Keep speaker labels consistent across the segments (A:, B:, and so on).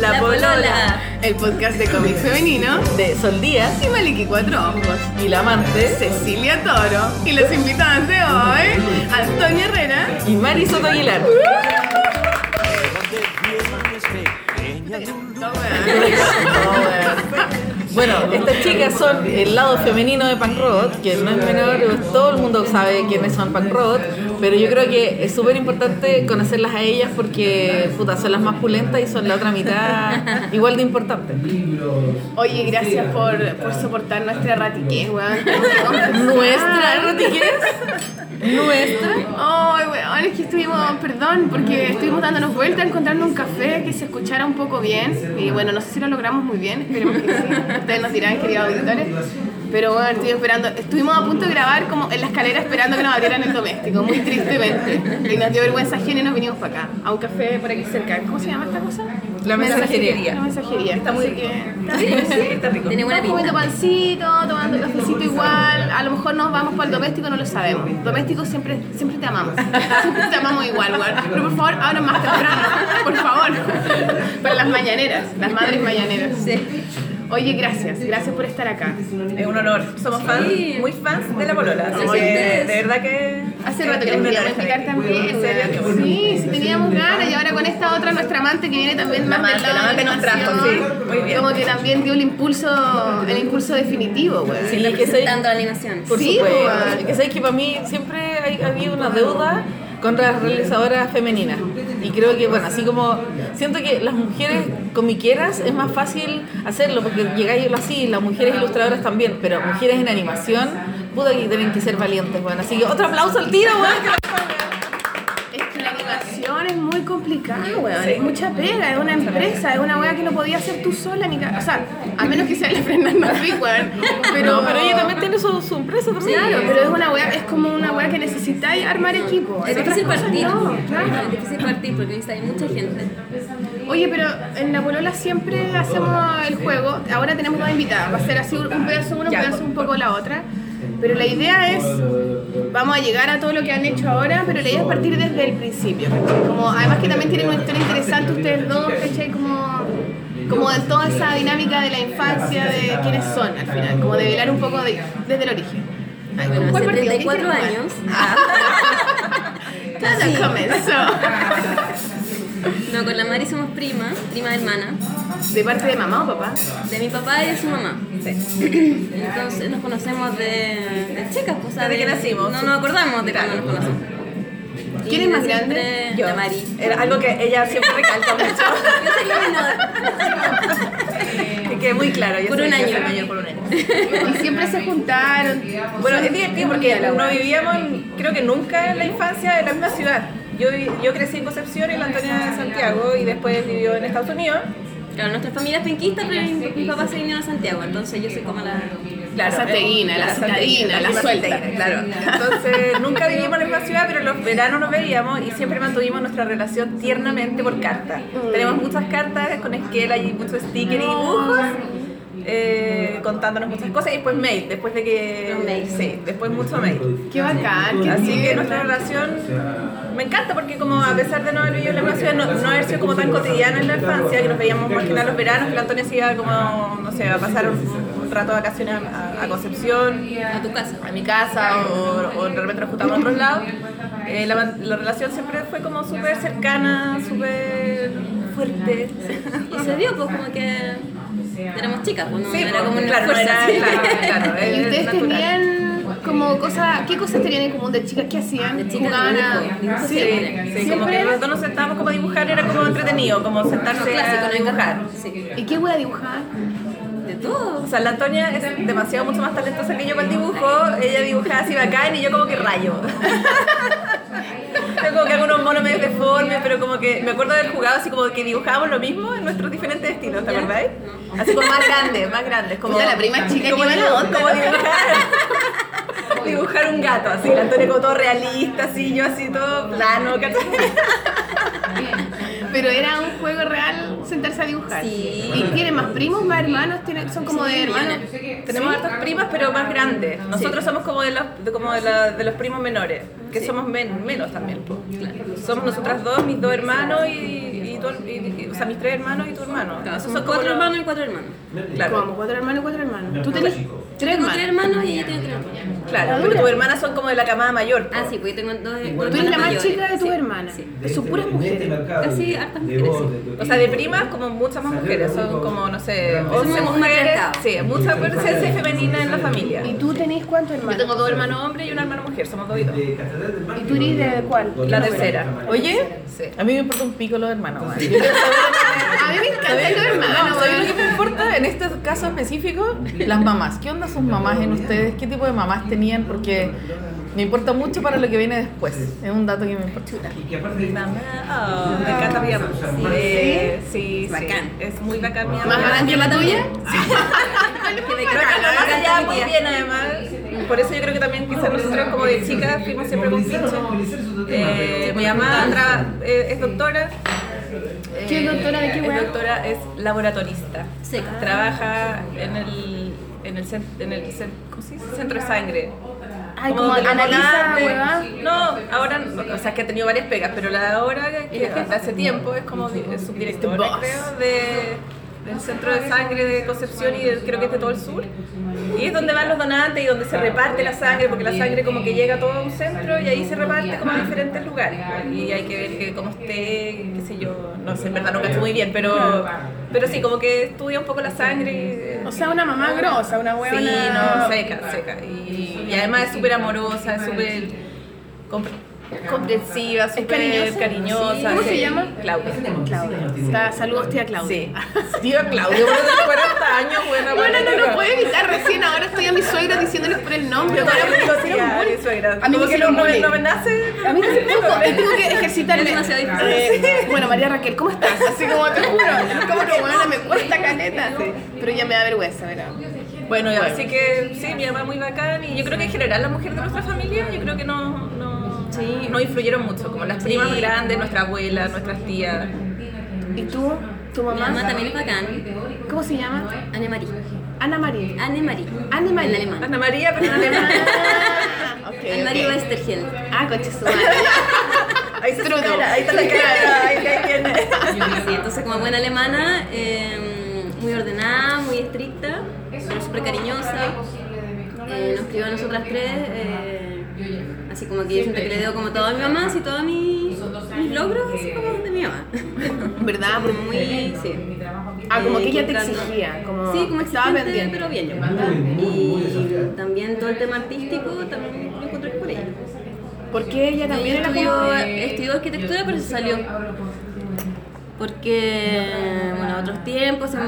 A: La,
B: La
A: Polola.
B: Polola.
C: El podcast de cómic femenino
A: De Sol Díaz
C: y Maliki Cuatro Hongos.
A: y la amante
C: Cecilia Toro y los invitados de hoy, Antonio Herrera. Uh-huh.
A: y Mari Soto Aguilar. Bueno, estas chicas son el lado femenino de Punk Robot, que no es menor, todo el mundo sabe quiénes son Punk Robot, pero yo creo que es súper importante conocerlas a ellas porque puta, son las más pulentas y son la otra mitad igual de importante.
C: Oye, gracias por, por soportar nuestra ratiquez, weón.
A: Nuestra erratiquez, nuestra.
C: Ay, weón, es que estuvimos, perdón, porque estuvimos dándonos vueltas, encontrando un café que se escuchara un poco bien. Y bueno, no sé si lo logramos muy bien, esperemos que sí. Ustedes nos dirán, queridos auditores. Pero bueno, estoy esperando, estuvimos a punto de grabar como en la escalera esperando que nos abrieran el doméstico, muy tristemente. Y nos dio vergüenza ajena y nos vinimos para acá, a un café por aquí cerca. ¿Cómo se llama esta cosa?
A: La mensajería.
C: La mensajería. Está muy bien. Está bien, sí.
B: Tiene buena
C: Estamos comiendo
B: pinta.
C: pancito, tomando cafecito igual. A lo mejor nos vamos para el doméstico, no lo sabemos. Doméstico siempre, siempre te amamos. Siempre te amamos igual, igual. Pero por favor, ahora más temprano. Por favor. Para las mañaneras, las madres mañaneras.
B: Sí.
C: Oye, gracias. Gracias por estar acá.
D: Es un honor. Somos fans,
B: Sí.
D: muy fans de la polola. Así
B: Sí,
D: que,
B: ustedes.
D: de verdad que.
C: Hace rato que
D: es
C: les
D: un
C: queríamos invitar
D: honor estar aquí.
C: también.
D: En serio.
C: weón. Sí, sí, teníamos ganas. Y ahora con esta otra, nuestra amante que viene también más
D: amante,
C: del lado
D: la amante
C: de la
D: nos trajo,
C: animación,
D: sí. Muy bien.
C: Como que también dio el impulso, el impulso definitivo, güey.
A: Sí, que soy-
B: Tanto la animación.
A: Por
C: Sí,
A: supuesto.
C: pues.
A: Es Que sabes que para mí siempre hay- ha habido una deuda con las realizadoras femeninas. Y creo que, bueno, así como siento que las mujeres comiqueras es más fácil hacerlo porque llegáis lo así, las mujeres ilustradoras también, pero mujeres en animación, puta que tienen que ser valientes, bueno. Así que otro aplauso al tiro, weón.
C: Es que la animación es muy complicada, weón. Es mucha pega, es una empresa, es una weá que no podías hacer tú sola ni ca- O sea, a menos que sea la Fernanda Ruiz, weón. Pero,
A: No, pero ella también tiene su, su empresa también.
C: Claro, pero es una weá, es como una weá que necesitáis armar equipo.
B: Es
C: En otras
B: difícil
C: cosas
B: partir.
C: no, claro.
B: Es difícil partir porque necesita- hay mucha gente.
C: Oye, pero en la polola siempre hacemos el juego. Ahora tenemos dos invitadas. Va a ser así un un pedazo una, un pedazo un poco la otra. Pero la idea es, vamos a llegar a todo lo que han hecho ahora, pero la idea es partir desde el principio. ¿cachai? Como, además que también tienen una historia interesante ustedes dos, ¿cachai? Como, como de toda esa dinámica de la infancia, de quiénes son al final, como de velar un poco de- desde el origen. Ay, ¿con
B: Bueno,
C: cuál
B: hace
C: partido?
B: 34
C: ¿Quién quiere
B: años.
C: jugar? Todo comenzó.
B: No, con la Mari somos prima, prima hermana,
C: ¿De parte de mamá o papá?
B: de mi papá y de su mamá. Entonces nos conocemos de, de chicas, pues, o sea,
D: Desde que
B: de-
D: nacimos.
B: No nos acordamos de cuando nos conocemos. Y
C: ¿Quién es más
B: desde
C: grande?
B: siempre,
D: Yo.
B: La Mari.
D: Era algo que ella siempre recalca mucho.
B: Yo soy la menor.
D: que quede muy claro. Yo
B: Por
D: soy-
B: un
D: yo soy
B: año.
D: mayor por un año.
C: Y siempre se juntaron.
D: Bueno, es divertido porque no vivíamos, en- creo que nunca en la infancia en la misma ciudad. Yo, viví- yo crecí en Concepción y la Antonia en Santiago y después vivió en Estados Unidos.
B: Claro, nuestra familia es penquista, pero mi, mi papá se vino a Santiago, entonces yo soy como la.
C: La
D: Claro,
C: santiaguina,
D: eh,
C: la santiaguina, la
D: prima
C: suelta.
D: santiaguina, Claro. Entonces, nunca vivimos en la misma ciudad, pero en los veranos nos veíamos y siempre mantuvimos nuestra relación tiernamente por carta.
C: Mm.
D: Tenemos muchas cartas con esquela y muchos stickers y dibujos. eh, contándonos muchas cosas y después mail, después de que...
B: Los mails.
D: Sí, después mucho mail.
C: Qué bacán, qué
D: Así que
C: tierno.
D: nuestra relación me encanta porque como a pesar de no haber vivido en la misma ciudad, no, no haber sido como tan cotidiana en la infancia, que nos veíamos más que nada los veranos, que la Antonia se iba como, no sé, a pasar un, un rato de vacaciones a, a Concepción,
B: a tu casa.
D: a mi casa, o, o realmente nos juntábamos a otros lados. Eh, la, la relación siempre fue como súper cercana, súper fuerte.
B: Y se dio, pues como que. Éramos chicas, pues no, no era
D: pues,
B: como una
D: claro, no
B: fuerza.
D: era-
B: así.
D: claro, claro,
C: ¿Y
D: es
C: ustedes
D: natural.
C: tenían como cosas, qué cosas tenían en común de chicas que hacían?
B: De chicas,
C: Jugaban a-
B: dibujo,
C: Sí,
D: Sí, sí, como que
C: siempre.
D: nosotros nos sentábamos como a dibujar, era como entretenido, como
B: Lo
D: sentarse
B: clásico,
D: a
B: ¿no?
D: dibujar.
B: Sí.
C: ¿Y qué voy a dibujar?
B: De todo.
D: O sea, la Antonia es demasiado mucho más talentosa que yo para el dibujo. Ella dibujaba así bacán y yo como que rayo. yo como que hago unos monos medio deformes, pero como que me acuerdo haber jugado así como que dibujábamos lo mismo en nuestros diferentes estilos, ¿te acordáis? Así como más grandes, más grandes. Como
C: Puta, la prima chica,
D: como
C: qué mala
D: dibu-
C: onda,
D: como
C: ¿no?
D: dibujar, dibujar un gato, así. La Antonia como todo realista, así, yo así todo plano, ¿cachai?
C: pero era un juego real sentarse a dibujar.
D: Sí.
C: Y tiene más primos, más hermanos, tiene- son como de hermanos.
D: Tenemos hartas primas, pero más grandes. Nosotros somos como de los, de, como de, la- de los primos menores, que somos men- menos también. po. Somos nosotras dos, mis dos hermanos y, y tu, y- y- o sea, mis tres hermanos y tu hermano.
B: Claro,
D: Esos
B: somos
D: son como
B: cuatro
D: los-
B: hermanos y cuatro hermanas.
D: Claro,
C: Como cuatro hermanos, cuatro hermanos. Tú tenés tres
B: Tengo
C: hermanos.
B: tres hermanos y ella tiene tres hermanas.
D: claro. Pero tus hermanas son como de la camada mayor. po.
B: Ah, sí, pues yo tengo dos
C: Tú
B: hermanas.
C: eres la más
B: mayores.
C: chica de tus
B: Sí,
C: hermanas.
B: sí.
C: Son puras
D: este
C: mujeres.
B: Casi hartas mujeres,
D: O sea, de primas, como muchas más mujeres. Son como, no sé, 11
B: un
D: mujeres.
B: matriarcado.
D: Sí, mucha presencia femenina en la familia.
C: ¿Y tú tenés cuántos
D: Yo
C: hermanos?
D: tengo dos hermanos hombres y una hermana mujer, somos dos y dos.
C: ¿Y tú eres de cuál?
D: La tercera.
A: Oye,
D: Sí.
A: a mí me importa un pico los hermanos. man. Yo quiero saber-
C: A mí me encanta tu hermano.
A: No, ¿sabes lo que me importa en este caso específico? Las mamás. ¿Qué onda sus mamás en ustedes? ¿Qué tipo de mamás tenían? Porque me importa mucho para lo que viene después. Es un dato que me importa.
D: Mamá, oh, me encanta mi mamá. Eh, Sí, sí,
B: Bacán.
D: Es muy bacán mi
C: ¿Más
D: mamá.
C: grande que la tuya?
B: Que me
D: Creo que
B: encanta,
D: la mamá
B: me
D: se lleva
B: encanta
D: muy
B: mi tía.
D: bien, además. Por eso yo creo que también quizás nosotros como de chicas fuimos siempre con pinches. Eh, mi mamá tra- eh, es doctora. Eh,
C: ¿Qué doctora de qué
D: Es
C: weá?
D: doctora, es laboratorista.
B: Seca.
D: Trabaja en el, en el, cen- en el cen- ¿cómo se dice? centro de sangre.
C: Ay, como analiza,
D: volante.
C: huevá.
D: No, ahora, no, o sea, que ha tenido varias pegas, pero la de ahora, que hasta hace tiempo, es como di-
C: Este
D: es subdirectora, creo, de, del Centro de Sangre de Concepción y de- creo que es de todo el sur. Y es donde van los donantes y donde se reparte la sangre, porque la sangre como que llega a todo un centro y ahí se reparte como a diferentes lugares. Y hay que ver que cómo esté, qué sé yo, no sé, en verdad no cacho muy bien, pero, pero sí, como que estudia un poco la sangre y
C: O sea, una mamá grosa, una
D: Sí,
C: huevona.
D: no, seca, seca. Y, y además es súper amorosa, es súper compre- comprensiva, súper
C: cariñosa?
D: cariñosa.
C: Sí. ¿Cómo se llama?
D: Claudia.
C: Está- saludos, tía Claudia.
D: Sí. Tío Claudia, bueno, de 40 años, buena
C: Bueno, no
D: buena.
C: lo puedo evitar recién. Ahora estoy a mis suegros diciéndoles por el nombre.
D: Yo
C: bueno,
D: también
C: pero
D: digo,
C: sí,
D: sí, a mi suegra.
C: A mí me
D: Como que no,
C: hicieron
D: no,
C: bullying.
D: no me nace.
C: A mí tampoco, yo tengo que ejercitarme.
B: Es demasiado difícil.
C: Eh, bueno, María Raquel, ¿cómo estás? Así como te juro, como que bueno, me cuesta caleta. Pero ya me da vergüenza, ¿verdad?
D: Bueno, así que sí, mi mamá muy bacán. Y yo creo que en general las mujeres de nuestra familia, yo creo que no, no, no influyeron mucho. Como las primas grandes, nuestra abuela, nuestras tías.
C: ¿Y tú? ¿Tu
B: Mi
C: mamá?
B: mamá también es bacán.
C: ¿Cómo se llama?
B: Anne-Marie.
C: Ana María.
B: Anne-Marie.
C: Anne-Marie.
B: En alemán.
D: Ana María, pero en alemán.
C: Ah, ok,
B: Anne-Marie
C: ok.
B: Westergel.
C: Ah, coche su madre.
D: Ahí se
C: Trudeau.
D: cara, ahí está la cara, ahí, ahí viene.
B: Sí, entonces como buena alemana, eh, muy ordenada, muy estricta, pero súper cariñosa. Eh, nos crió a nosotras tres, eh, así como que yo siento que le debo como todo a mi mamá, así todos mis, mis logros, así como de mi mamá.
C: ¿Verdad?
B: Como muy, sí.
C: Ah, como
B: Eh,
C: que ella te
B: encontrando-
C: exigía. Como
B: Sí, como
C: estaba
B: exigente,
C: pendiente.
B: pero bien. Y también todo el tema artístico también lo encontré por ella.
C: Porque ella también
B: Ella
C: era
B: estudió,
C: como...
B: estudió arquitectura, pero se salió. Porque, bueno, otros tiempos, se, eh,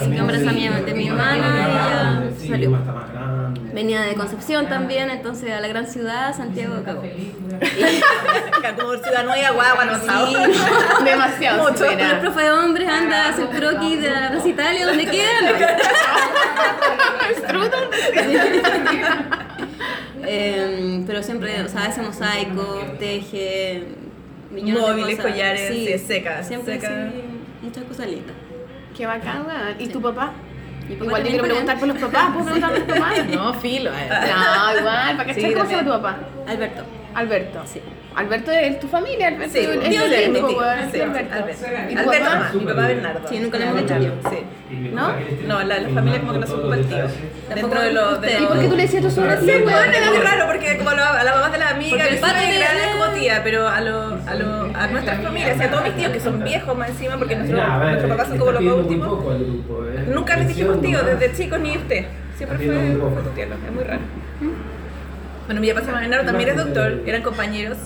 B: se quedó embarazada mi- de mi hermana, ella se salió. Venía de Concepción también, entonces a la gran ciudad, Santiago cagó.
D: Como ciudad nueva, guagua, no
B: Sí,
D: sabe.
C: Demasiado
D: Mucho,
B: pero el
C: supera.
B: profe de hombres anda a hacer croquis de la Plaza Italia, donde queda. Eh, pero siempre, o sea, hace mosaicos, teje, millones de
D: Móviles,
B: cosas.
D: collares, sí, seca,
B: Siempre
D: seca.
B: así, muchas cosas lindas.
C: Qué bacán, weón. ¿Y tu papá?
B: Mi papá
C: Igual te
B: también
C: quiero preguntar
B: bacán.
C: por los papás. ¿Puedo preguntar por los papás?
A: No, filo. eh.
C: No, igual, para que
D: Sí,
C: sí, cómo se llama
D: también.
C: tu papá.
B: Alberto.
C: Alberto.
B: Sí.
C: Alberto es tu familia, Alberto
D: Sí,
C: es
D: tío
C: tu primo,
D: Alberto, tío.
C: weón,
D: Sí,
C: tío Alberto.
D: Alberto.
C: ¿Y tu
D: Alberto
C: papá?
D: nomás, mi papá Bernardo.
B: Sí, nunca le hemos dicho yo.
D: Sí.
C: ¿No?
D: No, la, la familia como que no se ocupa el tío. Dentro de los... De
C: ¿Y por qué tú le decías a tu suegra así,
D: Sí, bueno,
C: weón?
D: es muy raro porque como a la- a las mamás de las
B: Porque
D: amigas,
B: el
D: mi
B: pato
D: suegra
B: tiene-
D: es como tía, pero a, lo, a, lo, a nuestras familias, y a todos mis tíos que son viejos más encima, porque nuestro- nuestros papás son como los dos últimos,
E: ¿eh?
D: nunca les dijimos tío desde chicos ni usted. Siempre fue, fue tu tío, es muy raro. Bueno, mi papá se llama Bernardo, también es doctor, eran compañeros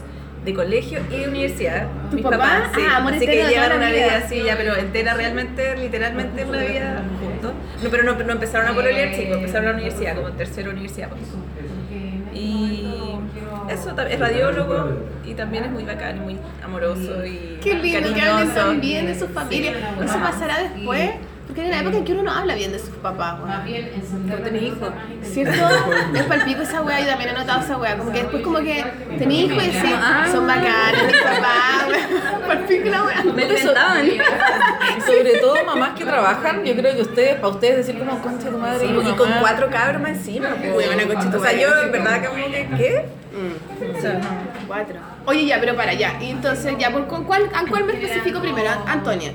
D: de colegio y de universidad.
C: ¿Tu
D: Mis
C: papá?
D: papás, sí,
C: Ah, amor
D: así
C: eterno
D: que
C: de toda
D: llevan
C: la
D: una
C: vida.
D: vida así, ya, pero entera realmente, literalmente una vida juntos. No, pero no, no empezaron a pololear chicos, empezaron a la universidad, como en tercera universidad. pues. Y eso tam- es radiólogo y también es muy bacán y muy amoroso y
C: Qué lindo que hablen
D: cariñoso.
C: tan bien de sus familias. Eso pasará después. Porque hay una época en que uno no habla bien de sus papás, weón.
B: No tenés hijos.
C: ¿Cierto? Es palpico esa weá, yo también he notado esa weá. Como que después como que tenía hijos y decís,
B: Ah.
C: son bacanes, mis papás, weón. Palpico que la wea.
B: Me enfrentaban.
A: Y sobre todo mamás que trabajan, yo creo que ustedes, para ustedes decir como concha de tu madre
D: Sí,
A: mi
D: y con
A: mamá".
D: cuatro cabros más encima. pues.
C: Huevona, coche, tu
D: o sea,
C: madre,
D: yo
C: sí,
D: en verdad que como que, ¿qué?
C: Mm. Cuatro. Oye, ya, pero para, ya. Y Entonces, ya, ¿por con cuál, ¿a cuál me especifico primero? An- Antonia.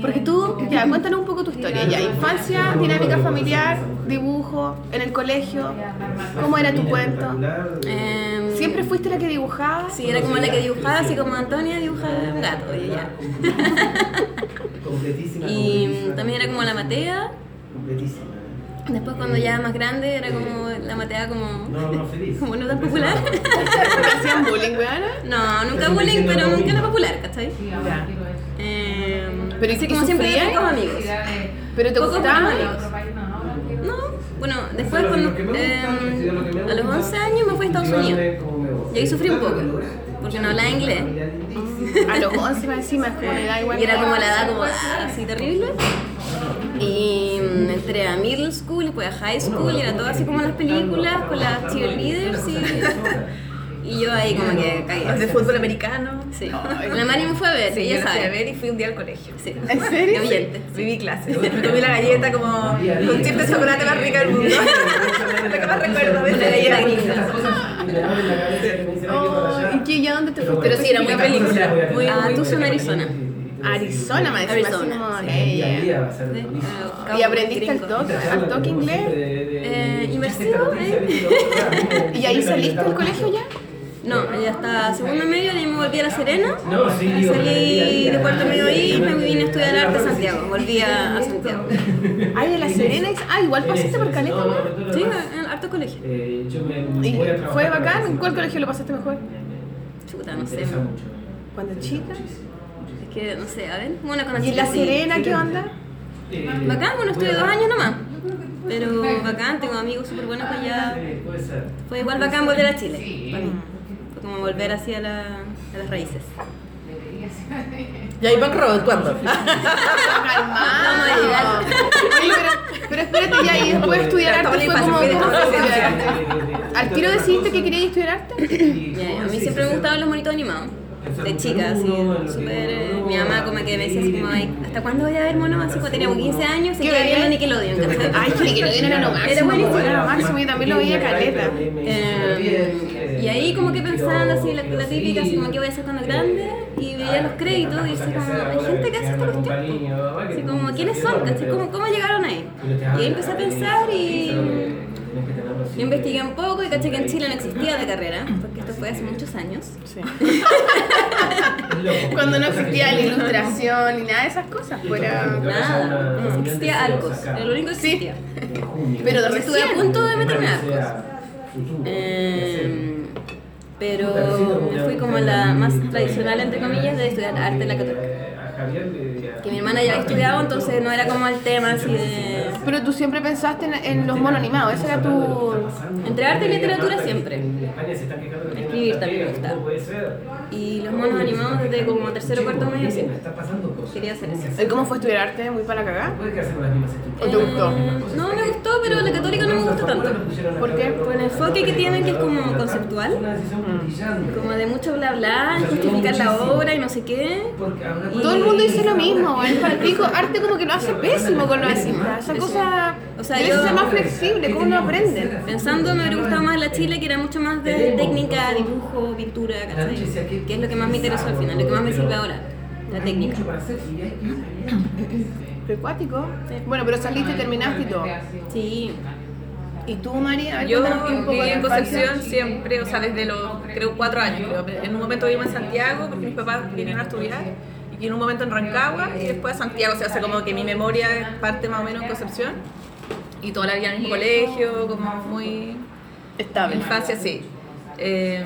C: Porque tú, ya, cuéntanos un poco tu historia. Ya, infancia, dinámica familiar, dibujo, en el colegio. ¿Cómo era tu cuento?
B: Em,
C: ¿Siempre fuiste la que dibujaba?
B: Sí, era como la que dibujaba, así como Antonia dibujaba un gato, y ya. Y mm, también era como la matea. Después cuando ya más grande era como la matea como,
E: No, no, feliz.
B: como no tan popular.
C: ¿Hacían bullying, weona?
B: No, nunca bullying, pero nunca la popular, ¿cachai? Em,
C: Pero ¿y-
B: así
C: y
B: como siempre
C: sufrían?
B: pocos amigos.
C: ¿Pero te
B: Pocos
C: gustaba?
B: amigos. No, bueno, después cuando, em, a los 11 años me fui a Estados Unidos. Y ahí sufrí un poco, porque no hablaba inglés.
C: A los 11 más encima, es como la edad igual.
B: Y era como la edad como así terrible. Y mm, entré a middle school y pues a high school y era todo así como en las películas con las cheerleaders y, y yo ahí como que
D: Los de
B: caí.
D: fútbol americano.
B: Sí. La Mari me fue a ver,
D: yo
B: ella
D: la fui a
B: sabe.
D: ver y fui un día al colegio.
B: Sí.
C: ¿En serio?
B: De oyente.
D: Viví clases. Me comí la galleta como con chip de chocolate más rica del mundo. Lo que más recuerdo de
B: Una
D: ese
B: galleta
D: día.
B: gringa.
C: Oh, ¿Y qué, ya dónde te fuiste?
E: Pero sí, era muy película. Muy,
B: Ah,
E: muy
B: tú son
E: película.
B: Arizona.
C: Arizona, más encima. así
B: Arizona,
C: como,
B: sí.
C: eh, eh. ¿Y aprendiste al
B: Gringo.
C: toque, al toque inglés?
B: Eh, inmersivo,
E: "Ah,
C: ¿Y ahí saliste del colegio ya?
B: No, ya hasta segundo medio, de ahí me volví a La Serena.
E: No, sí,
C: Ah,
E: digo,
B: Salí de cuarto medio ahí y me vine a estudiar arte a Santiago. Volví a, a Santiago.
C: Ay, de la Serena. Ah, igual pasaste por Caleta, weón.
B: Sí, en en harto colegio.
E: Eh, yo me-
C: ¿Y
E: voy a trabajar
C: fue
E: para la
C: bacán?
E: próxima.
C: ¿Cuál colegio lo pasaste mejor?
B: Chuta,
E: Me
B: no sé.
E: interesa
B: Es
E: mucho.
C: ¿Cuando chica?
B: que, no sé, a ver. Bueno, con
C: ¿Y en la
B: sí.
C: Serena qué onda? Ah,
E: Eh,
B: Bacán, bueno, estuve
E: voy a-
B: dos años nomás. Pero bacán, tengo amigos súper buenos para allá.
E: Eh, puede ser.
B: Fue igual bacán volver a Chile. Para mí. Fue como volver así a, la- a las raíces.
A: Y ahí van Robert, ¿cuándo?
C: pues,
B: Vamos a llegar.
C: Oye, pero, pero espérate ya, y después de estudiar arte fue como... ¿cómo estudiar arte? ¿Al tiro decidiste que querías estudiar arte?
B: Ya, a mí siempre me gustaban los monitos animados. De chica, así, súper. eh, mi mamá como que me decía así como, "Ay, ¿hasta cuándo voy a ver monos? Así como tenía como 15 años,
C: ¿Qué
B: seguía
C: veía?
B: viendo Nickelodeon, ¿cachai?
C: Ay, que no era lo máximo. Era
B: buenísimo.
C: Era lo máximo, yo también lo veía caleta.
B: Eh, y ahí como que pensando así, la, la típica, así como que voy a ser cuando grande, y veía los créditos y decía como, hay gente que hace esta cuestión. Así como, ¿quiénes son? ¿Cachai? ¿Cómo, ¿Cómo llegaron ahí? Y ahí empecé a pensar y... Yo investigué un poco y caché que en Chile no existía la carrera, porque esto fue hace muchos años.
C: Cuando no existía la ilustración ni nada de esas cosas, fuera...
B: Nada, no existía Arcos, era lo único que
C: Sí.
B: existía.
C: Pero de
B: Estuve a punto de meterme a Arcos.
E: arcos.
B: pues. Eh, pero me fui como la más tradicional, entre comillas, de estudiar arte en la católica. Que mi hermana ya había estudiado, entonces no era como el tema así de...
C: Pero tú siempre pensaste en, en los monos animados, ese era tu...
B: Entre arte y literatura siempre. Escribir también me gusta. Y los monos animados desde como tercero cuarto medio siempre. Quería hacer eso.
C: ¿Y ¿Cómo fue estudiar arte? ¿Muy para cagar? ¿O te gustó?
B: Eh, no me gustó, pero la católica no me gusta tanto.
C: ¿Por qué?
B: Por el enfoque que tiene, que es como conceptual, como de mucho bla bla, y justificar la obra y no sé qué.
C: Todo el mundo dice lo mismo, el palpico arte como que lo hace pésimo con lo encima. Esa cosa
B: O sea,
C: debe
B: yo-
C: ser más flexible, ¿cómo lo aprenden?
B: Pensando, me hubiera gustado más la Chile, que era mucho más de técnica, dibujo, pintura, ¿cachai? Que es lo que más me interesó al final, lo que más me sirve ahora, la técnica.
C: Pero acuático. Bueno, pero saliste, terminaste y todo.
B: Sí,
C: ¿Y tú, María? A ver,
D: Yo
C: cuéntanos tú un poco
D: viví
C: de
D: en
C: tu infancia.
D: Concepción siempre, o sea, desde los, creo, cuatro años. creo. En un momento vivo en Santiago porque mis papás vinieron a estudiar y en un momento en Rancagua y después a Santiago. O sea, hace como que mi memoria es parte más o menos en Concepción y toda la vida en el colegio, como muy
C: Estable.
D: infancia, sí. Eh,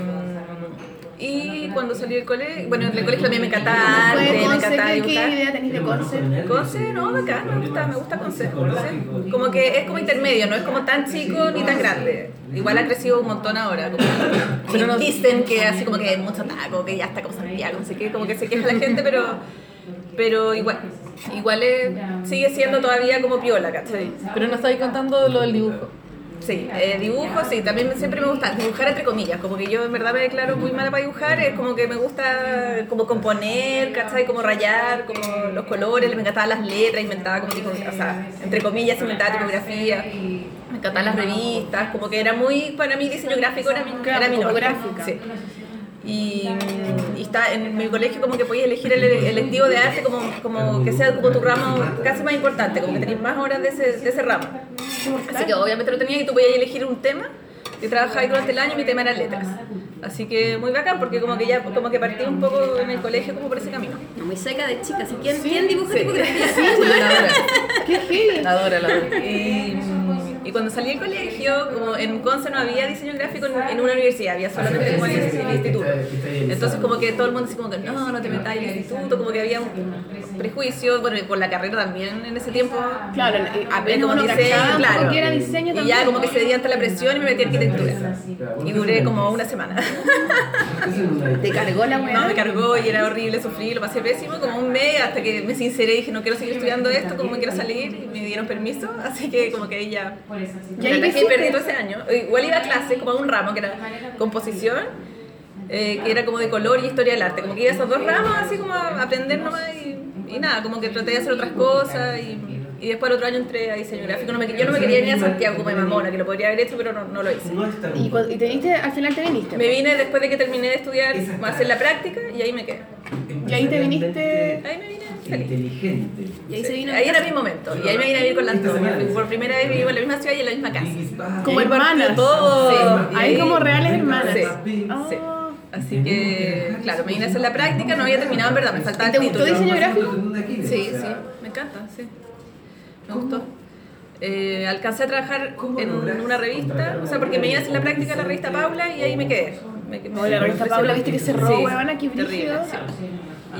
D: y cuando salí del colegio, bueno, en el colegio también me encantaba arte,
C: ¿Fue
D: me
C: Conce?
D: encantaba
C: ¿Qué-
D: dibujar.
C: ¿Qué idea tenés de Conce?
D: Conce, no, bacán, me gusta, me gusta Conce, no sé. Como que es como intermedio, no es como tan chico ni tan grande. Igual ha crecido un montón ahora. Como, pero nos dicen que así como que hay mucho taco, que ya está como Santiago, no sé qué, como que se queja la gente, pero, pero igual, igual es- sigue siendo todavía como piola, ¿cachai?
A: Pero no estáis contando lo del dibujo.
D: Sí, eh, dibujo, sí, también me- siempre me gusta dibujar entre comillas, como que yo en verdad me declaro muy mala para dibujar, es como que me gusta como componer, ¿cachai? Como rayar, como los colores, me encantaban las letras, inventaba como tipo, o sea, entre comillas inventaba tipografía, me encantaban las revistas, como que era muy, para mí diseño gráfico era mi, era mi norte,
C: Gráfica.
D: sí. Y, y está en mi colegio como que podías elegir el el electivo de arte como, como que sea como tu ramo casi más importante, como que tenés más horas de ese, de ese ramo. Así que obviamente lo tenías y tú podías elegir un tema y trabajaba ahí durante el año y mi tema era letras. Así que muy bacán porque como que ya como que partí un poco en el colegio como por ese camino.
B: No, muy seca de chicas. ¿Y quién, quién dibuja tipografía?
A: Sí, la adora,
C: ¡Qué heavy!
A: la adora, la adora.
D: Y, y cuando salí del colegio, como en Conce no había diseño gráfico en, en una universidad, había solamente como en el, el instituto. Entonces como que todo el mundo así como que no, no te metas en el instituto, como que había un prejuicio, bueno, y por la carrera también en ese tiempo.
C: Claro,
D: Era
C: apenas
D: como
C: uno
D: diseño,
C: cachaba un poco
D: claro.
C: que era diseño
D: Y
C: también.
D: ya como que se di ante la presión y me metí a arquitectura. Y duré como una semana.
C: Te cargó la weá.
D: No, me cargó y era horrible, sufrí, lo pasé pésimo, como un mes hasta que me sinceré y dije, no quiero seguir estudiando esto, como me quiero salir, y me dieron permiso, así que como que ahí ya...
C: Y ahí
D: La verdad que
C: hiciste.
D: perdí todo ese año. Igual iba a clases, como a un ramo que era composición, eh, que era como de color y historia del arte, como que iba a esos dos ramos, así como a aprender nomás y, y nada, como que traté de hacer otras cosas y... y después el otro año entré a diseño gráfico. No me- yo no me quería ir a Santiago como de mamona, que lo podría haber hecho, pero no, no lo hice.
C: Y, cu- y te viniste, al final te viniste. Ah.
D: Me vine después de que terminé de estudiar, hacer la práctica y ahí me quedé.
C: Y ahí te viniste.
D: Ahí me vine feliz.
E: Inteligente.
B: Y ahí se vino.
D: Ahí era mi momento. Y ahí me vine a vivir con la Antonia. Por primera vez vivimos en la misma ciudad y en la misma casa.
C: Como
D: Y ahí partió
C: hermanas.
D: Todo.
E: Sí.
D: Y
C: Ahí como reales hermanas.
D: Sí.
C: Ah.
D: sí. Así que, claro, me vine a hacer la práctica, no había terminado en verdad, me faltaba
C: ¿Te
D: el
C: gustó
D: título.
C: diseño gráfico?
D: Sí, sí, me encanta, sí. Me gustó. Eh, alcancé a trabajar en una revista, o sea, porque me vine a hacer la práctica en la revista Paula y ahí me quedé. Me, me-
C: No, la revista Paula, viste que cerró,
D: Sí,
C: huevona, qué
D: terrible,
C: brígido.
D: sí.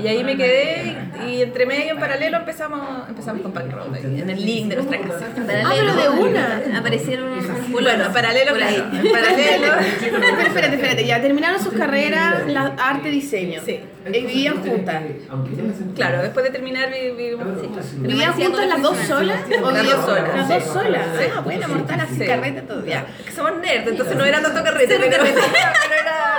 D: Y ahí me quedé y, y entre medio, en paralelo, empezamos, empezamos con Punk Rock, ahí, en el link de nuestra casa.
C: Ah, pero de una.
B: Aparecieron unos
D: Bueno, en paralelo,
B: Por ahí.
D: claro, en paralelo.
C: Pero espérate, espérate, ya terminaron sus carreras, la arte y diseño.
D: Sí.
C: Y vivían juntas.
D: Claro, después de terminar vi- vivimos. sí.
C: ¿Vivían juntas las dos solas? ¿O
D: Las dos solas,
C: Las
D: sí.
C: dos solas.
D: Sí.
C: Ah, buena, mortal, así
D: Sí.
C: carreta todo. Ya.
D: Es que somos nerds, entonces no era tanto carrete, pero era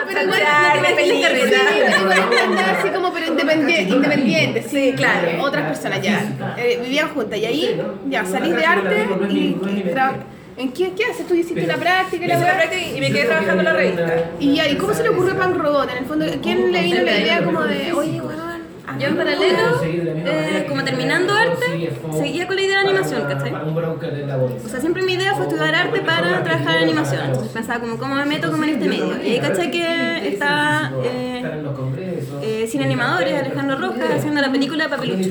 C: Pero igual no
D: chanchar,
C: tiene
D: película,
C: película,
D: carrete.
C: igual andaba así como pero independiente, independiente, sí,
D: Sí, claro.
C: otras personas ya eh, vivían juntas y ahí ya salís de arte y, y tra- ¿en qué, qué haces? Tú hiciste la práctica y la
D: Hice la
C: weá?
D: práctica y me quedé trabajando en la revista.
C: y ya, ¿y cómo se le ocurrió Pan Robot? En el fondo, ¿quién le vino la idea como de, oye, weón,
B: Yo en paralelo, eh, como terminando arte, seguía con la idea de animación, ¿cachai? O sea, siempre mi idea fue estudiar arte para trabajar en animación. Entonces pensaba como, ¿cómo me meto como en este medio? Y ahí caché que está eh, eh, Cine Animadores, Alejandro Rojas, haciendo la película Papelucho.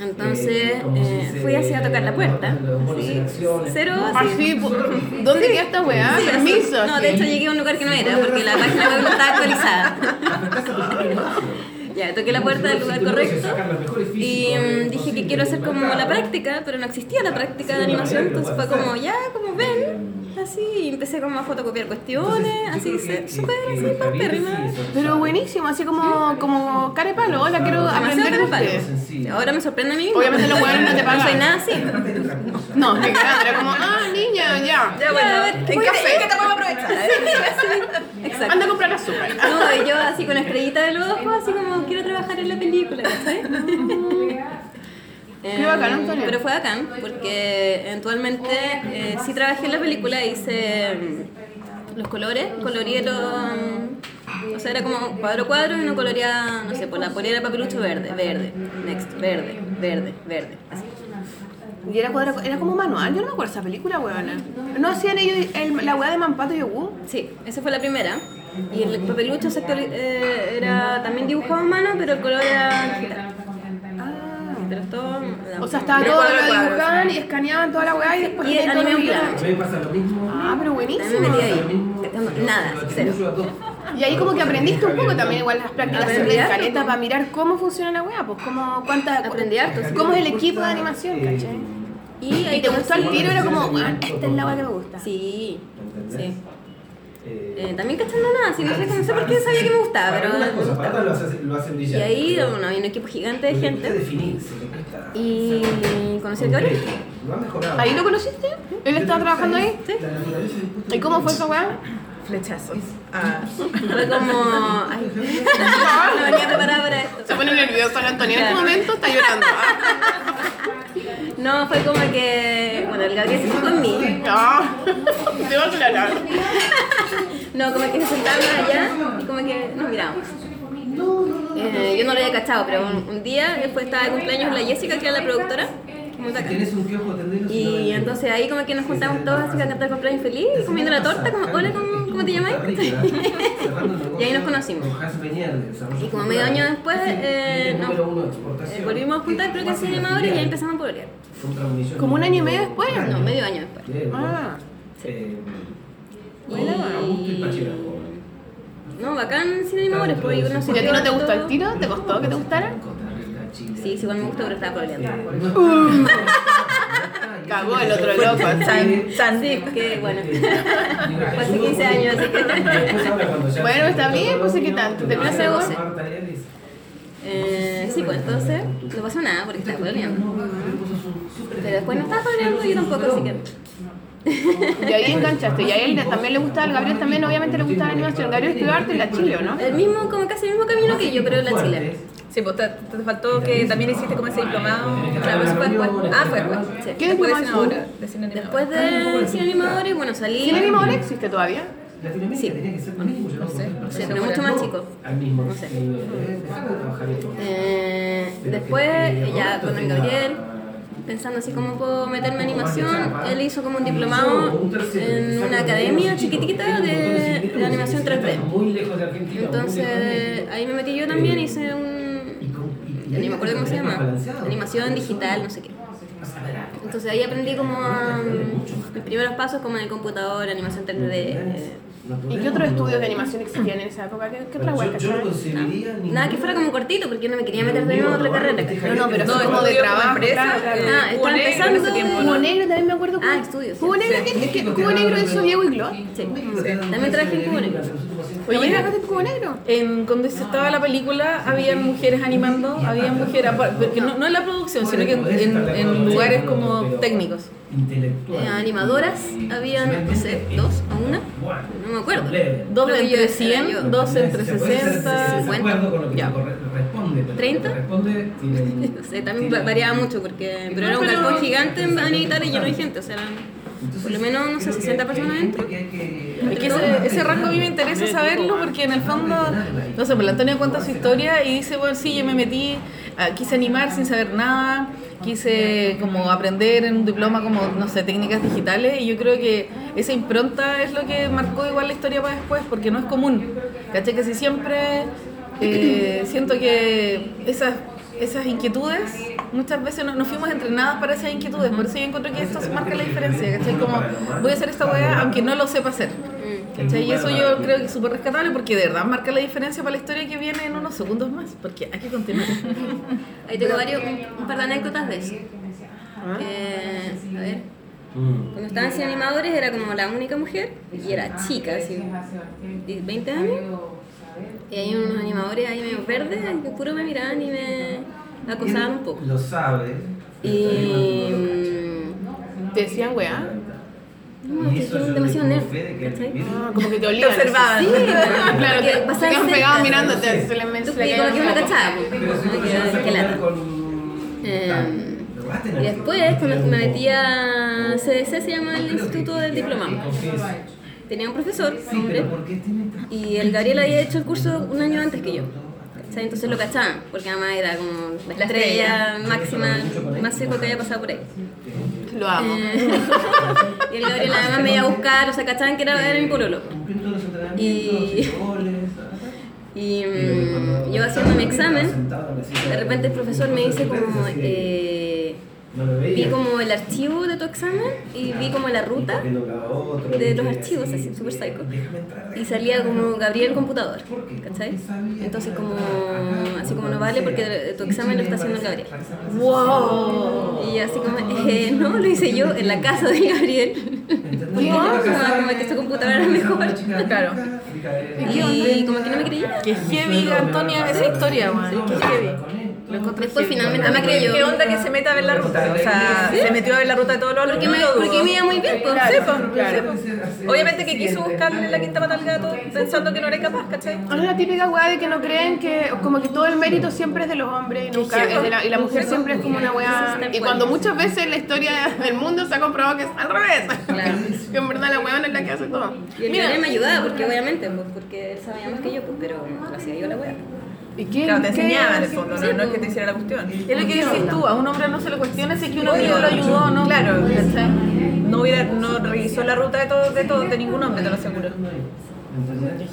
B: Entonces eh, fui así a tocar la puerta. así, Cero así.
C: así, pu- ¿dónde queda esta weá?
B: Ah, Sí, así.
C: Permiso.
B: No, de hecho llegué a un lugar que no era, porque la página web no estaba actualizada. Ya, toqué la puerta del lugar correcto y mm, dije que quiero hacer como la práctica, pero no existía la práctica de animación, entonces fue como, ya, como ven, así, y empecé como a fotocopiar cuestiones, así, se- súper así, paupérrima.
C: Pero buenísimo, así como, como cara de palo, hola, quiero
B: Demasiado
C: aprender de
B: cara de palo.
C: ustedes.
B: Ahora me sorprende a mí misma.
C: Obviamente los hueones no te
B: No soy
C: pagan.
B: nada así.
C: No, me quedaba, era como, ah, niña, ya.
D: Ya
B: Ya, a ver,
D: bueno, ¿en qué,
B: voy a hacer.
D: en qué te podemos aprovechar?
B: Exacto.
C: Anda a comprar azúcar.
B: No, y yo así con la estrellita del ojo, así como quiero trabajar en la película, ¿cachai? Em,
C: Qué bacán, Antonia.
B: Pero fue bacán, porque eventualmente eh, sí trabajé en la película, hice mm, los colores, coloreé los. mm, O sea, era como cuadro a cuadro y uno coloría, no sé, por la polera de papelucho verde, verde, next, verde, verde, verde. Así.
C: Y era, cuadra- era como manual, yo no me acuerdo esa película, huevona. ¿No hacían ellos el- la hueá de Mampato y Yogur?
B: Sí, esa fue la primera. Y el papelucho se actuali- eh, era también dibujado a mano, pero el color era digital. Pero todo.
C: O sea, estaba
D: Era
C: todo,
D: cuadro
C: lo
D: a cuadro,
C: dibujaban y escaneaban toda la hueá y después...
B: Y
C: metían todo
B: animé
C: lo
B: un
C: que
B: plan.
C: querían.
E: A mí me pasa lo mismo.
C: Ah, pero
B: También
C: buenísimo.
B: me metí ahí. Nada, cero.
C: Y ahí como que aprendiste un poco también igual las prácticas
B: Aprendí
C: de
B: harto,
C: careta
B: po.
C: para mirar cómo funciona la hueá, pues cómo, cuántas...
B: Aprendí harto, sí.
C: Cómo es el equipo de animación,
E: eh,
C: ¿cachai?
B: Y
C: Y
B: ahí
C: te gustó el
B: conocí-
C: "Ah, tiro, era como, weón, esta es la hueá que me gusta.
B: Sí. Sí. Eh, también cachando nada, si no sé, no sé por qué sabía que me gustaba, pero me gustaba.
E: lo hacen, lo hacen
B: Y
E: brillar.
B: ahí, bueno, hay un equipo gigante de gente. Y conocí al cabrón.
C: ¿Ahí lo conociste? ¿Él estaba trabajando ahí? ¿Y cómo fue esa weá?
D: Flechazos. Ah.
B: Fue como. Ay, no venía preparada para
C: Se
B: esto.
C: pone nerviosa la Antonia en este momento, está llorando.
B: No, fue como que. Bueno, el Gabriel se fue conmigo.
C: Ah, no, debo aclarar.
B: No, como que se sentaban allá y como que nos miramos. Eh, yo no lo había cachado, pero un, un día después estaba de cumpleaños la Jessica, que era la productora. muy bacán.
E: un piojo tendero, si no
B: Y
E: le-
B: entonces ahí como que nos juntamos todos así a cantar cumpleaños feliz, y comiendo la torta, como, hola, ¿cómo, cómo te llamas?
E: y ahí nos conocimos.
B: Y como medio año después, eh, nos eh, volvimos a juntar, creo que hace media hora, y ya empezamos a pololear.
C: ¿Como un año y medio después?
B: No, medio año después.
C: Ah.
B: eh, No, bacán sin animadores, porque yo no sé.
C: ¿Y a ti no te gustó
B: gusta
C: el tiro? ¿Te costó que te gustara? Uh.
B: Sí, sí, igual me gustó, pero estaba pololeando.
C: Cagó el otro loco.
D: Tan, tan.
B: Sí, que bueno.
E: Fue
B: hace 15 años, así
E: que.
C: Bueno, está bien, pues, ¿y qué tanto? ¿Te
E: Terminas
C: plaza
E: de
C: de
B: goce? Eh, sí, pues entonces no pasó nada porque estaba pololeando. Pero después no estaba pololeando yo tampoco, así que.
C: Y ahí enganchaste. Y a él también le gustaba, al Gabriel también obviamente le gustaba la animación. Gabriel estudió arte en la Chile, ¿o ¿no?
B: El mismo, como casi el mismo camino que yo, pero en la chilena.
F: Sí, pues te, te faltó que también hiciste como ese diplomado.
E: Claro, eso fue después.
F: Ah, fue después.
B: Sí.
C: ¿Qué
F: Después
C: diplomado
F: de
C: es
F: cine
C: tú?
F: ahora, de cine animado.
B: Después de sin animadores, bueno, salí.
C: ¿Tiene mismo ahora existe todavía?
B: Sí.
E: No sé, no
B: Sí, pero mucho más chico.
E: No sé.
B: Eh, después, ya con el Gabriel, pensando así cómo puedo meterme a animación, él hizo como un diplomado en una academia chiquitita de, de animación 3D. Entonces, ahí me metí yo también, hice un. ya ni me acuerdo cómo se llama. Animación digital, no sé qué. Entonces ahí aprendí como mm, mis primeros pasos como en el computador, animación 3D. eh,
C: ¿Y qué otros estudios de animación existían en esa época? ¿Qué, qué otras vueltas?
B: Nada que fuera como cortito, porque yo no me quería meter de nuevo a otra carrera.
C: No, no, pero
F: No,
C: son como de
F: estudió como
C: trabajo.
F: empresa,
C: claro, claro.
F: eh,
B: Ah,
F: Cubo
B: estaba
F: Negro en
B: empezando.
F: ese tiempo,
C: Cubo
F: ¿no?
C: negro también me acuerdo.
B: Ah, estudios, sí.
C: Cubo negro,
F: Sí.
C: que- que- Cubo negro hizo Diego Iglot.
B: Sí. También traje en Cubo Negro.
C: Oye, ¿trabajaste en Cubo negro?
D: En, cuando se estaba la película, había mujeres animando, había mujeres, apar- porque no, no en la producción, sino que en, en- en lugares como técnicos.
B: Eh, animadoras, habían, no sé, dos o una, no me acuerdo.
D: Dos
B: Creo que yo
D: entre
B: era
D: 100,
B: yo.
D: dos entre 60,
B: 50.
D: Ya.
B: ¿Treinta?
E: ¿30?
B: No sé, también va- variaba mucho, porque pero era un galpón gigante en Banana y lleno de gente, o sea, eran por lo menos, no sé, 60 personas dentro.
D: Es que ese, ese rango a mí me interesa saberlo porque en el fondo, no sé, pues la Antonia cuenta su historia y dice, bueno, sí, yo me metí, ah, quise animar sin saber nada, quise como aprender en un diploma como, no sé, técnicas digitales y yo creo que esa impronta es lo que marcó igual la historia para después porque no es común, ¿cachai? Casi siempre eh, siento que esas... Esas inquietudes, muchas veces no, no fuimos entrenadas para esas inquietudes, por eso yo encuentro que esto marca la diferencia, ¿cachai? Como voy a hacer esta weá aunque no lo sepa hacer. ¿Cachai? Y eso yo creo que es súper rescatable porque de verdad marca la diferencia para la historia que viene en unos segundos más, porque hay que continuar.
B: Ahí tengo varios, un, un par de anécdotas de eso. Eh, a ver, cuando estaban sin animadores era como la única mujer y era chica, así, 20 años. Y hay unos animadores ahí medio verdes que puro me miraban y me acosaban un poco.
E: Lo sabe.
B: Y. mm,
C: Te decían, weá.
B: No, es que es demasiado nerd. ¿cachai?
C: Ah, como que te olían.
D: Te observaban.
C: Sí, claro,
B: Porque
C: te, te
B: pasaban
C: quedan
B: cerca.
C: pegados mirándote. Se le
B: Y
C: men-
B: como
C: se
B: que
C: le caían
B: uno
C: los ojos.
B: cachaba, pues, como que- qué lata. Eh, Y después, cuando me metí a CDC, se llama el Instituto del Diplomado. Tenía un profesor, un hombre, y el Gabriel había hecho el curso un año antes que yo. ¿cachai? Entonces lo cachaban, porque además era como la estrella máxima, más seco que había pasado por ahí.
C: Lo amo.
B: Eh, y el Gabriel además me iba a buscar, o sea, cachaban que era, era mi pololo. Y- Y mm, yo haciendo mi examen, de repente el profesor me dice como, eh, vi como el archivo de tu examen y vi como la ruta de los archivos, así, súper psycho. Y salía como Gabriel computador, ¿cachai? Entonces como, así como no vale porque tu examen lo está haciendo el Gabriel.
A: ¡Wow!
B: Y así como, eh, no, lo hice yo en la casa de Gabriel.
E: Ah,
B: como que esta computadora era mejor.
A: Claro.
B: Y como que no me creía.
A: Qué heavy, Antonia, esa historia, man. Qué heavy. Lo encontré
B: Después
A: heavy.
B: finalmente me creyó.
D: ¿Qué onda que se meta a ver la ruta? O sea, se metió a ver la ruta de todos los
B: Porque
D: alumnos,
B: me,
D: lo dudo.
B: porque me iba muy bien, pues.
D: Sí, pues, sí, pues. Obviamente que quiso buscarle la quinta pata al gato pensando que no era capaz, ¿cachai?
C: Es la típica weá de que no creen que como que todo el mérito siempre es de los hombres y nunca es de la, y la mujer siempre es como una weá. Y cuando muchas veces en la historia del mundo se ha comprobado que es al revés. que en verdad la weá no es la que hace todo.
B: Y el Gabriel me ayudaba, porque obviamente, pues, porque él sabía más que yo, pues, pero lo hacía yo la wea.
C: ¿Y qué?
D: Claro, te
C: qué-
D: enseñaba en el fondo, no, no es que te hiciera la cuestión.
A: Es lo que decís tú, a un hombre no se lo cuestiona si es que un amigo lo ayudó o no.
D: Claro.
A: ¿cachai?
D: No hubiera, no revisó la ruta de todos, de todos, de ningún hombre, te lo aseguro.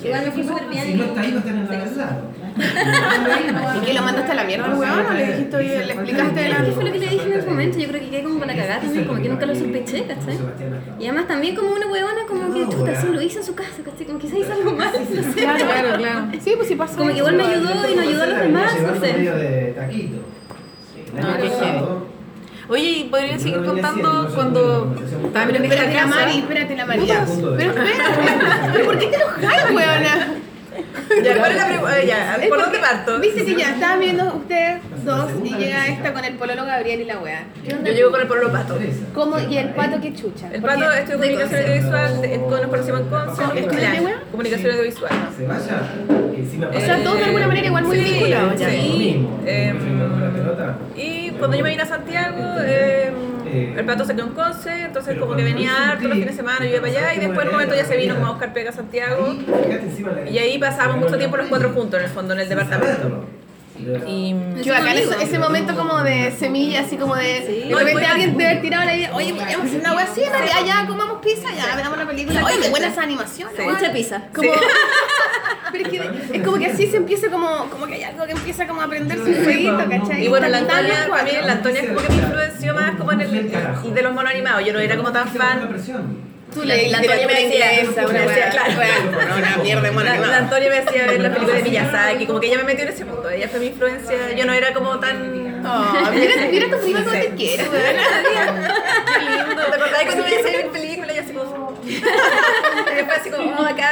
B: Igual me fui súper bien.
E: Si no está ahí, no está en la verdad.
C: ¿Y qué lo mandaste a la mierda al weón? ¿O le dijiste, oye, le explicaste la.?
B: ¿Qué fue lo que le dije en ese momento? Yo creo que quedé como para cagar también, como que nunca lo sospeché, ¿cachai? Y además también como una huevona, como
D: Ah,
B: que chuta, sí, lo hizo en su casa, ¿cachai? Como quizás hizo algo mal, no sé.
C: Claro,
A: Claro, claro.
C: Sí, pues sí pasó.
B: Como que igual me ayudó y no ayudó a los demás, no sé.
E: de taquito.
A: Ah, qué heavy. Oye, ¿y podrías seguir contando cuando estaban en esta
C: Espérate la Mari,
A: casa?
C: espérate la Mari. ya. Pero espérate, ¿pero por qué te enojas, weona?
D: Ya, ¿cuál es la pre- eh, ya,
C: Es
D: ¿por
C: porque,
D: dónde parto?
C: Viste que ya estaban viendo ustedes dos y llega esta con el polólogo Gabriel y la weá.
D: Yo llego con el pueblo pato.
C: ¿Cómo? ¿Y el pato que chucha?
D: El
C: Porque-
D: pato estudió comunicación audiovisual, de- con- nos conocimos en Conce,
E: ¿Es
D: en
E: que
C: de
D: Milán,
C: hueá?
D: comunicación audiovisual.
E: Se vaya.
C: O sea, todos de alguna manera igual muy vinculados. ya.
D: Eh, Sí, eh,
E: pelota.
D: Y cuando yo me vine a Santiago, eh, el plato se quedó en Conce, entonces como que venía harto los fines de semana, yo iba para allá y después en un momento ya se vino como a buscar pega a Santiago y ahí pasábamos mucho tiempo los cuatro juntos en el fondo, en el departamento. Y
C: Qué bacán ese, ese momento como de semilla, así como de. De repente alguien
D: pues,
C: debe haber tirado la idea. Oye, podríamos hacer una wea así, ¿no? Ya, ya, comamos pizza, ya, veamos la película. Oye, qué buena esa animación, la wea.
B: Mucha pizza.
C: Como, pero es, que, es como que así se empieza como, como que hay algo que empieza como a prenderse un fueguito, ¿cachai?
D: Y bueno, la
C: Tan- tan
D: Antonia,
C: los
D: a mí la Antonia como que me influenció más como en el de los monos animados. Yo no era como tan fan.
C: Tú le la Antonia me decía esa, una
D: decía,
C: wea,
D: claro.
C: wea, no, una mierda, bueno,
D: La,
C: que no.
D: la Antonia me hacía ver las películas de Miyazaki, como que ella me metió en ese mundo. Ella fue mi influencia. Yo no era como tan.
C: Oh, mira, mira tu prima cuando te quiere, weón.
D: Qué lindo. ¿Te acordás cuando me hacía ver películas? Y así como. Y después así como, oh, acá.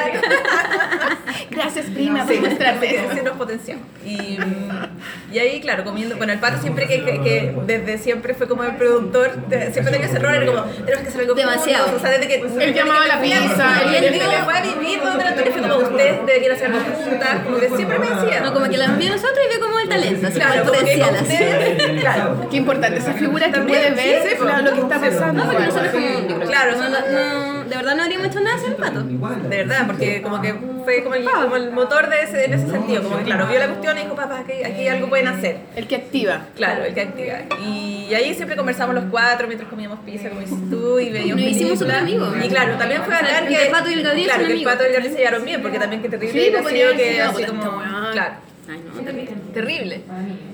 C: Gracias, prima, por mostrarme eso.
D: Sí, nos potenciamos. Y, mm, y ahí, claro, comiendo. Bueno, el pato siempre que, que- que desde siempre fue como el productor, te- siempre tenía ese rol, era como, tenemos que hacer algo juntos.
B: Demasiado.
D: O sea, desde que.
C: Él llamaba a la pizza,
D: Y
C: él-
D: él dijo, fue a vivir donde la Antonia fue como, ustedes deberían hacer algo juntas. Como que siempre me decía.
B: No, como que la envió a nosotros y vio como el talento, así como
D: Claro,
B: el
D: como que
B: potencial,
D: con
B: así.
D: ustedes, claro.
C: Qué importante esa figura que puede ver
D: sí,
C: claro, lo que está pasando.
B: No, porque
C: weón.
B: nosotros como, claro,
D: Claro,
B: no, no- de verdad no habríamos hecho nada sin el pato.
D: De verdad, porque como que fue como el, como el motor de ese, en ese sentido, como que claro, vio la cuestión y dijo, papá, aquí, aquí algo pueden hacer.
C: El que activa.
D: Claro, el que activa. Y ahí siempre conversamos los cuatro mientras comíamos pizza, como dices tú, y veíamos
B: Nos hicimos
D: películas.
B: súper amigos.
D: Y claro, también fue
B: O sea,
D: bacán
B: entre
D: que...
B: el Pato y el Gabriel
D: Claro,
B: son
D: que el
B: amigos.
D: Pato y el Gabriel se llevaron bien, porque también que terrible
C: Sí,
D: hubiera
C: pues,
D: sido
C: podrían
D: que
C: decir,
D: así
C: "Ah, puta,
D: como...
C: esta weá".
D: Claro,
B: Ay, no, terrible.
D: terrible.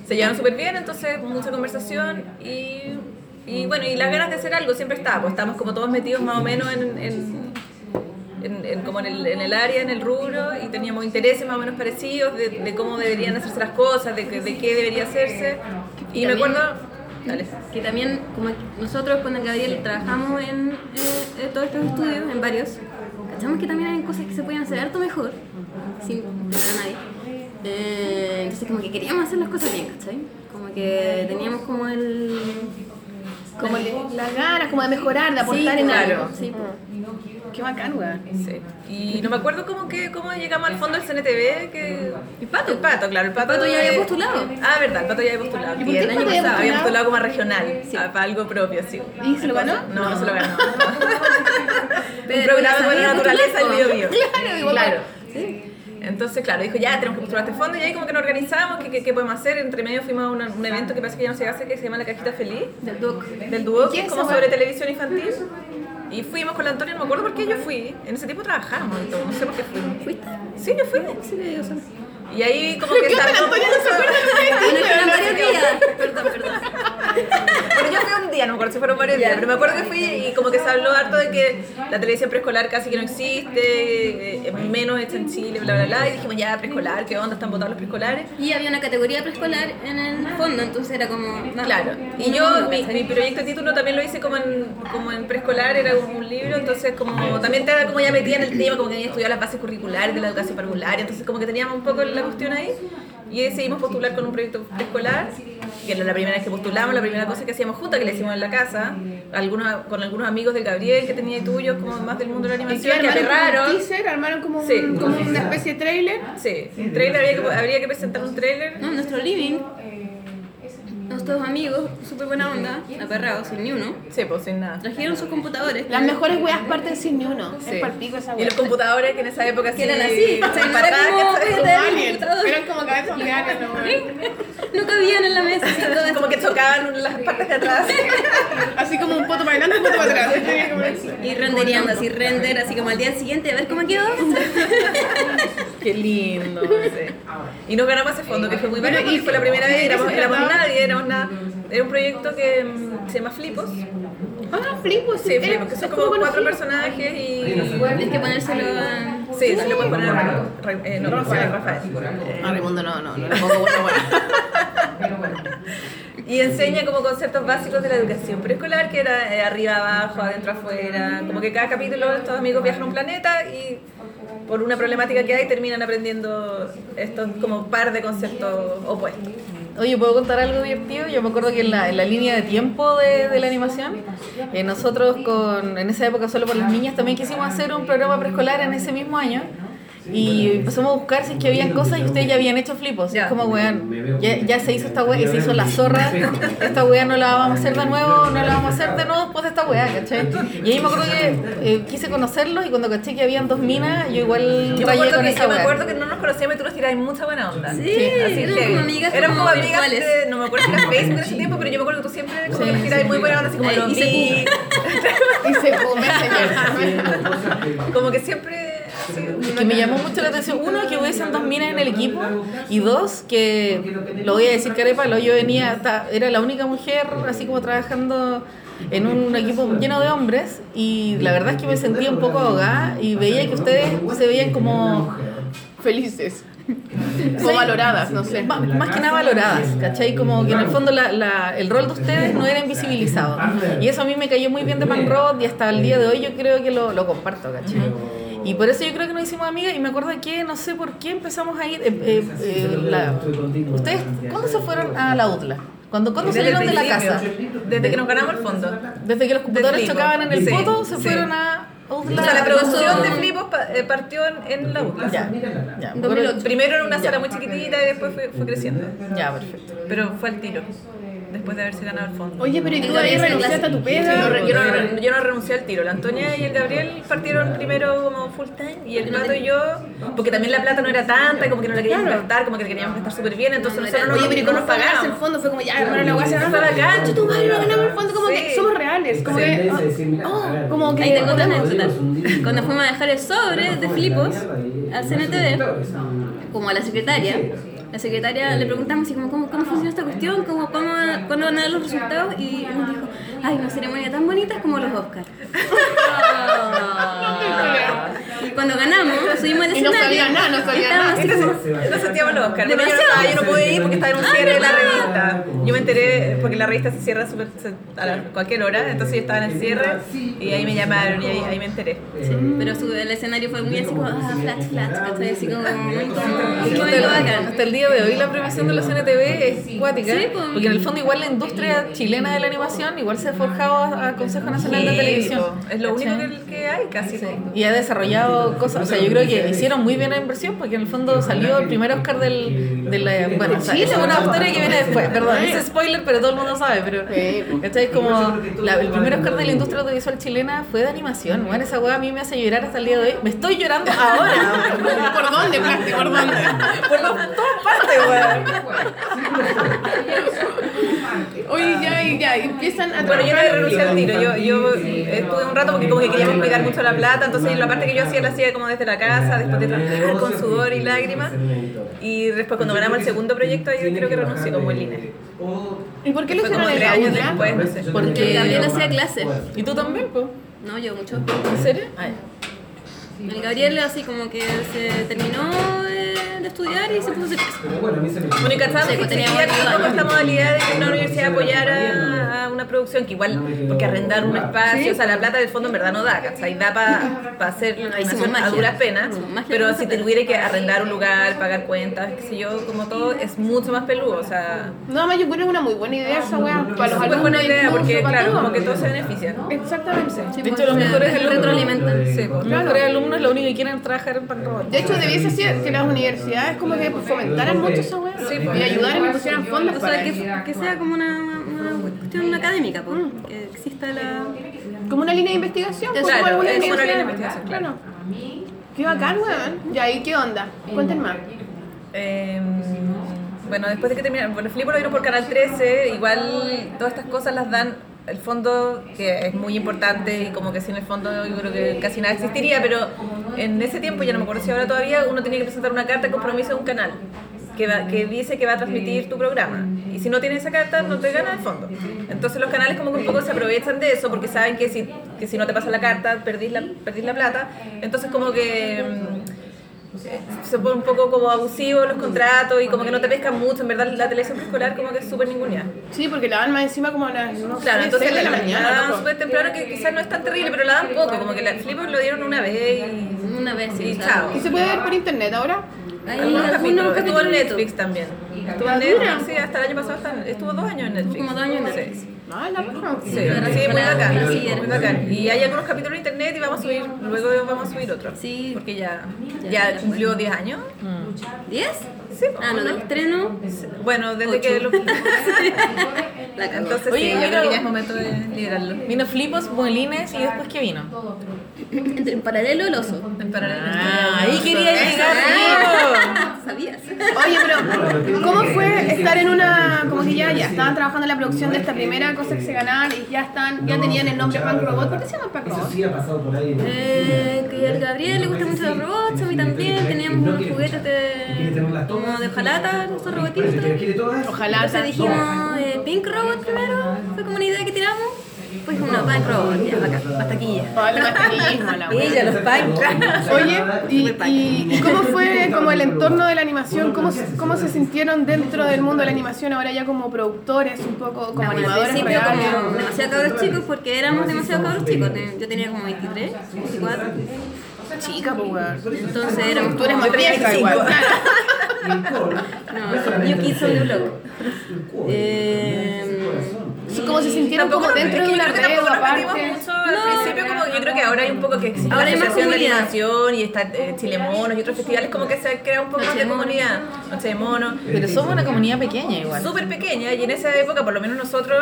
D: Se llevaron súper bien, entonces mucha conversación y... Y bueno, y las ganas de hacer algo siempre estaba, pues estábamos como todos metidos más o menos en... en- en- en- como en el, en el área, en el rubro, y teníamos intereses más o menos parecidos de, de cómo deberían hacerse las cosas, de, que- de qué debería hacerse. Y me
B: También-
D: acuerdo... Dale.
B: que también como nosotros con el Gabriel trabajamos en eh, eh, todos estos estudios, en varios, cachamos que también hay cosas que se pueden hacer harto mejor, sin pegar a nadie. Eh, entonces como que queríamos hacer las cosas bien, ¿cachai? Como que teníamos como el...
C: Como le- las ganas, como de mejorar, de aportar en
D: claro, Mm.
C: algo.
B: sí, pues.
C: Qué bacán, weón.
D: Sí. Y no me acuerdo cómo, que, cómo llegamos al fondo del CNTV. Que... El pato. El pato, claro. El pato,
B: pato ya
D: de-
B: había postulado.
D: Ah, verdad, el pato ya había postulado.
C: ¿Y por
D: Sí,
C: qué
D: el
C: el
D: año
C: pato había
D: pasado había
C: postulado?
D: postulado como regional, ah, para algo propio, sí.
C: ¿Y se lo ganó?
D: No, no, se lo ganó.
B: Pero
D: Un
B: ya
D: programa con
B: sabía
D: la naturaleza del
B: postular,
D: bio bio.
C: Claro, igual.
D: Claro. Entonces, claro, dijo, ya tenemos que postular este fondo y ahí como que nos organizamos, ¿qué, qué, qué podemos hacer? Entre medio fuimos a una- un evento que parece que ya no se hace, que se llama La Cajita Feliz,
B: Del doc.
D: del dúo,
C: ¿Y
D: que es
C: eso,
D: como
C: güey?
D: sobre televisión infantil. Y fuimos con la Antonia, no me acuerdo por qué yo fui. En ese tiempo trabajábamos y todo, no sé por qué fui.
B: ¿Fuiste?
D: Sí, yo fui. Y ahí como que
C: Claro,
D: estábamos...
C: Antonio no se acuerda de
B: Bueno, eran varios días.
D: Pero yo fui un días, no me acuerdo si fueron varios días, pero me acuerdo que fui y como que se habló harto de que la televisión preescolar casi que no existe, eh, eh, menos está en Chile, bla, bla, bla, y dijimos ya preescolar, ¿qué onda? ¿Están votados los preescolares?
B: Y había una categoría preescolar en el fondo, entonces era como. vamos.
D: Claro, y yo, mi, mi proyecto de título también lo hice como en, como en preescolar, era un, un libro, entonces como también te como ya metía en el tema, como que había estudiado las bases curriculares de la educación parvularia, entonces como que teníamos un poco la cuestión ahí, y decidimos postular con un proyecto preescolar, que era la primera vez que postulamos, la primera cosa que hacíamos juntas, que le hicimos en la casa, algunos, con algunos amigos del Gabriel que tenía y tuyos, como más del mundo de la
C: Y que
D: animación, que
C: armaron como un
D: aterraron.
C: teaser, armaron como, un-
D: Sí.
C: como una especie de trailer.
D: Sí, un trailer, habría que, habría que presentar un trailer.
B: No, en nuestro living, nuestros amigos, súper buena onda, aperrados, sin ni uno,
D: Sí, pues sin nada.
B: trajeron sus computadores.
C: Las mejores weas parten sin ni uno.
D: Sí.
C: Es palpico esa
D: Y
C: wea.
D: los computadores que en esa época sí
B: Que eran así, o sea, no era
D: patadas,
B: como-
D: ¿cachai?
C: Como aliens.
B: computadores.
C: Eran como cabezas de aliens, la wea.
B: No cabían en la mesa, así, todas
D: como que tocaban las partes de atrás.
C: Así como un poto para adelante, un poto para atrás. Tenía como-
B: Y renderíamos así, render, así como al día siguiente, a ver cómo quedó.
D: Qué lindo. sí. Y nos ganamos ese fondo, que fue muy bueno.
C: Pero,
D: Y
C: ¿y
D: fue la primera
C: de
D: vez,
C: qué se
D: éramos, éramos
C: trataba?
D: nadie, éramos nada. Era un proyecto que mm, se llama Flipos.
C: Ah, flipos.
D: Sí,
C: eh,
D: Flipos, que
C: es
D: son como cuatro
C: conocido.
D: personajes y.
B: Hay que ponérselo a.
D: Sí, se lo puedes poner a Ra- Ra- eh, no, Rafael. Rafael. Eh,
A: A Raimundo no, no, no le pongo buena buena.
D: Y enseña como conceptos básicos de la educación preescolar, que era eh, arriba, abajo, adentro, afuera. Como que cada capítulo estos amigos viajan a un planeta y por una problemática que hay terminan aprendiendo estos como par de conceptos opuestos.
A: Oye, ¿puedo contar algo divertido? Yo me acuerdo que en la, en la línea de tiempo de, de la animación, eh, nosotros con, en esa época solo por las niñas también quisimos hacer un programa preescolar en ese mismo año. Y empezamos a buscar si es que habían cosas y ustedes ya habían hecho flipos. Y Es
D: Ya.
A: como, weón, ya, ya se hizo esta weá, ya se hizo la zorra. Esta weá no la vamos a hacer de nuevo, no la vamos a hacer de nuevo después de esta weá, ¿cachai? Y ahí me acuerdo que eh, quise conocerlos y cuando caché que habían dos minas, yo
D: Yo
A: igual
D: me,
A: rayé
D: acuerdo
A: con
D: que,
A: esa
D: yo me
A: weá.
D: acuerdo que no nos conocíamos y tú nos tirabas mucha buena onda.
B: Sí, eran
D: que-
B: como amigas
D: éramos como
B: como
D: amigas
B: virtuales.
D: de- no me acuerdo si era Facebook en ese tiempo, pero yo me acuerdo que tú siempre como que
A: Sí,
D: nos tirabas muy buena onda, así como
B: Ay,
D: lo
B: y se
D: vi,
C: Y se come, señor.
D: como que siempre... así,
A: Es
D: una-
A: que me llamó mucho la atención, uno, que hubiesen dos minas en el equipo, y dos, que lo voy a decir carepalo, yo venía, ta- era la única mujer así como trabajando en un equipo lleno de hombres, y la verdad es que me sentía un poco ahogada y veía que ustedes se veían como,
C: Felices. O valoradas, no sé.
A: ma- más que nada valoradas, ¿cachai? Como que en el fondo la- la- el rol de ustedes no era invisibilizado. Y eso a mí me cayó muy bien de Pan Robot y hasta el día de hoy yo creo que lo, lo comparto, ¿cachai? Y por eso yo creo que nos hicimos amigas y me acuerdo que no sé por qué empezamos a ir. eh, eh, eh, la- ¿Ustedes cuándo se fueron a la UTLA? ¿Cuándo, cuándo
D: Desde el
A: salieron de la
D: principio,
A: casa?
D: Desde que nos ganamos el fondo.
A: Desde que los computadores
D: Flipo.
A: chocaban en el
D: Sí,
A: foto, se
D: sí.
A: fueron a
D: O
A: UTLA.
C: Ah,
D: sea, la producción de
A: Son-
D: Flipos pa- eh, partió en, en la UCLA.
A: Ya, ya, me acuerdo-
D: 2008. Primero era una sala muy chiquitita y después fue, fue creciendo.
A: ya, perfecto.
D: Pero fue al tiro, después de haberse ganado el fondo.
C: Oye, eh, pero ¿y tú ahí renunciaste a tu
D: Yo
C: pega?
D: no re- yo, no, re- yo no renuncié al tiro. La Antonia y el Gabriel partieron primero como full time y el Pato y yo, porque también la plata no era tanta, y como que no la queríamos gastar, como que queríamos gastar súper bien, entonces nosotros no,
C: Oye, pero ¿y
D: no
C: cómo
D: nos
C: pagarse el
D: pagábamos.
C: fondo? Fue como ya, hermano, la wea se
D: Fue
C: ganó.
D: bacán,
C: Yo tu madre no ganamos el fondo, como que
D: Sí.
C: somos reales. Como que. oh, oh, como que.
B: Ahí tengo otra anécdota. Cuando fuimos a dejar el sobre de Flipos al
E: Este
B: CNTV, como a la secretaria, la secretaria le preguntamos así como, ¿cómo, cómo funciona esta cuestión? ¿Cómo, cómo, ¿Cuándo van a dar los resultados? Y nos dijo, ay, una ceremonia tan bonita como los Oscars. Y cuando ganamos, subimos al
C: Ah. Y no
B: escenario.
C: sabía nada, no sabía nada.
B: estábamos así como-
E: este
D: Entonces sentíamos los Oscar. Bueno, yo, no
B: Demasiado.
D: estaba, yo no pude ir porque estaba en un
B: Ah,
D: cierre de la
B: ¿verdad?
D: revista. Yo me enteré porque la revista se cierra súper- se- a la- cualquier hora, entonces yo estaba en el
B: Ah,
D: cierre y ahí me llamaron y ahí, ahí me enteré.
B: Pero su, el escenario fue muy así como, ah, flat, flat, ¿cachai? Así como, muy como,
A: Y
B: qué
A: hasta el,
B: momento bacán.
A: hasta el día de hoy la premiación de la CNTV es cuática,
B: Sí, pues.
A: porque en el fondo igual la industria chilena de la animación igual se ha forjado a, a Consejo Nacional
D: Sí,
A: de
D: pues,
A: Televisión.
D: Es lo único
A: ¿cachai?
D: que, que hay casi.
A: Y ha desarrollado cosas, o sea, yo creo que hicieron muy bien la inversión porque en el fondo salió el primer Oscar del, de la... Bueno, o sea, esa es una historia que viene después, perdón, es spoiler, pero todo el mundo sabe, pero... ¿Cachai? Como la- el primer Oscar de la industria audiovisual chilena fue de animación, bueno, esa weá a mí me hace llorar hasta el día de hoy, me estoy llorando ahora,
C: ¿Por dónde, Plasti? ¿Por dónde?
A: por todas partes, weón.
C: Oye, ya, y ya, y empiezan a
D: Bueno, yo no le
C: trabajar.
D: renuncié al tiro, yo, yo eh, estuve un rato porque como que queríamos cuidar mucho la plata, entonces la parte que yo hacía la hacía como desde la casa, después de trabajar con sudor y lágrimas. Y después cuando ganamos el segundo proyecto, ahí creo que renuncié como en línea.
C: ¿Y por qué lo
D: Fue
C: hicieron
D: como
C: en
D: tres
C: la
D: años
C: otra?
D: después, no sé.
A: Porque
B: Gabriel hacía clases.
A: ¿Y tú también, po?
B: No, yo mucho.
A: ¿En serio? Ay.
B: El Gabriel así como que se terminó eh, de estudiar y se puso a hacer clases.
E: Bueno, a mí se me
D: Mónica
B: Sí,
D: Chávez
B: pues tenía
D: exigía
B: buena
D: como
B: idea.
D: esta modalidad de que una universidad apoyara a una producción que igual, porque arrendar un espacio, o sea, la plata del fondo en verdad no da, ¿cachai? Da para hacer la
B: Ahí hicimos
D: animación a
B: magia.
D: duras penas,
B: Hicimos magia con
D: pero
B: esa
D: si te
B: plata.
D: tuviera que arrendar un lugar, pagar cuentas, qué sé yo, como todo, es mucho más peludo, o sea,
C: No, además yo creo que es una muy buena idea esa weá. Para los
D: es muy
C: alumnos.
D: buena idea
C: incluso,
D: porque,
C: para
D: claro,
C: todos.
D: como que todos se benefician.
C: Exactamente.
A: De
D: pues.
A: hecho, los mejores
B: el
A: alumnos-
B: retroalimentan.
D: Sí, pues.
A: Los mejores alumnos lo único que quieren es trabajar en Pancorro.
C: De hecho, debiese ser que las universidades como que fomentaran mucho esa weá.
D: Sí, pues.
C: y ayudaran y pusieran fondos
B: O
C: para
B: sea,
C: eso.
B: que, que sea como una, una cuestión académica, pues, que exista la...
C: Como una línea de investigación. pues,
D: Claro,
C: como alguna
D: es una
C: universidad.
D: línea de investigación, claro.
C: Qué bacán, weón. Ya, ¿y qué onda? Cuenten más.
D: Eh, bueno, después de que terminaron, bueno, Flipo lo vieron por Canal 13, igual todas estas cosas las dan el fondo, que es muy importante y como que sin el fondo yo creo que casi nada existiría, pero en ese tiempo, ya no me acuerdo si ahora todavía, uno tiene que presentar una carta de compromiso de un canal. Que, va- que dice que va a transmitir tu programa. Y si no tienes esa carta, no te gana el fondo. Entonces los canales como que un poco se aprovechan de eso porque saben que si, que si no te pasa la carta, perdís la, perdís la plata. Entonces como que... mm, se pone un poco como abusivo los contratos y como que no te pescan mucho. En verdad, la televisión preescolar como que es súper ninguna.
C: Sí, porque la dan más encima como a las no sé,
D: Claro, entonces
C: seis
D: la,
C: de la mañana.
D: dan
C: loco.
D: súper temprano, que quizás no es tan terrible, pero la dan poco. Como que la flipper lo dieron una vez y.
B: Una vez, sí,
D: Y
B: claro.
C: ¿Y se puede ver por internet ahora?
B: Hay
D: Algunos capítulos. Estuvo en
B: capítulos.
D: Netflix también. Estuvo en
C: ¿La
D: Netflix,
C: dura?
D: sí, hasta el año pasado hasta- estuvo dos años en Netflix.
B: Como dos años en Netflix.
D: Sí.
C: Ah, la roja.
D: Sí, sí, muy bacán,
B: Sí,
D: muy
B: era.
D: bacán. Y hay algunos capítulos en internet y vamos a subir, luego vamos a subir otro.
B: Sí.
D: Porque ya,
B: Ya,
D: ya
B: ya
D: cumplió 10 años.
B: ¿Diez?
D: Sí,
B: Ah, no, del estreno.
D: Bueno, desde que
B: Ocho.
D: lo...
B: La cagó.
D: Entonces
A: Oye,
D: sí, yo
A: mira-
D: creo que ya es momento de liberarlo.
A: Vino Flipos, Molines y después ¿qué vino?
B: Entre- en paralelo el oso.
D: En paralelo.
A: Ah, ahí quería
D: Eso,
A: llegar,
D: eso.
B: ¿Sabías?
C: Oye, pero ¿cómo fue estar en una, como que ya, ya estaban trabajando en la producción de esta primera cosa que se ganaban y ya están, ya tenían el nombre Punk Robot? ¿Por qué se llama Punk
E: Eso
C: Robot?
E: sí ha pasado por ahí.
B: Eh, que al Gabriel le gustan mucho los robots, a mí también. Teníamos unos juguetes de, como de hojalata, esos robotitos.
C: Ojalá.
B: Entonces dijimos eh, Pink Robot primero, fue como una idea que tiramos. Pues dijimos, no, Pink Robot, ya, bacán, hasta aquí ya.
C: Para darle más tecnicismo a la wea.
A: Ella, los
C: Oye, y, y- y cómo fue como el entorno de la animación? ¿Cómo, se- ¿Cómo se sintieron dentro del mundo de la animación ahora ya como productores, un poco como
B: Ah, bueno, al
C: animadores
B: principio
C: reales?
B: como demasiado cabros chicos porque éramos demasiado cabros chicos. Te- Yo tenía como 23, 24.
C: Chica, pues, weón.
B: Entonces éramos
C: Tú eres más vieja igual.
B: No, yo quise un blog.
C: ¿Cómo se sintieron como
D: Tampoco-
C: dentro
D: es
C: de
D: que yo
C: una
D: creo que
C: red
D: tampoco nos metimos
C: aparte?
D: mucho al
B: No.
D: principio como yo creo que ahora hay un poco que existe
B: Ahora hay
D: la
B: más
D: asociación de
B: comunidad.
D: animación y está eh, Chile Monos y otros festivales como que se crea un poco más
B: Noche
D: de
B: de Monos.
D: comunidad Noche de Monos
A: Pero somos una comunidad pequeña igual.
D: súper pequeña y en esa época por lo menos nosotros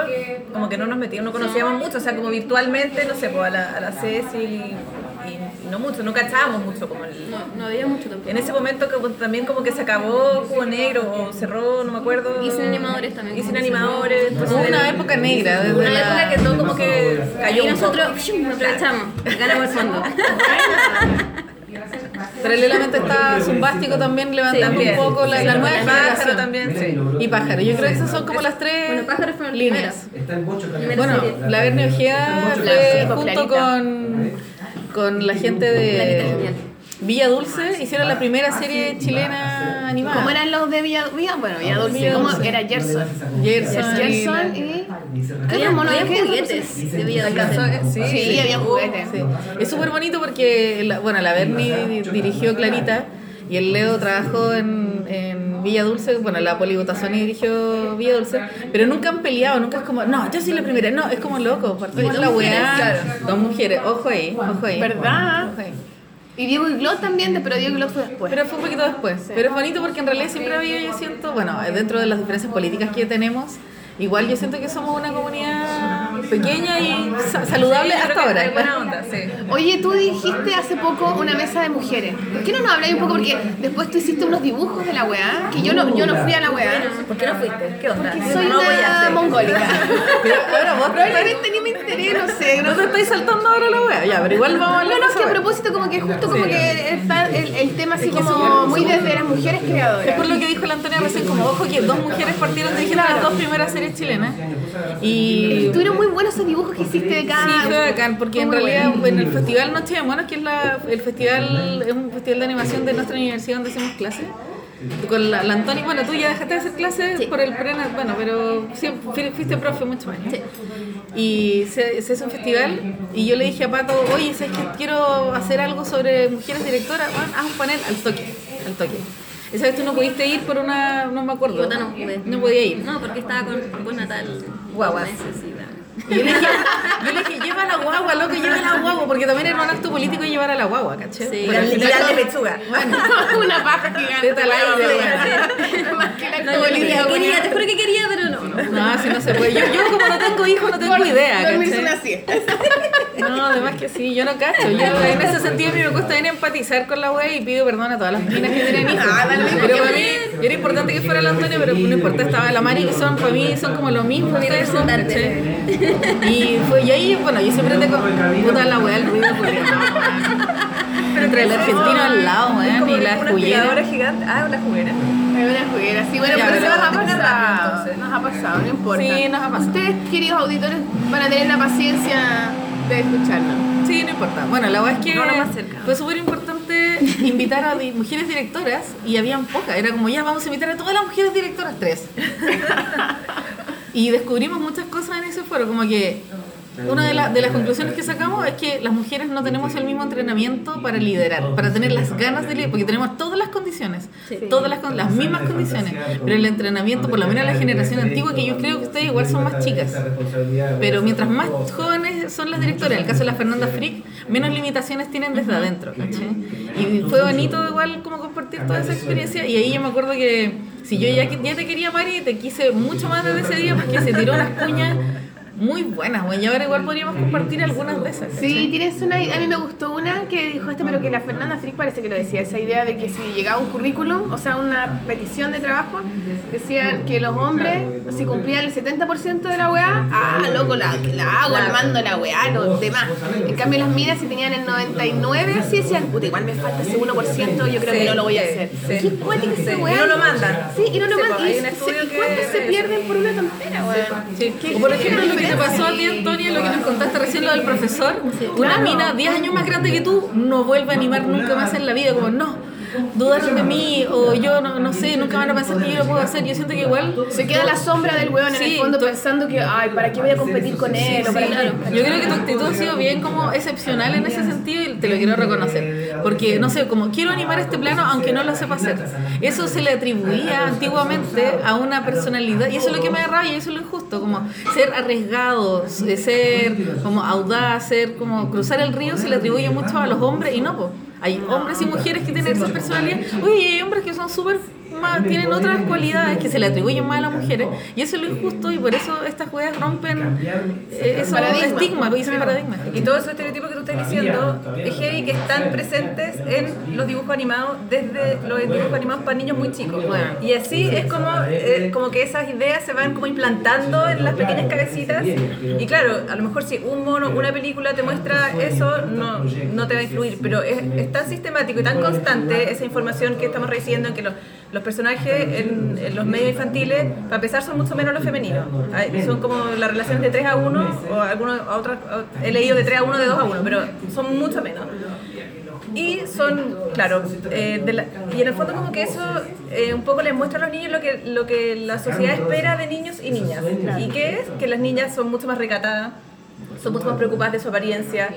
D: como que no nos metíamos, no conocíamos mucho, o sea como virtualmente, no sé, pues a la, a la Ceci y, y no mucho, no cachábamos mucho como el,
B: No, no había mucho tampoco.
D: En ese momento que, pues, también como que se acabó Cubo Negro o cerró, no me acuerdo.
B: Y sin animadores también,
D: Y sin
B: como que
D: animadores.
A: Fue
D: entonces
A: una
D: era
A: época negra, desde
D: Una
A: la-
D: época que todo como que cayó
B: Y
D: un poco.
B: nosotros ¡shum! nos aprovechamos, ganamos el fondo.
A: Paralelamente está Zumbástico también levantando
D: También.
A: un poco la,
D: Sí,
A: la nueva
D: Pájaro
A: generación.
D: también, sí.
A: Y Pájaro. Yo creo que esas son como las
B: Bueno,
A: tres
B: pájaros fueron los
A: líneas.
E: Está en Bocho también.
A: Bueno, la Verne Ojeda fue
C: Clarita.
A: junto con, con la gente
B: Clarita
A: de
B: Lineal.
A: Villa
D: Ah,
A: Dulce, hicieron la primera serie chilena animada.
C: ¿Cómo eran los de Villa, Villa- Bueno,
E: Ah,
C: Villa Dulce,
A: Villa
C: ¿cómo
A: Dulce.
C: era Gerson?
A: Gerson.
C: Gerson y...
B: Había,
C: mono de
B: había
C: qué?
B: juguetes de Villa
A: Alcanzó-
B: Dulce.
A: sí,
C: Sí, había juguetes.
A: Sí. Es súper bonito porque, la- bueno, la Berni dirigió Clarita y el Leo trabajó en, en Villa Dulce, bueno, la Polibotación y dirigió Villa Dulce, pero nunca han peleado, nunca es como, no, yo soy la primera, no, es como loco, por toda la weá, dos mujeres, ojo ahí, ojo ahí.
C: ¿Verdad?
A: Ojo ahí.
C: Y Diego y Glot también, pero Diego y Glot fue después.
A: Pero fue un poquito después. Pero es bonito porque en realidad siempre había, yo siento, bueno, dentro de las diferencias políticas que tenemos, igual yo siento que somos una comunidad pequeña y sa- saludable
D: Yo creo
A: hasta
D: que
A: ahora.
D: hay buena onda, sí.
C: Oye, tú dijiste hace poco una mesa de mujeres. ¿Por qué no nos habláis un poco? Porque después tú hiciste unos dibujos de la weá, que yo no, yo no fui a la weá.
D: ¿Por qué no fuiste? ¿Qué onda?
C: Porque soy
D: no
C: una
D: apoyaste.
C: mongólica.
A: Pero ahora vos te estáis-
C: Probablemente ni me enteré, no sé.
A: no te estáis saltando ahora la wea, ya, pero igual vamos a
C: No,
A: hablar
C: no,
A: de
C: es
A: esa
C: que a
A: wea.
C: propósito como que justo como que está el, el tema así como muy desde las mujeres
A: Es por
C: creadoras.
A: lo que dijo la Antonia recién, como ojo que dos mujeres partieron dirigiendo las dos primeras series chilenas. Y
C: Estuvieron muy buenos esos dibujos que hiciste de cada...
A: Sí, fue bacán, porque en
C: Muy
A: realidad
C: bueno.
A: en el Festival Noche de Monos, que es la- el festival, es un festival de animación de nuestra universidad donde hacemos clases. Con la, la Antoni, bueno, tú ya dejaste de hacer clases por el prena, bueno, pero siempre fui- fuiste profe mucho años. Y se, se hizo un festival y yo le dije a Pato, oye, ¿sabes que quiero hacer algo sobre mujeres directoras? Bueno, haz un panel al toque, al toque. Esa vez tú no pudiste ir por una, no me acuerdo.
B: Puta, no pude.
A: No podía ir.
B: No, porque estaba con, con Natal.
A: Guaguas.
B: Necesidad.
A: Yo le dije, yo le dije, lleva la guagua, loco, lleva la guagua, porque también era un acto político llevar a la guagua, ¿cachai?
B: Sí.
A: Pero al
D: Y
A: final-
D: la de pechuga.
A: bueno,
C: Una paja gigante.
A: Teta al aire,
C: Más que la
B: No, yo
C: actualidad,
B: quería, quería, te
C: bueno.
B: juro que quería, pero no. no.
A: no, si no se puede. Yo, yo como no tengo hijos, no tengo idea,
C: Dormirse una
A: ¿cachai?
C: siesta.
A: No, además que sí, yo no cacho. Yo en ese sentido a mí me cuesta bien empatizar con la wea y pido perdón a todas las minas que tienen hijos.
C: Ah, vale,
A: Pero para mí era importante que fuera la Antonia, pero no importa, estaba la Mari, que son para mí son como lo mismo. ustedes son,
B: representante.
A: ¿cachai? Y, fue, y ahí, bueno, yo siempre tengo puta la wea, el ruido, porque Pero entre el argentino al lado,
D: Es
A: weón,
D: como
A: y la
D: una aspiradora
A: escullera.
D: gigante. Ah, una juguera.
C: Hay una juguera, sí, bueno,
A: Ya,
C: pero eso
A: pero
C: nos ha
D: es rápido,
C: pasado.
D: entonces.
C: Nos ha pasado, no importa.
A: Sí, nos ha pasado.
C: Ustedes, queridos auditores, van a tener la paciencia de escucharnos.
A: Sí, no importa. Bueno, la verdad es que
D: No, no, más cerca.
A: fue súper importante invitar a di- mujeres directoras y habían pocas. Era como, ya vamos a invitar a todas las mujeres directoras, tres. y descubrimos muchas cosas en ese foro, como que una de, la- de las conclusiones que sacamos es que las mujeres no tenemos el mismo entrenamiento para liderar, para tener las ganas de liderar, porque tenemos todas las condiciones, todas las, con- las mismas condiciones, pero el entrenamiento, por lo menos la generación antigua, que yo creo que ustedes igual son más chicas. Pero mientras más jóvenes son las directoras, en el caso de la Fernanda Frick, menos limitaciones tienen desde adentro. ¿cachai? Y fue bonito igual como compartir toda esa experiencia. Y ahí yo me acuerdo que si yo ya, que- ya te quería, Mari, te quise mucho más desde ese día porque se tiró unas cuñas muy buenas. güey. y ahora igual podríamos compartir algunas de esas. ¿cachai?
C: Sí, tienes una. A mí me gustó una que dijo esta, pero que la Fernanda Frick parece que lo decía: esa idea de que si llegaba un currículum, o sea, una petición de trabajo, decían que los hombres, si cumplían el 70% de la weá, ah, loco, la, la hago, la mando la weá, los demás. En cambio, las minas, si tenían el 99%, así decían, puta, igual me falta ese 1%, yo creo que
D: Sí,
C: no lo voy a
D: sí,
C: hacer.
D: sí.
C: Qué cuática esa
D: Sí, y
C: weá.
D: no lo mandan.
C: Sí, y no lo
D: Sí,
C: mandan.
D: pues, hay
C: Y
D: un
C: se-
D: estudio
C: y
D: que-
C: cuántos se pierden por una tontera, weón.
A: Sí. O por ejemplo, lo que te pasó a ti, Antonia, lo que nos contaste recién, lo del profesor, una mina 10 años más grande que tú no vuelve a animar nunca más en la vida, como no, dudaron de mí, o yo no, no sé, nunca van a pensar que yo lo puedo hacer. Yo siento que igual.
C: Se queda la sombra del weón en
A: Sí,
C: el fondo
A: to-
C: pensando que, ay, ¿para qué voy a competir con él? o para qué-
A: Yo creo que tu actitud ha sido bien como excepcional en ese sentido y te lo quiero reconocer. Porque, no sé, como quiero animar este plano aunque no lo sepa hacer. Eso se le atribuía antiguamente a una personalidad y eso es lo que me da rabia, eso es lo injusto, como ser arriesgado, de ser como audaz, ser como cruzar el río se le atribuye mucho a los hombres y no, po. hay hombres y mujeres que tienen esas personalidades. Uy, y hay hombres que son súper más- tienen otras cualidades que se le atribuyen más a las mujeres y eso es lo injusto y por eso estas juegas rompen eh, eso
C: Paradigma.
A: estigma, lo dicen paradigma.
D: Y todos esos estereotipos que tú estás diciendo es heavy que están presentes en los dibujos animados, desde los dibujos animados para niños muy chicos. Y así es como, eh, como que esas ideas se van como implantando en las pequeñas cabecitas. Y claro, a lo mejor si un mono, una película te muestra eso, no, no te va a influir. Pero es, es tan sistemático y tan constante esa información que estamos recibiendo en que los, los personajes en, en los medios infantiles, para empezar, son mucho menos los femeninos. Hay- Son como las relaciones de 3 a 1, o algunos, a otros, a- he leído de 3 a 1, de 2 a 1, pero son mucho menos. Y son, claro, eh, de la- y en el fondo como que eso eh, un poco les muestra a los niños lo que, lo que la sociedad espera de niños y niñas. ¿Y qué es? Que las niñas son mucho más recatadas, son mucho más preocupadas de su apariencia,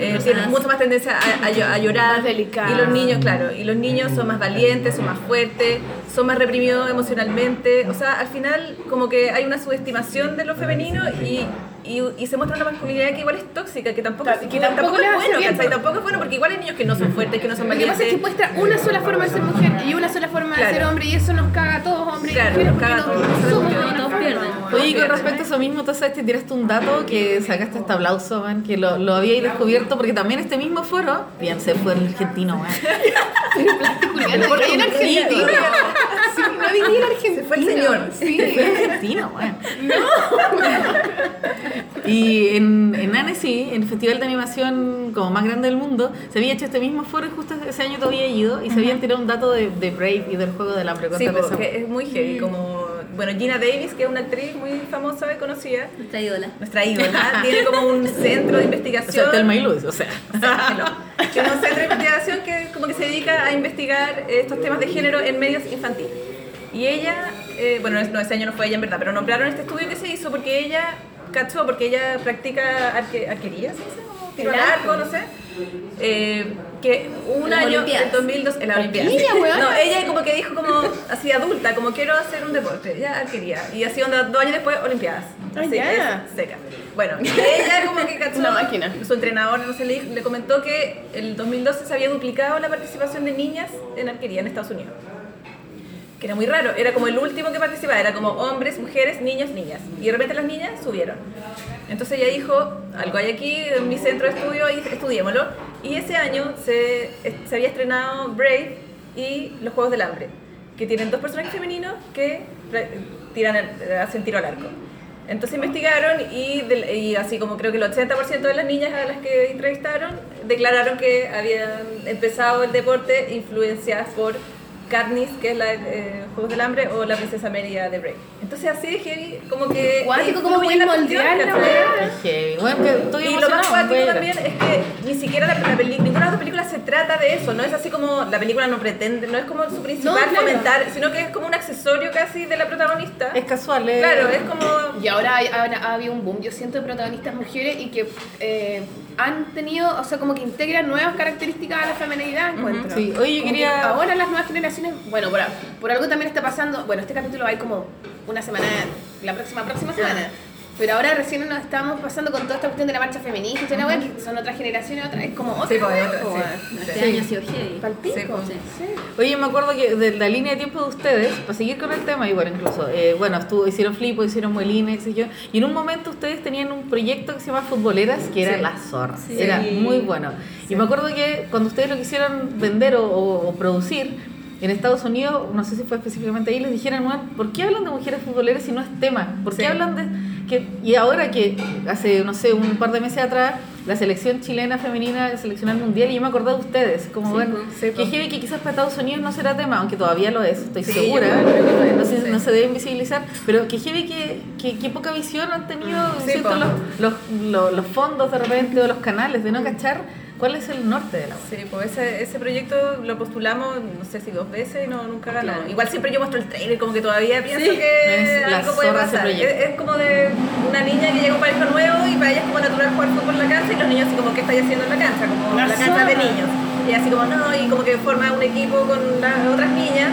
D: eh, tienen mucho más tendencia a, a llo- a llorar.
C: Más delicadas.
D: Y los niños, claro, y los niños son más valientes, son más fuertes, son más reprimidos emocionalmente. O sea, al final como que hay una subestimación de lo femenino y... Y, y se muestra una masculinidad que igual es tóxica, que tampoco,
C: Claro, que tampoco les
D: es
C: hace
D: bueno,
C: bien. pues.
D: ¿cachai? Tampoco es bueno porque igual hay niños que no son fuertes, que no son
C: Lo que
D: valientes.
C: pasa es que muestra una sola forma de ser mujer y una sola forma de
D: Claro.
C: ser hombre y eso nos caga a todos, hombres
D: Claro,
C: y mujeres,
D: nos caga
C: porque
D: a todos.
C: no somos de
B: Todos
C: una forma.
B: pierden.
A: Oye, y con respecto a eso mismo, tú sabes, te tiraste un dato que sacaste hasta aplauso, man, que lo, lo habíais descubierto, porque también este mismo foro, bien, se fue el argentino, man.
C: Juliana, porque en Argentina. Sí, no diría el argentino.
D: Se fue el señor.
C: Sí.
A: Argentina, weón. Y en, en Annecy, en el festival de animación como más grande del mundo, se había hecho este mismo foro y justo ese año todavía he ido y se habían tirado un dato de, de Brave y del juego de la
D: Sí,
A: pregunta
D: porque es muy heavy. Como, bueno, Gina Davis, que es una actriz muy famosa y conocida,
B: Nuestra ídola.
D: nuestra ídola, tiene como un centro de
A: O
D: investigación.
A: sea, Telma y Luis, o sea.
D: que es un centro de investigación que como que se dedica a investigar estos temas de género en medios infantiles. Y ella, eh, bueno, es- no, ese año no fue ella en verdad, pero nombraron este estudio que se hizo porque ella cachó, porque ella practica arque, arquería, ¿sí? se llama? Tiro al arco, no sé. Eh, que un
B: En las
D: año,
B: Olimpiadas.
D: en 2002, en la Olimpiada.
C: Arquería, weón.
D: No, ella como que dijo como así adulta, como quiero hacer un deporte, ya arquería. Y así onda, dos años después, Olimpiadas.
C: Ah,
D: Así
C: ya.
D: es seca. Bueno, ella como que cachó
C: Una máquina.
D: su entrenador no sé, le, le comentó que el 2012 se había duplicado la participación de niñas en arquería en Estados Unidos. Que era muy raro, era como el último que participaba, era como hombres, mujeres, niños, niñas. Y de repente las niñas subieron. Entonces ella dijo, algo hay aquí en mi centro de estudio y estudiémoslo. Y ese año se, se había estrenado Brave y Los Juegos del Hambre, que tienen dos personajes femeninos que pra- tiran al- hacen tiro al arco. Entonces investigaron y, del- y así como creo que el 80% de las niñas a las que entrevistaron declararon que habían empezado el deporte influenciadas por Katniss, que es la eh, Juegos del Hambre, o la Princesa Meria de Brave. Entonces así de heavy, como que...
C: Cuático,
D: eh,
C: cómo
D: influye la
C: pueden
D: cuestión,
C: moldear la
D: ¿cachai?
C: weá.
A: Es heavy. Bueno, que estoy
D: Y lo más
A: emocionada,
D: cuático
A: weón.
D: también es que ni siquiera la, la peli- ninguna de las películas se trata de eso, no es así como la película no pretende, no es como su principal
C: No, claro.
D: comentar, sino que es como un accesorio casi de la protagonista.
A: Es casual, eh.
D: Claro, es como
C: Y ahora hay- ahora ha habido un boom, yo siento, de protagonistas mujeres y que eh, han tenido, o sea, como que integran nuevas características a la feminidad, encuentro.
A: sí. Oye, yo
C: Como
A: quería-
C: que Ahora las nuevas generaciones, bueno, por, por algo también está pasando, bueno, este capítulo hay como una semana, la próxima, próxima semana. Pero ahora recién nos estamos pasando con toda esta cuestión de la marcha feminista, y toda la weá, que son otras generaciones, otras, es como otra.
D: Sí, pues,
C: weá,
D: otra,
C: po,
D: sí.
C: weá.
B: Este
A: Sí.
B: año ha sido heavy.
C: Palpico.
D: Sí, pues,
B: sí.
A: Oye, me acuerdo que de la línea de tiempo de ustedes, para seguir con el tema, igual incluso, eh, bueno, estuvo, hicieron Flipo, hicieron Molina, qué sé yo, y en un momento ustedes tenían un proyecto que se llama Futboleras, que era
D: Sí.
A: la zorra,
D: Sí.
A: era muy bueno. Y me acuerdo que cuando ustedes lo quisieron vender o, o- o producir, en Estados Unidos, no sé si fue específicamente ahí, les dijeron, "Weón, ¿por qué hablan de mujeres futboleras si no es tema? ¿Por qué
D: Sí.
A: hablan de...? Que, y ahora que hace, no sé, un par de meses atrás, la selección chilena femenina seleccionó al mundial y yo me acordé de ustedes, como
B: Sí,
A: bueno,
B: pues,
D: sí,
A: que
D: pues.
A: heavy que quizás para Estados Unidos no será tema, aunque todavía lo es, estoy
D: Sí,
A: segura.
D: yo creo que lo es,
A: no, se,
D: sí.
A: no se debe invisibilizar, pero que heavy que, que, que poca visión han tenido
D: Sí, pues.
A: siento,
D: po.
A: los, los, los, los fondos de repente o los canales de no cachar cuál es el norte de la web.
D: Sí, pues ese, ese proyecto lo postulamos, no sé si dos veces y no, nunca ganó.
B: Claro.
D: Igual siempre yo muestro el trailer, como que todavía pienso que
A: Es la
D: algo puede
A: zorra ese
D: pasar. Es,
A: proyecto.
D: es como de una niña que llega a un país nuevo y para ella es como natural jugar fútbol en la cancha y los niños así como, ¿qué estáis haciendo en la cancha? Como
C: La
D: la, cancha de
C: zorra.
D: niños. Y así como, no, y como que forma un equipo con las otras niñas.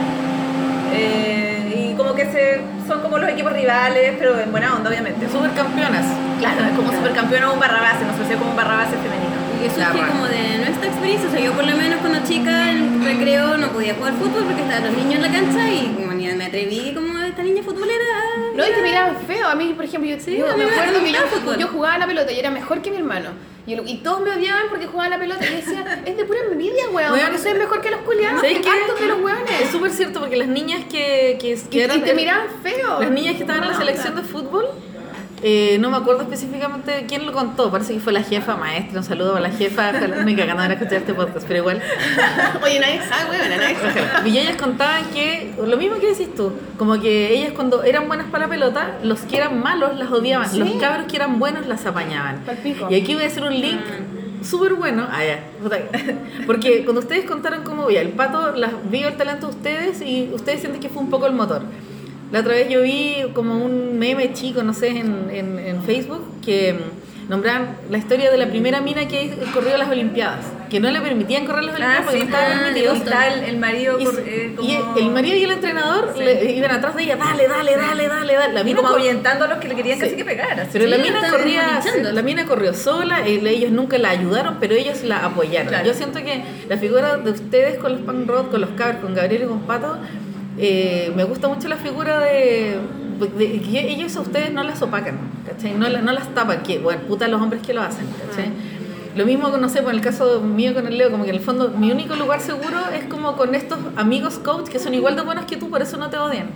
D: eh, y como que se, son como los equipos rivales, pero en buena onda, obviamente.
A: Supercampeonas.
D: Claro, es como supercampeona o un barrabase, nos ofreció como un barrabase femenino.
B: Y eso surge como de nuestra experiencia. O sea, yo por lo menos cuando chica en recreo no podía jugar fútbol porque estaban los niños en la cancha y como ni me atreví como esta niña futbolera.
C: No, y te miraban feo. A mí, por ejemplo, yo,
B: Sí,
C: yo
B: a mí
C: me
B: me- a
C: acuerdo
B: mí
C: que
B: me
C: yo,
B: gustaba el fútbol.
C: yo jugaba a la pelota y era mejor que mi hermano. Y, lo- y todos me odiaban porque jugaba a la pelota. Y yo decía, es de pura envidia, weón.
A: Weón,
C: porque soy mejor que los culiados,
A: ¿Sabes
C: que
A: qué?
C: tanto que los
A: Es
C: weones.
A: súper cierto porque las niñas que, que, que
C: Y, y
A: eran-
C: te miraban feo.
A: Las niñas que estaban en la selección de fútbol, eh, no me acuerdo específicamente quién lo contó, parece que fue la jefa maestra, un saludo a la jefa, ojalá me cagando ahora escuchar este podcast, pero igual.
C: Oye, nadie sabe, weón, nadie sabe.
A: Y ellas contaban que, lo mismo que decís tú, como que ellas cuando eran buenas para la pelota, los que eran malos las odiaban,
C: Sí.
A: los cabros que eran buenos las apañaban.
C: Palpico.
A: Y aquí voy a hacer un link
B: Mm.
A: súper bueno. Ah, ya. Puta que- Porque cuando ustedes contaron cómo veía el pato, las, vio el talento de ustedes y ustedes sienten que fue un poco el motor. La otra vez yo vi como un meme chico, no sé, en, en- en Facebook, que mm, nombraban la historia de la primera mina que corrió las Olimpiadas, que no le permitían correr las Olimpiadas porque no estaba
B: ah,
A: permitido.
B: de
D: está el, el marido
A: Y,
D: cor- eh, como...
A: y el marido y el entrenador le iban atrás de ella, dale, dale, dale, dale, dale. La
D: Y
A: mina
D: como
A: cor-
D: orientando a los que le querían
A: Sí.
D: casi que pegar. así.
A: pero la
B: Sí,
A: mina,
B: estaban
A: corría,
B: linchando.
A: la mina corrió sola, el- ellos nunca la ayudaron, pero ellos la apoyaron.
D: Claro.
A: Yo siento que la figura de ustedes con los Pan Road, con los cabros, con Gabriel y con Pato, eh, me gusta mucho la figura de, de- que ellos a ustedes no las opacan, ¿cachai? No, la- no las tapan, que, bueno, puta los hombres que lo hacen, ¿cachai? Lo mismo, con, no sé, por el caso mío con el Leo, como que en el fondo mi único lugar seguro es como con estos amigos coach que son igual de buenos que tú, por eso no te odian.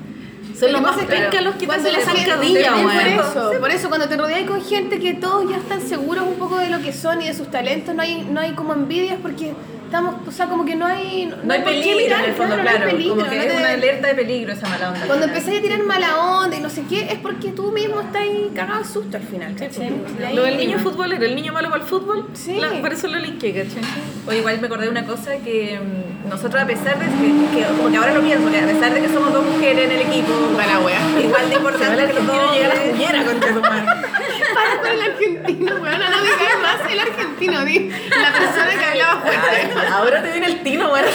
A: Son los más penca los que te hacen la zancadilla,
C: por
A: weón.
C: eso, por eso cuando te rodeas con gente que todos ya están seguros un poco de lo que son y de sus talentos, no hay, no hay como envidias porque estamos, o sea, como que no hay no,
D: No hay
C: por qué
D: peligro en
C: mirar,
D: el fondo,
C: no hay
D: claro.
C: peligro,
D: Como que
C: no
D: es
C: te-
D: una alerta de peligro esa mala onda.
C: Cuando empecé a tirar mala onda y no sé qué, es porque tú mismo estás ahí cagado de susto al final, ¿cachai?
B: pues,
C: Y ahí-
A: Lo del niño futbolero, el niño malo para el fútbol,
C: Sí.
A: la- por eso lo linké, ¿cachai?
D: O igual me acordé de una cosa que mm, nosotros a pesar de que, que- como que ahora lo pienso, que a pesar de que somos dos mujeres en el equipo,
A: Para, weón.
D: igual de importante que los dos hombres,
C: Para con el argentino, weón, no me cae más el argentino, di. La persona que hablaba fuerte.
A: Ahora te viene el tino, weón.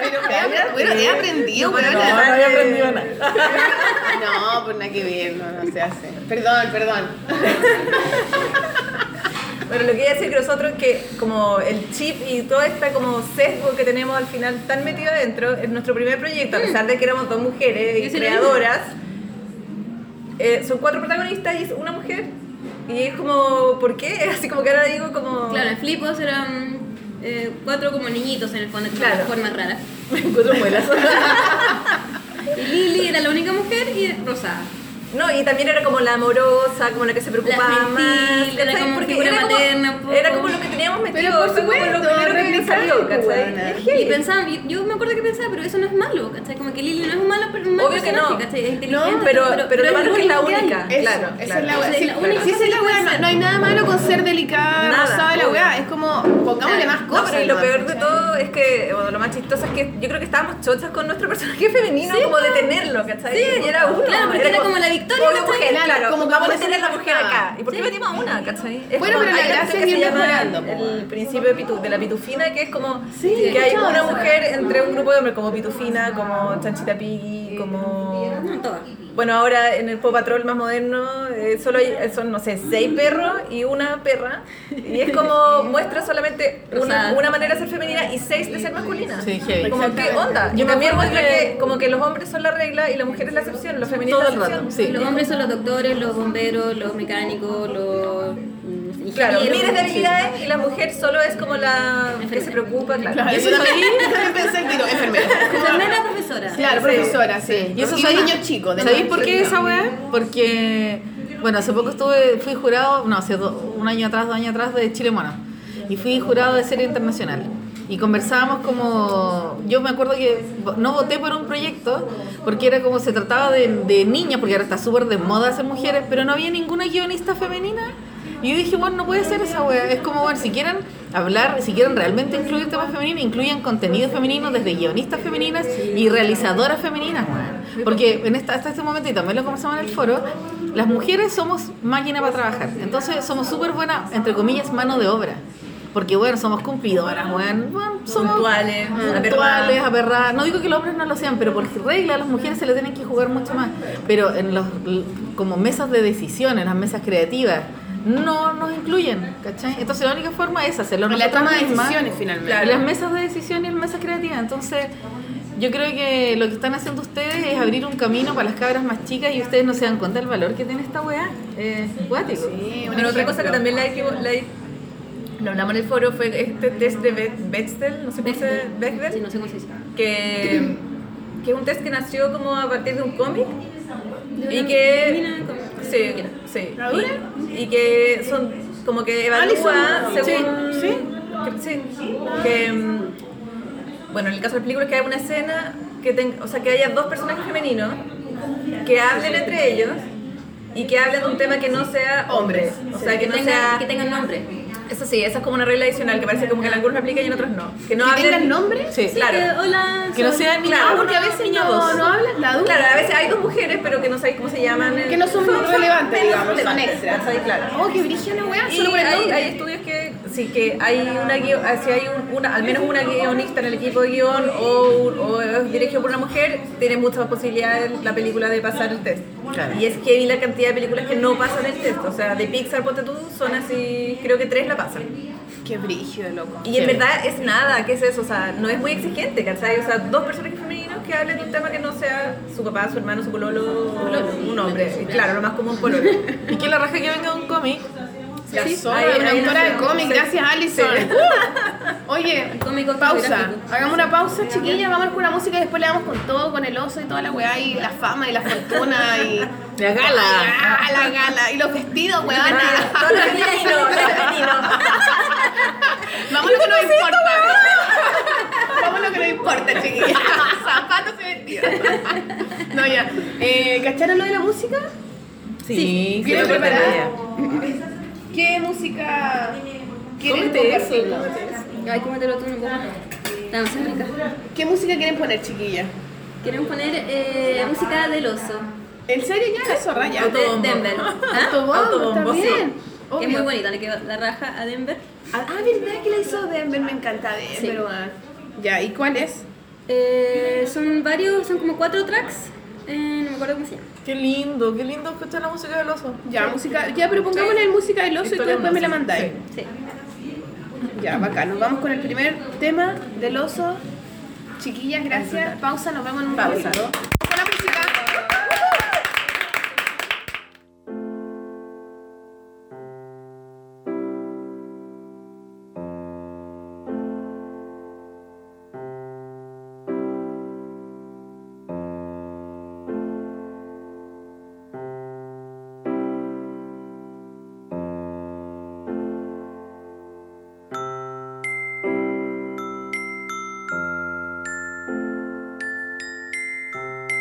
C: Pero, bueno, he aprendido,
D: No,
C: weón.
D: no,
A: No, no había aprendido nada.
C: No, pues nada que ver, no, no se hace. Perdón, perdón.
D: Bueno, lo que quería decir que nosotros que como el chip y todo este como sesgo que tenemos al final tan metido adentro, en nuestro primer proyecto, a pesar de que éramos dos mujeres y
B: Mm. Yo sí lo
D: creadoras, eh, son cuatro protagonistas y es una mujer. Y es como, ¿por qué? Así como que ahora digo como...
B: Claro, en Flipos eran eh, cuatro como niñitos en el fondo, con
D: Claro.
B: formas raras.
D: Me encuentro muelas.
B: Y Lili era la única mujer y rosada.
D: No, y también era como la amorosa, como la que se preocupaba
B: La gentil,
D: más.
B: era
D: ¿cachai?
B: como
D: Porque
B: figura
D: era como,
B: materna, un poco.
D: era como lo que teníamos metido,
C: por
D: fue como
C: supuesto,
D: lo primero que
C: replicar,
D: salió, ¿cachai?
C: weona.
D: Es
B: Y
D: heavy.
B: pensaban, yo, yo me acuerdo que pensaba, pero eso no es malo, ¿cachai? Como que Lili no es un malo, pero un mal
D: Obvio que
B: personaje,
D: no.
B: ¿cachai? Es
D: No,
B: inteligente,
D: pero, pero, lo
B: es
D: malo es que es la
B: muy mundial.
D: única.
C: Eso,
D: claro,
C: esa
D: claro.
C: es la weá.
B: Esa es
C: Sí,
B: la única
C: sí, esa es la weá. No, no hay nada malo con ser delicada,
D: Nada,
C: rosada, la
D: obvio.
C: weá. Es como, pongámosle más
D: No,
C: cosas.
D: pero y lo
C: ¿no?
D: peor de
C: ¿cachai?
D: todo es que, bueno, lo más chistoso es que yo creo que estábamos chochas con nuestro personaje femenino, como de tenerlo, ¿cachai?
B: Sí,
D: y era uno.
B: claro, porque era como la Victoria,
D: pobre
B: ¿cachai?
D: mujer,
C: Claro,
D: claro,
C: como
D: como
C: que
D: vamos a
C: vamos a
D: tener la
C: hacer
D: mujer
C: una.
D: acá. ¿Y por qué metimos a una, cachai? Es
C: Bueno, pero la
D: hay una
C: gracia
D: cuestión
C: es ir
D: se llama
C: mejorando, po.
D: El principio de, pitu- de la pitufina, que es como
C: Sí,
D: que hay
C: escuchaba
D: una
C: esa.
D: mujer entre un grupo de hombres, como pitufina, como chanchita piggy, como...
B: No, todas.
D: Bueno, ahora en el Pop Patrol más moderno, eh, solo hay, eh, son, no sé, seis perros y una perra. Y es como muestra solamente una,
B: Rosada.
D: una manera de ser femenina y seis de ser masculina.
A: Sí, heavy.
D: Como que onda. Y
A: Yo me
D: también
A: acuerdo
D: muestra
A: que-
D: que como que los hombres son la regla y la mujer es la excepción, los femeninos
A: Todo
D: es
A: el
D: la
A: rato,
D: excepción.
A: sí.
B: Los hombres son los doctores, los bomberos, los mecánicos, los mm, ingenieros.
D: Claro, miles de
B: sí.
D: habilidades y la mujer solo es como la que se preocupa, claro.
C: Claro,
A: Y
C: eso
A: eso
C: también, también pensé el tiro, enfermera.
B: Enfermera, profesora.
C: Claro, profesora, sí.
A: Y eso
C: y
A: soy-
C: niños chicos. de
A: ¿Sabéis
C: nuevo.
A: por qué esa weá? Porque, bueno, hace poco estuve, fui jurado, no, hace do- un año atrás, dos años atrás, de Chile Mono. Y fui jurado de serie internacional. Y conversábamos como. Yo me acuerdo que vo- no voté por un proyecto porque era como se trataba de, de niñas, porque ahora está súper de moda ser mujeres, pero no había ninguna guionista femenina. Y yo dije, bueno, no puede ser esa wea. Es como, bueno, si quieren hablar, si quieren realmente incluir temas femeninos, incluyan contenido femenino desde guionistas femeninas y realizadoras femeninas, weón. Porque en esta, hasta este momento, y también lo conversamos en el foro, las mujeres somos máquina para trabajar. Entonces somos súper buena, entre comillas, mano de obra. Porque, bueno, somos cumplidoras, weón. Bueno, somos
D: Puntuales,
A: puntuales, aperradas. No digo que los hombres no lo sean, pero por regla a las mujeres se le tienen que jugar mucho más. Pero en los l- como mesas de decisión, en las mesas creativas, no nos incluyen, ¿cachai? Entonces la única forma es hacerlo
C: En la
A: nosotras
C: toma de
A: mismas.
C: decisiones finalmente.
A: Claro, las mesas de decisión y las mesas creativas. Entonces, yo creo que lo que están haciendo ustedes es abrir un camino para las cabras más chicas y ustedes no se dan cuenta del valor que tiene esta weá. Eh, cuático.
C: Sí, un
D: Bueno, otra cosa que
C: ejemplo.
D: también la, dijimos- la di- lo hablamos en el foro fue este test de Be- Bechdel, no sé cómo se Bechdel.
B: Sí, no sé cómo se dice.
D: que, que es un test que nació como a partir de un cómic
B: De
D: y
B: una
D: que
B: mina con-
D: sí, sí y, y que son como que evalúa
C: Alison,
D: según
C: sí, sí.
D: que, sí, que, mm, bueno en el caso de las películas que hay una escena que ten- o sea que haya dos personajes femeninos que hablen entre ellos y que hablen de un tema que no sea hombre o sea que no
B: tengan-
D: sea
B: que tengan nombre.
D: eso sí esa es como una regla adicional que parece como que en algunos la aplican y en otros no que no
C: ¿Que
D: hablen
C: tengan nombre? Ah,
A: Sí.
B: Sí,
D: Claro.
B: que, hola,
A: Que no
B: soy-
A: sean niña
D: Claro,
A: uno,
D: porque a veces
A: niña
D: no-
A: dos.
C: No, no hablas la duda.
D: Claro, a veces hay dos mujeres, pero que no sabéis cómo se llaman. eh.
C: Que no son relevantes, digamos, son
D: relevantes,
C: extras.
D: ¿cachai? Claro.
C: Oh, qué brígida la weá,
D: Y
C: solo por el
D: hay,
C: nombre.
D: hay estudios que sí que hay una guio- ah, si hay un- una, al menos una guionista en el equipo de guión o, un- o es dirigido por una mujer, tiene muchas más posibilidades la película de pasar el test.
A: Claro.
D: Y es que vi la cantidad de películas que no pasan el test. O sea, de Pixar, ponte tú, son así, creo que tres la pasan.
C: Qué brígido, loco.
D: Y en
A: Sí.
D: verdad es nada, ¿qué es eso? O sea, no es muy exigente, ¿cachai? O sea, dos personajes femeninos que hablen de un tema que no sea su papá, su hermano, su pololo, un hombre. Claro, lo más común pololo.
A: Y que la raja que venga un cómic
C: La
B: Sí.
C: zorra,
B: Ahí-
C: una
B: ahí
C: autora de
B: nació.
C: cómic, gracias Alison. Uh. Oye,
B: Cómico
C: pausa.
B: biográfico.
C: Hagamos una pausa, chiquilla, vamos con la música y después le damos con todo, con el oso y toda la weá, y la fama y la fortuna y.
A: La gala.
C: Ah, la gala. Y los vestidos, weá.
D: Todo lo femenino, lo femenino.
C: Vamos a lo que nos importa. Vamos a lo que nos importa, chiquilla. Zapatos y vestidos. No, ya. Eh, ¿Cacharon lo de la música?
A: Sí,
C: ¿Viene
A: se lo cuento
C: preparada?
A: ella.
C: ¿Qué música quieren
A: Cómete eso,
C: compartirnos?
B: Ay, cómetelo tú, no puedo. Tan cerca.
C: ¿Qué música quieren poner, chiquilla?
B: Quieren poner eh, música del oso.
C: ¿En serio ya la zorra ya?
B: de Denver. ¿Ah?
C: Autobombo,
A: Autobombo,
C: está
A: sí.
C: bien.
B: Es
C: Obvio.
B: muy bonita, le quedó la raja a Denver.
C: Ah, ah, verdad que la hizo Denver, me encanta Denver.
B: Sí.
C: weón. Ya, ¿y cuál es?
B: Eh, son varios, son como cuatro tracks. Eh, no me acuerdo cómo se llama.
A: Qué lindo, qué lindo escuchar la música del oso.
C: Ya, música, ya, pero pongámosle en música del oso y tú
A: Historia
C: después me la
A: del oso,
C: mandáis.
A: sí.
B: Sí.
C: Ya, bacán. Nos vamos con el primer tema del oso. Chiquillas, gracias. Pausa, nos vemos en un
A: Pausa.
C: ratito. Con la música.
G: Thank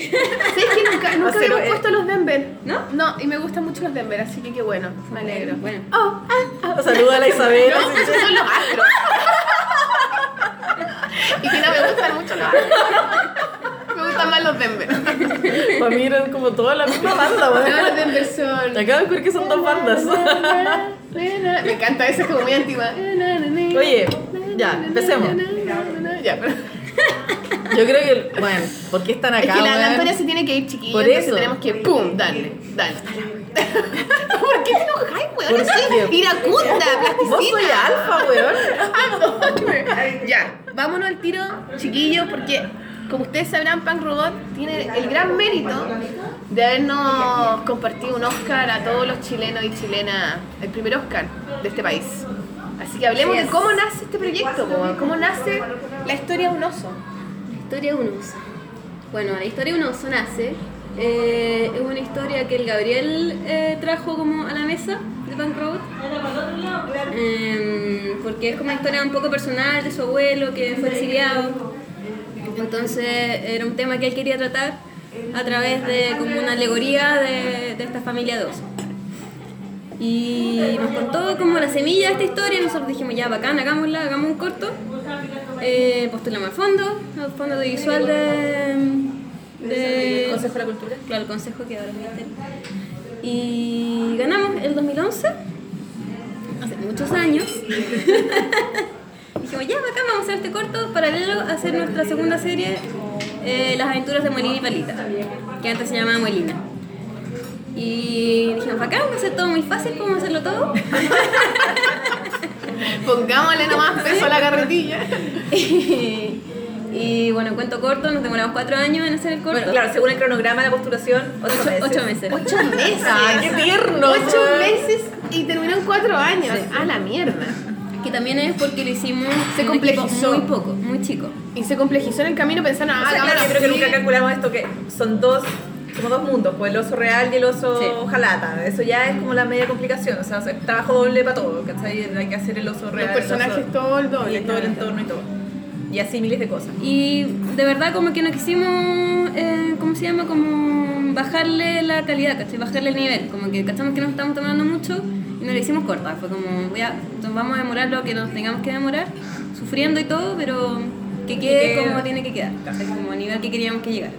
C: Eh, nunca
D: cero
C: habíamos
D: es.
C: puesto los Denver.
B: ¿No?
C: eh. No, y me gustan mucho los Denver, así que qué bueno, me alegro.
B: Bueno.
C: Oh, ah, ah.
A: Saluda a la Isabel.
C: No, esos son los astros. y que no me gustan mucho los astros. Me gustan más los Denver. No,
A: Para mí eran como toda la misma banda, weón.
C: los Denver son.
A: Acabo de descubrir que son dos bandas.
C: Me encanta esa, es como muy antigua.
A: Oye, ya, empecemos.
C: Ya, pero.
A: Yo creo que, bueno, ¿por qué están
C: Es
A: acá?
C: que la, la
A: weón?
C: Antonia se tiene que ir chiquilla,
A: Por
C: entonces
A: eso.
C: tenemos que pum, dale, dale. ¿Por qué te enojáis,
A: ¿Por
C: weón? Soy
A: qué?
C: iracunda,
A: Vos soy
C: plasticina.
A: alfa, weón.
C: Ya, vámonos al tiro, chiquillos, porque como ustedes sabrán, Punk Robot tiene el gran mérito de habernos compartido un Oscar a todos los chilenos y chilenas, el primer Oscar de este país. Así que hablemos de cómo nace este proyecto, po, cómo nace la historia de un oso.
B: Historia de un oso. Bueno, la historia de un oso nace. eh, es una historia que el Gabriel eh, trajo como a la mesa de Punk Road. Eh, porque es como una historia un poco personal de su abuelo que fue exiliado. Entonces era un tema que él quería tratar a través de como una alegoría de, de esta familia de osos. Y nos contó como la semilla de esta historia. Nosotros dijimos, ya bacán, hagámosla, hagamos un corto. Eh, postulamos al fondo, al fondo audiovisual de, de-
A: Consejo de la Cultura.
B: Claro, el consejo que ahora es Ministerio. Y ganamos el 2011, hace muchos años. Dijimos, ya, bacán, vamos a hacer este corto paralelo a hacer nuestra segunda serie, eh, Las aventuras de Molina y Palita, que antes se llamaba Molina. Y dijimos, bacán, va a ser todo muy fácil, podemos hacerlo todo.
C: Pongámosle nomás peso a la carretilla.
B: y, y, bueno, cuento corto, nos demoramos cuatro años en hacer el corto.
D: Bueno, claro, según el cronograma de postulación, ocho,
B: ocho, ocho meses.
D: meses.
C: Ocho meses.
A: Ah, qué tierno.
C: Ocho
A: weón.
C: meses y terminó en cuatro años. A la mierda.
B: Que también es porque lo hicimos
C: Se
B: en un equipo
C: complejizó.
B: muy poco, muy chico.
C: Y se complejizó en el camino pensando, ah,
D: O sea, claro,
C: ahora
D: yo creo que
C: sí.
D: nunca calculamos esto, que son dos, como dos mundos, pues el oso real y el oso
B: Sí.
D: jalata. Eso ya es como la media complicación, o sea, o sea, trabajo doble para todo, ¿cachai? Hay que hacer el oso real.
C: Los
D: el
C: personajes
D: oso-
C: todo el
D: y
C: doble.
D: todo el entorno y todo. Y así miles de cosas.
B: Y de verdad como que no quisimos, eh, ¿cómo se llama? Como bajarle la calidad, ¿cachai? Bajarle el nivel. Como que cachamos que nos estamos tomando mucho y nos la hicimos corta. Fue como, ya, nos vamos a demorar lo que nos tengamos que demorar, sufriendo y todo, pero que quede
D: quede-
B: como tiene que quedar, ¿cachai? Como el nivel que queríamos que llegara.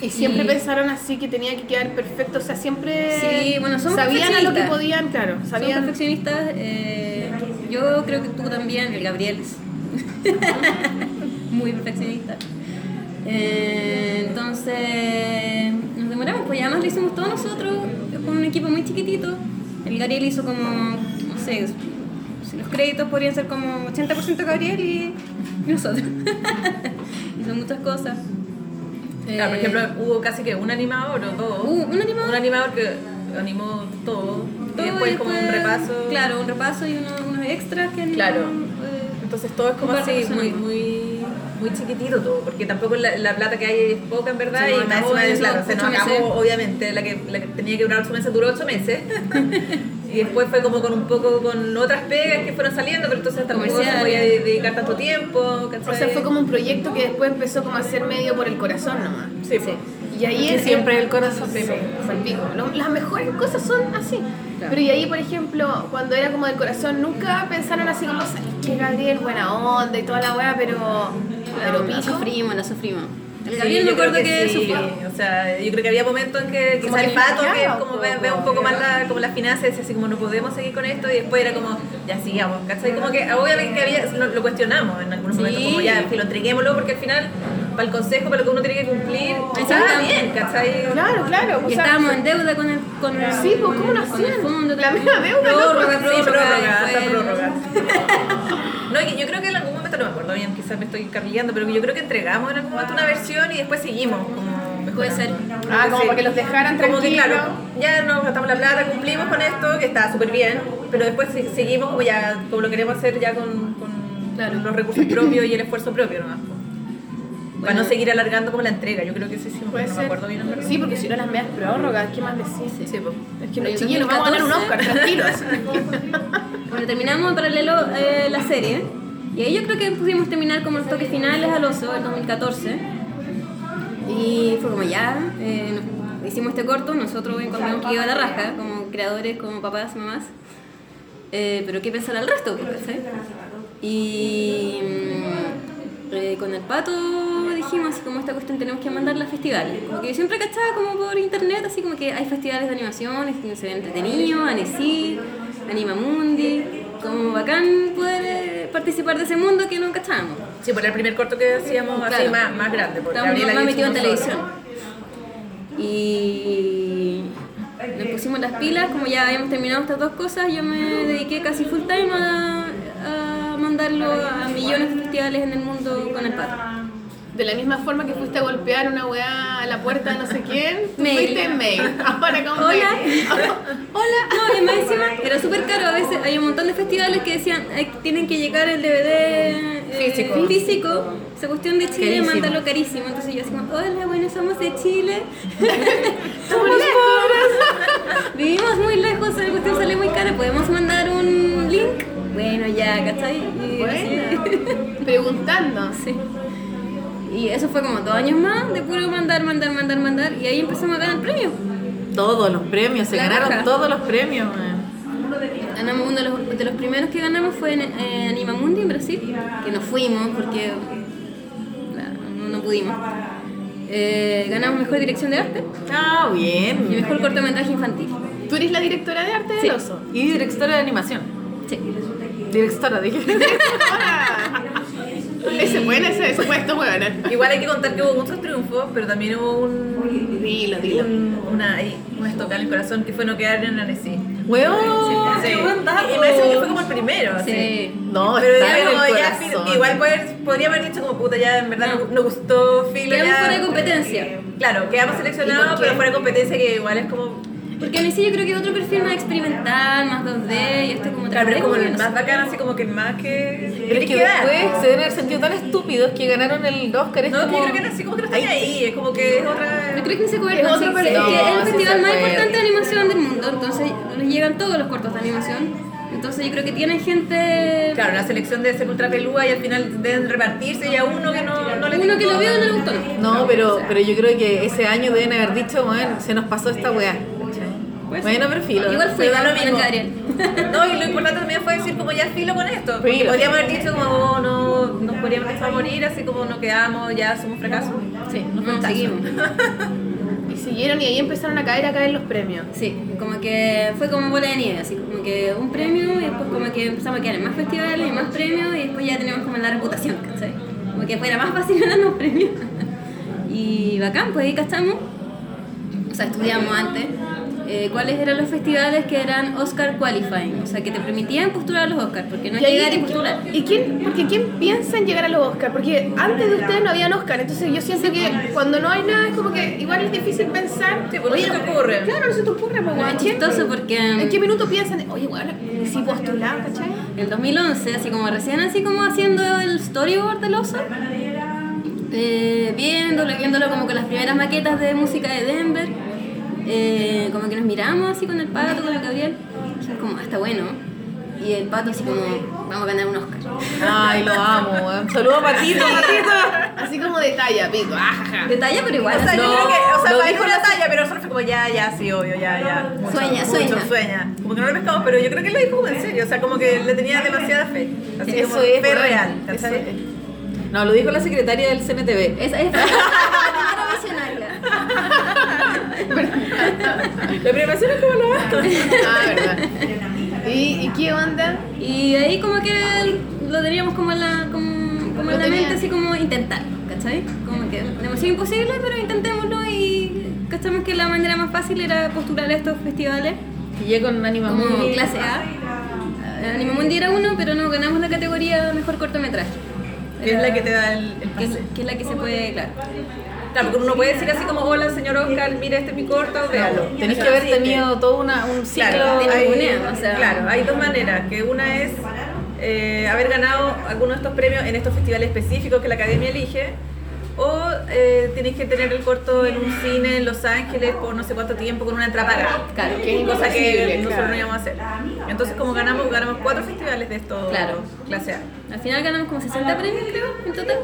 C: Y siempre
B: Y-
C: pensaron así que tenía que quedar perfecto. O sea, siempre
B: Sí, bueno, somos
C: sabían a lo que
B: perfeccionistas.
C: podían, claro.
B: Somos
C: Sabían.
B: perfeccionistas, eh, yo creo que tú también, el Gabriel es muy perfeccionista. Eh, entonces nos demoramos, pues y además lo hicimos todos nosotros, con un equipo muy chiquitito. El Gabriel hizo como, no sé, si los créditos podrían ser como 80% Gabriel y nosotros. hizo muchas cosas.
D: Claro, Ah, por
B: Eh, Uh.
D: ejemplo, hubo casi que un animador o dos.
B: hubo un animador.
D: Un animador que animó todo,
B: todo
D: y después como un
B: después-
D: repaso.
B: Claro, un repaso y uno- unos extras que no,
D: Claro.
B: eh,
D: Entonces todo es como
B: Comparto
D: así,
B: eso
D: muy,
B: mismo.
D: muy, muy chiquitito todo, porque tampoco la, la plata que hay es poca en verdad
B: Sí,
D: y
B: no,
D: más
B: no,
D: encima de
B: no,
D: claro, se nos
B: ocho meses.
D: acabó obviamente, la que, la que tenía que durar su mesa duró ocho meses y después fue como con un poco con otras pegas que fueron saliendo, pero entonces tampoco se
B: Comerciales.
D: podía de- dedicar tanto tiempo, ¿cachai?
C: O sea, fue como un proyecto que después empezó como a ser medio por el corazón nomás.
D: Sí, po.
C: Y ahí
A: Que
C: es
A: siempre el corazón.
C: Sí, salpico. Lo- Las mejores cosas son así. Pero y ahí, por ejemplo, cuando era como del corazón, nunca pensaron así como, "Sabes que Gabriel, buena onda y toda la wea, pero... Pero
B: la
C: pico.
B: sufrimos, la sufrimos. El
D: Sí,
B: Gabriel me
D: yo creo
B: acuerdo que,
D: sí.
B: sufrió.
D: O sea, yo creo que había momentos en que
C: Como
D: quizás el
C: que
D: pato que
C: flaqueaba
D: como
C: un
D: ve,
C: poco,
D: ve un poco más
C: ¿verdad?
D: la, como las finanzas, decía así como no podemos seguir con esto y después era como, ya sigamos, ¿cachai? Como que obviamente que había, lo, lo cuestionamos en algunos
B: Sí.
D: momentos, como ya, que lo entreguémoslo porque al final, para el consejo, para lo que uno tiene que cumplir, está
B: Exacto.
D: bien, ¿cachai?
C: Claro, claro. o
B: Y
C: sea,
B: estábamos en deuda con el, con el,
C: Sí, pues, ¿cómo lo
B: con el
C: hacían?
B: fondo.
C: La
B: también.
C: misma deuda, loco.
B: prórroga,
D: Sí,
B: prórroga,
D: prórroga,
B: y
D: hasta
B: fue-
D: prórroga. No, y yo creo que en algún momento, no me acuerdo bien, quizás me estoy carrillando, pero yo creo que entregamos en algún momento una versión y después seguimos. Como
B: Puede ser.
D: mejorando.
C: Ah, como
D: Sí.
C: para que los dejaran
D: Como que
C: tranquilos.
D: claro, ya nos gastamos la plata, cumplimos con esto, que está súper bien, pero después se- seguimos como ya, como lo queremos hacer ya con, con
B: Claro.
D: los recursos propios y el esfuerzo propio nomás. po. Para
B: Bueno.
D: no seguir alargando como la entrega, yo creo que sí, sí, no
C: Puede
D: me
C: ser.
D: acuerdo bien. en verdad.
C: Sí, porque si no las medias prórrogas, ¿qué más decís?
D: Sí, po.
C: Es que
B: Pero
C: los
B: yo
C: chiquillos nos vamos a ganar un
B: 2014.
C: Oscar, tranquilos.
B: Bueno, terminamos en paralelo eh, la serie. Y ahí yo creo que pudimos terminar como los toques finales al oso, el 2014. Y fue como ya, eh, nos- hicimos este corto, nosotros encontramos que iba a la raja, como creadores, como papás, mamás. Eh, pero qué pensar al resto, pues, ¿cachai? Y mm, eh, con el pato dijimos, así como esta cuestión tenemos que mandarla a festivales. Como que yo siempre cachaba como por internet, así como que hay festivales de animación, es que se ve entretenido, Annecy, Animamundi, como bacán poder eh, participar de ese mundo que no cachábamos.
D: Sí, por el primer corto que hacíamos así
B: Claro.
D: más, más grande. Porque
B: Estábamos
D: Gabriela
B: más
D: había hecho
B: metidos en
D: uno solo.
B: televisión. Y nos pusimos las pilas, como ya habíamos terminado estas dos cosas, yo me dediqué casi full time a, a mandarlo a millones de festivales en el mundo con el pato.
C: De la misma forma que fuiste a golpear una weá a la puerta de no sé quién, tú
B: Mail.
C: fuiste en mail. Ah, Ahora como
B: Hola.
C: Hola.
B: No, y más encima era súper caro, a veces hay un montón de festivales que decían, "Ay, tienen que llegar el DVD eh, físico. Esa cuestión de Chile,
A: Carísimo.
B: mandarlo carísimo. Entonces yo así como, hola, bueno, somos de Chile.
C: Somos pobres.
B: Vivimos muy lejos, la cuestión sale muy cara. ¿Podemos mandar un link? Bueno, ya, ¿cachai? Y, así-
C: Bueno, preguntando.
B: sí. Y eso fue como dos años más de puro mandar, mandar, mandar, mandar. Y ahí empezamos a ganar premios.
A: Todos los premios, se
B: La
A: ganaron
B: raja.
A: todos los premios. man.
B: Ganamos uno de los, de los primeros que ganamos fue en eh, Animamundi en Brasil, que nos fuimos porque la- no, no pudimos. Eh, ganamos mejor dirección de arte
A: Ah,
B: y
A: bien.
B: mejor cortometraje infantil.
C: Tú eres la directora de arte
B: Sí.
C: del oso.
A: Y directora de animación.
B: Sí.
A: Directora, dije.
C: Hola. Ese buena ese supuesto, weón.
D: Igual hay que contar que hubo muchos triunfos, pero también hubo un,
C: Dilo, dilo.
D: un, una, ahí, un estoque en el corazón que fue no quedar en Annecy.
B: Ah,
A: ¡Huevón!
D: Sí.
A: ¡Qué buen dato!
D: Y me parece que fue como el primero. así.
B: Sí.
A: No,
D: Pero
A: está
D: era
A: en el
D: como ya,
A: corazón.
D: filo, igual poder- podría haber dicho como puta, ya en verdad no, no gustó, filo,
B: Quedamos
D: ya-
B: fuera de competencia.
D: Claro, quedamos
B: ¿Y por
D: seleccionados,
B: qué?
D: pero fuera de competencia que igual es como,
B: Porque en sí yo creo que otro perfil más experimental, más 2D, y este como
D: claro, pero es
B: 3D,
D: como
B: yo
D: el
B: no
D: más
B: sé.
D: bacán, así como que el más que...
A: Pero es que
D: dar.
A: después se deben haber sentido tan estúpidos que ganaron el Oscar. Es
D: No,
A: como...
D: que yo creo que era así como que no está ahí, es como que es otra...
B: Yo creo que no se coge
C: Es otro
B: porque
C: perfil.
B: es el
A: No, sí
B: festival
A: se
B: más
A: puede.
B: importante de animación del mundo, entonces les llegan todos los cortos de animación. Entonces yo creo que tienen gente...
D: Claro, la selección debe ser ultra pelúa y al final deben repartirse y a uno que no, no le
B: Uno que lo vio no le gustó.
A: No, pero, pero yo creo que ese año deben haber dicho, bueno, se nos pasó esta weá. Bueno, pero filo.
B: Igual fue
D: Pero da lo
B: lo mismo.
D: mismo.
B: Gabriel.
D: No, y lo importante también fue decir como ya filo con esto. Porque
A: Filo.
D: podríamos haber dicho como oh, no, nos podríamos empezar a morir, así como no quedamos, ya somos fracasos.
B: Sí, no, seguimos.
C: Y siguieron y ahí empezaron a caer a caer los premios.
B: Sí, como que fue como bola de nieve, así como que un premio y después como que empezamos a quedar en más festivales y más premios y después ya tenemos como la reputación, ¿cachai? Como que fuera más fácil ganarnos premios. Y bacán, pues ahí cachamos, o sea, estudiamos antes, eh, cuáles eran los festivales que eran Oscar Qualifying, o sea, que te permitían postular a los Oscar, porque no
C: Y ahí-
B: llegar y postular.
C: ¿Y quién? Porque quién piensa en llegar a los Oscar? Porque antes de ustedes no habían Oscar, entonces yo siento que cuando no hay nada es como que igual es difícil pensar.
D: Sí, pues, no se te ocurre.
C: Claro, no se te ocurre, pues,
B: No,
C: weón.
B: es chistoso
C: ¿Quién-
B: porque...
C: ¿En qué minuto piensan? Oye, weón, si postulado, ¿cachai?
B: el 2011, así como recién así como haciendo el storyboard del oso. Eh, viéndolo, viéndolo como con las primeras maquetas de música de Denver. Eh, como que nos miramos así con el pato, con el Gabriel. Dijimos como, ah, está bueno. Y el pato así como, vamos a ganar un Oscar.
A: Ay, lo amo, weón. Saludos, Patito, Patito.
C: Así como de talla, pico, ah, ajaja.
B: Detalle, pero igual.
D: O sea,
B: así
D: yo
A: No,
D: creo que, o sea,
A: lo
D: para
A: dijo
D: una talla, pero nosotros fue como ya, ya, sí, obvio, ya, ya.
B: Sueña,
D: Mucho
B: sueña.
D: sueña. Como que no lo pescamos, pero yo creo que lo dijo como en serio, o sea, como que le tenía demasiada fe. Así
A: Eso
D: como
A: es,
D: fe
A: weón.
D: real,
A: Eso
D: ¿cachai?
A: es. No, lo dijo la secretaria del CNTV.
B: Esa es la primera visionaria.
A: La premiación es como la
C: Ah, verdad. ¿Y, y qué onda?
B: Y ahí como que lo teníamos como en la, como, como
C: Lo
B: en la mente,
C: tenía.
B: así como intentar, ¿cachai? Como que demasiado imposible, pero intentémoslo y cachamos que la manera más fácil era postular a estos festivales
A: Y ya con Anima
B: como
A: Mundi.
B: clase A. Anime Mundi era uno, pero no ganamos la categoría mejor cortometraje.
D: Que es la
B: Era-
D: que te da el, el
B: que es,
D: pase.
B: que es la que se puede, claro.
D: Claro, porque uno puede decir así como, hola, señor Oscar, mira, este es mi corto, véalo.
A: Tenés
D: O sea,
A: que haber
D: sí,
A: tenido todo una, un ciclo.
D: Claro,
B: de
D: hay,
B: ninguneo, o sea.
D: claro, hay dos maneras, que una es eh, haber ganado alguno de estos premios en estos festivales específicos que la academia elige, o eh, tienes que tener el corto en un cine en Los Ángeles por no sé cuánto tiempo con una entrada pagada.
B: Claro,
C: que es
D: cosa
C: imposible,
D: que nosotros
C: claro.
D: no íbamos a hacer. Entonces, como ganamos, ganamos cuatro festivales de estos
B: Claro.
D: clase A.
B: Al final ganamos como 60 premios, creo, en total.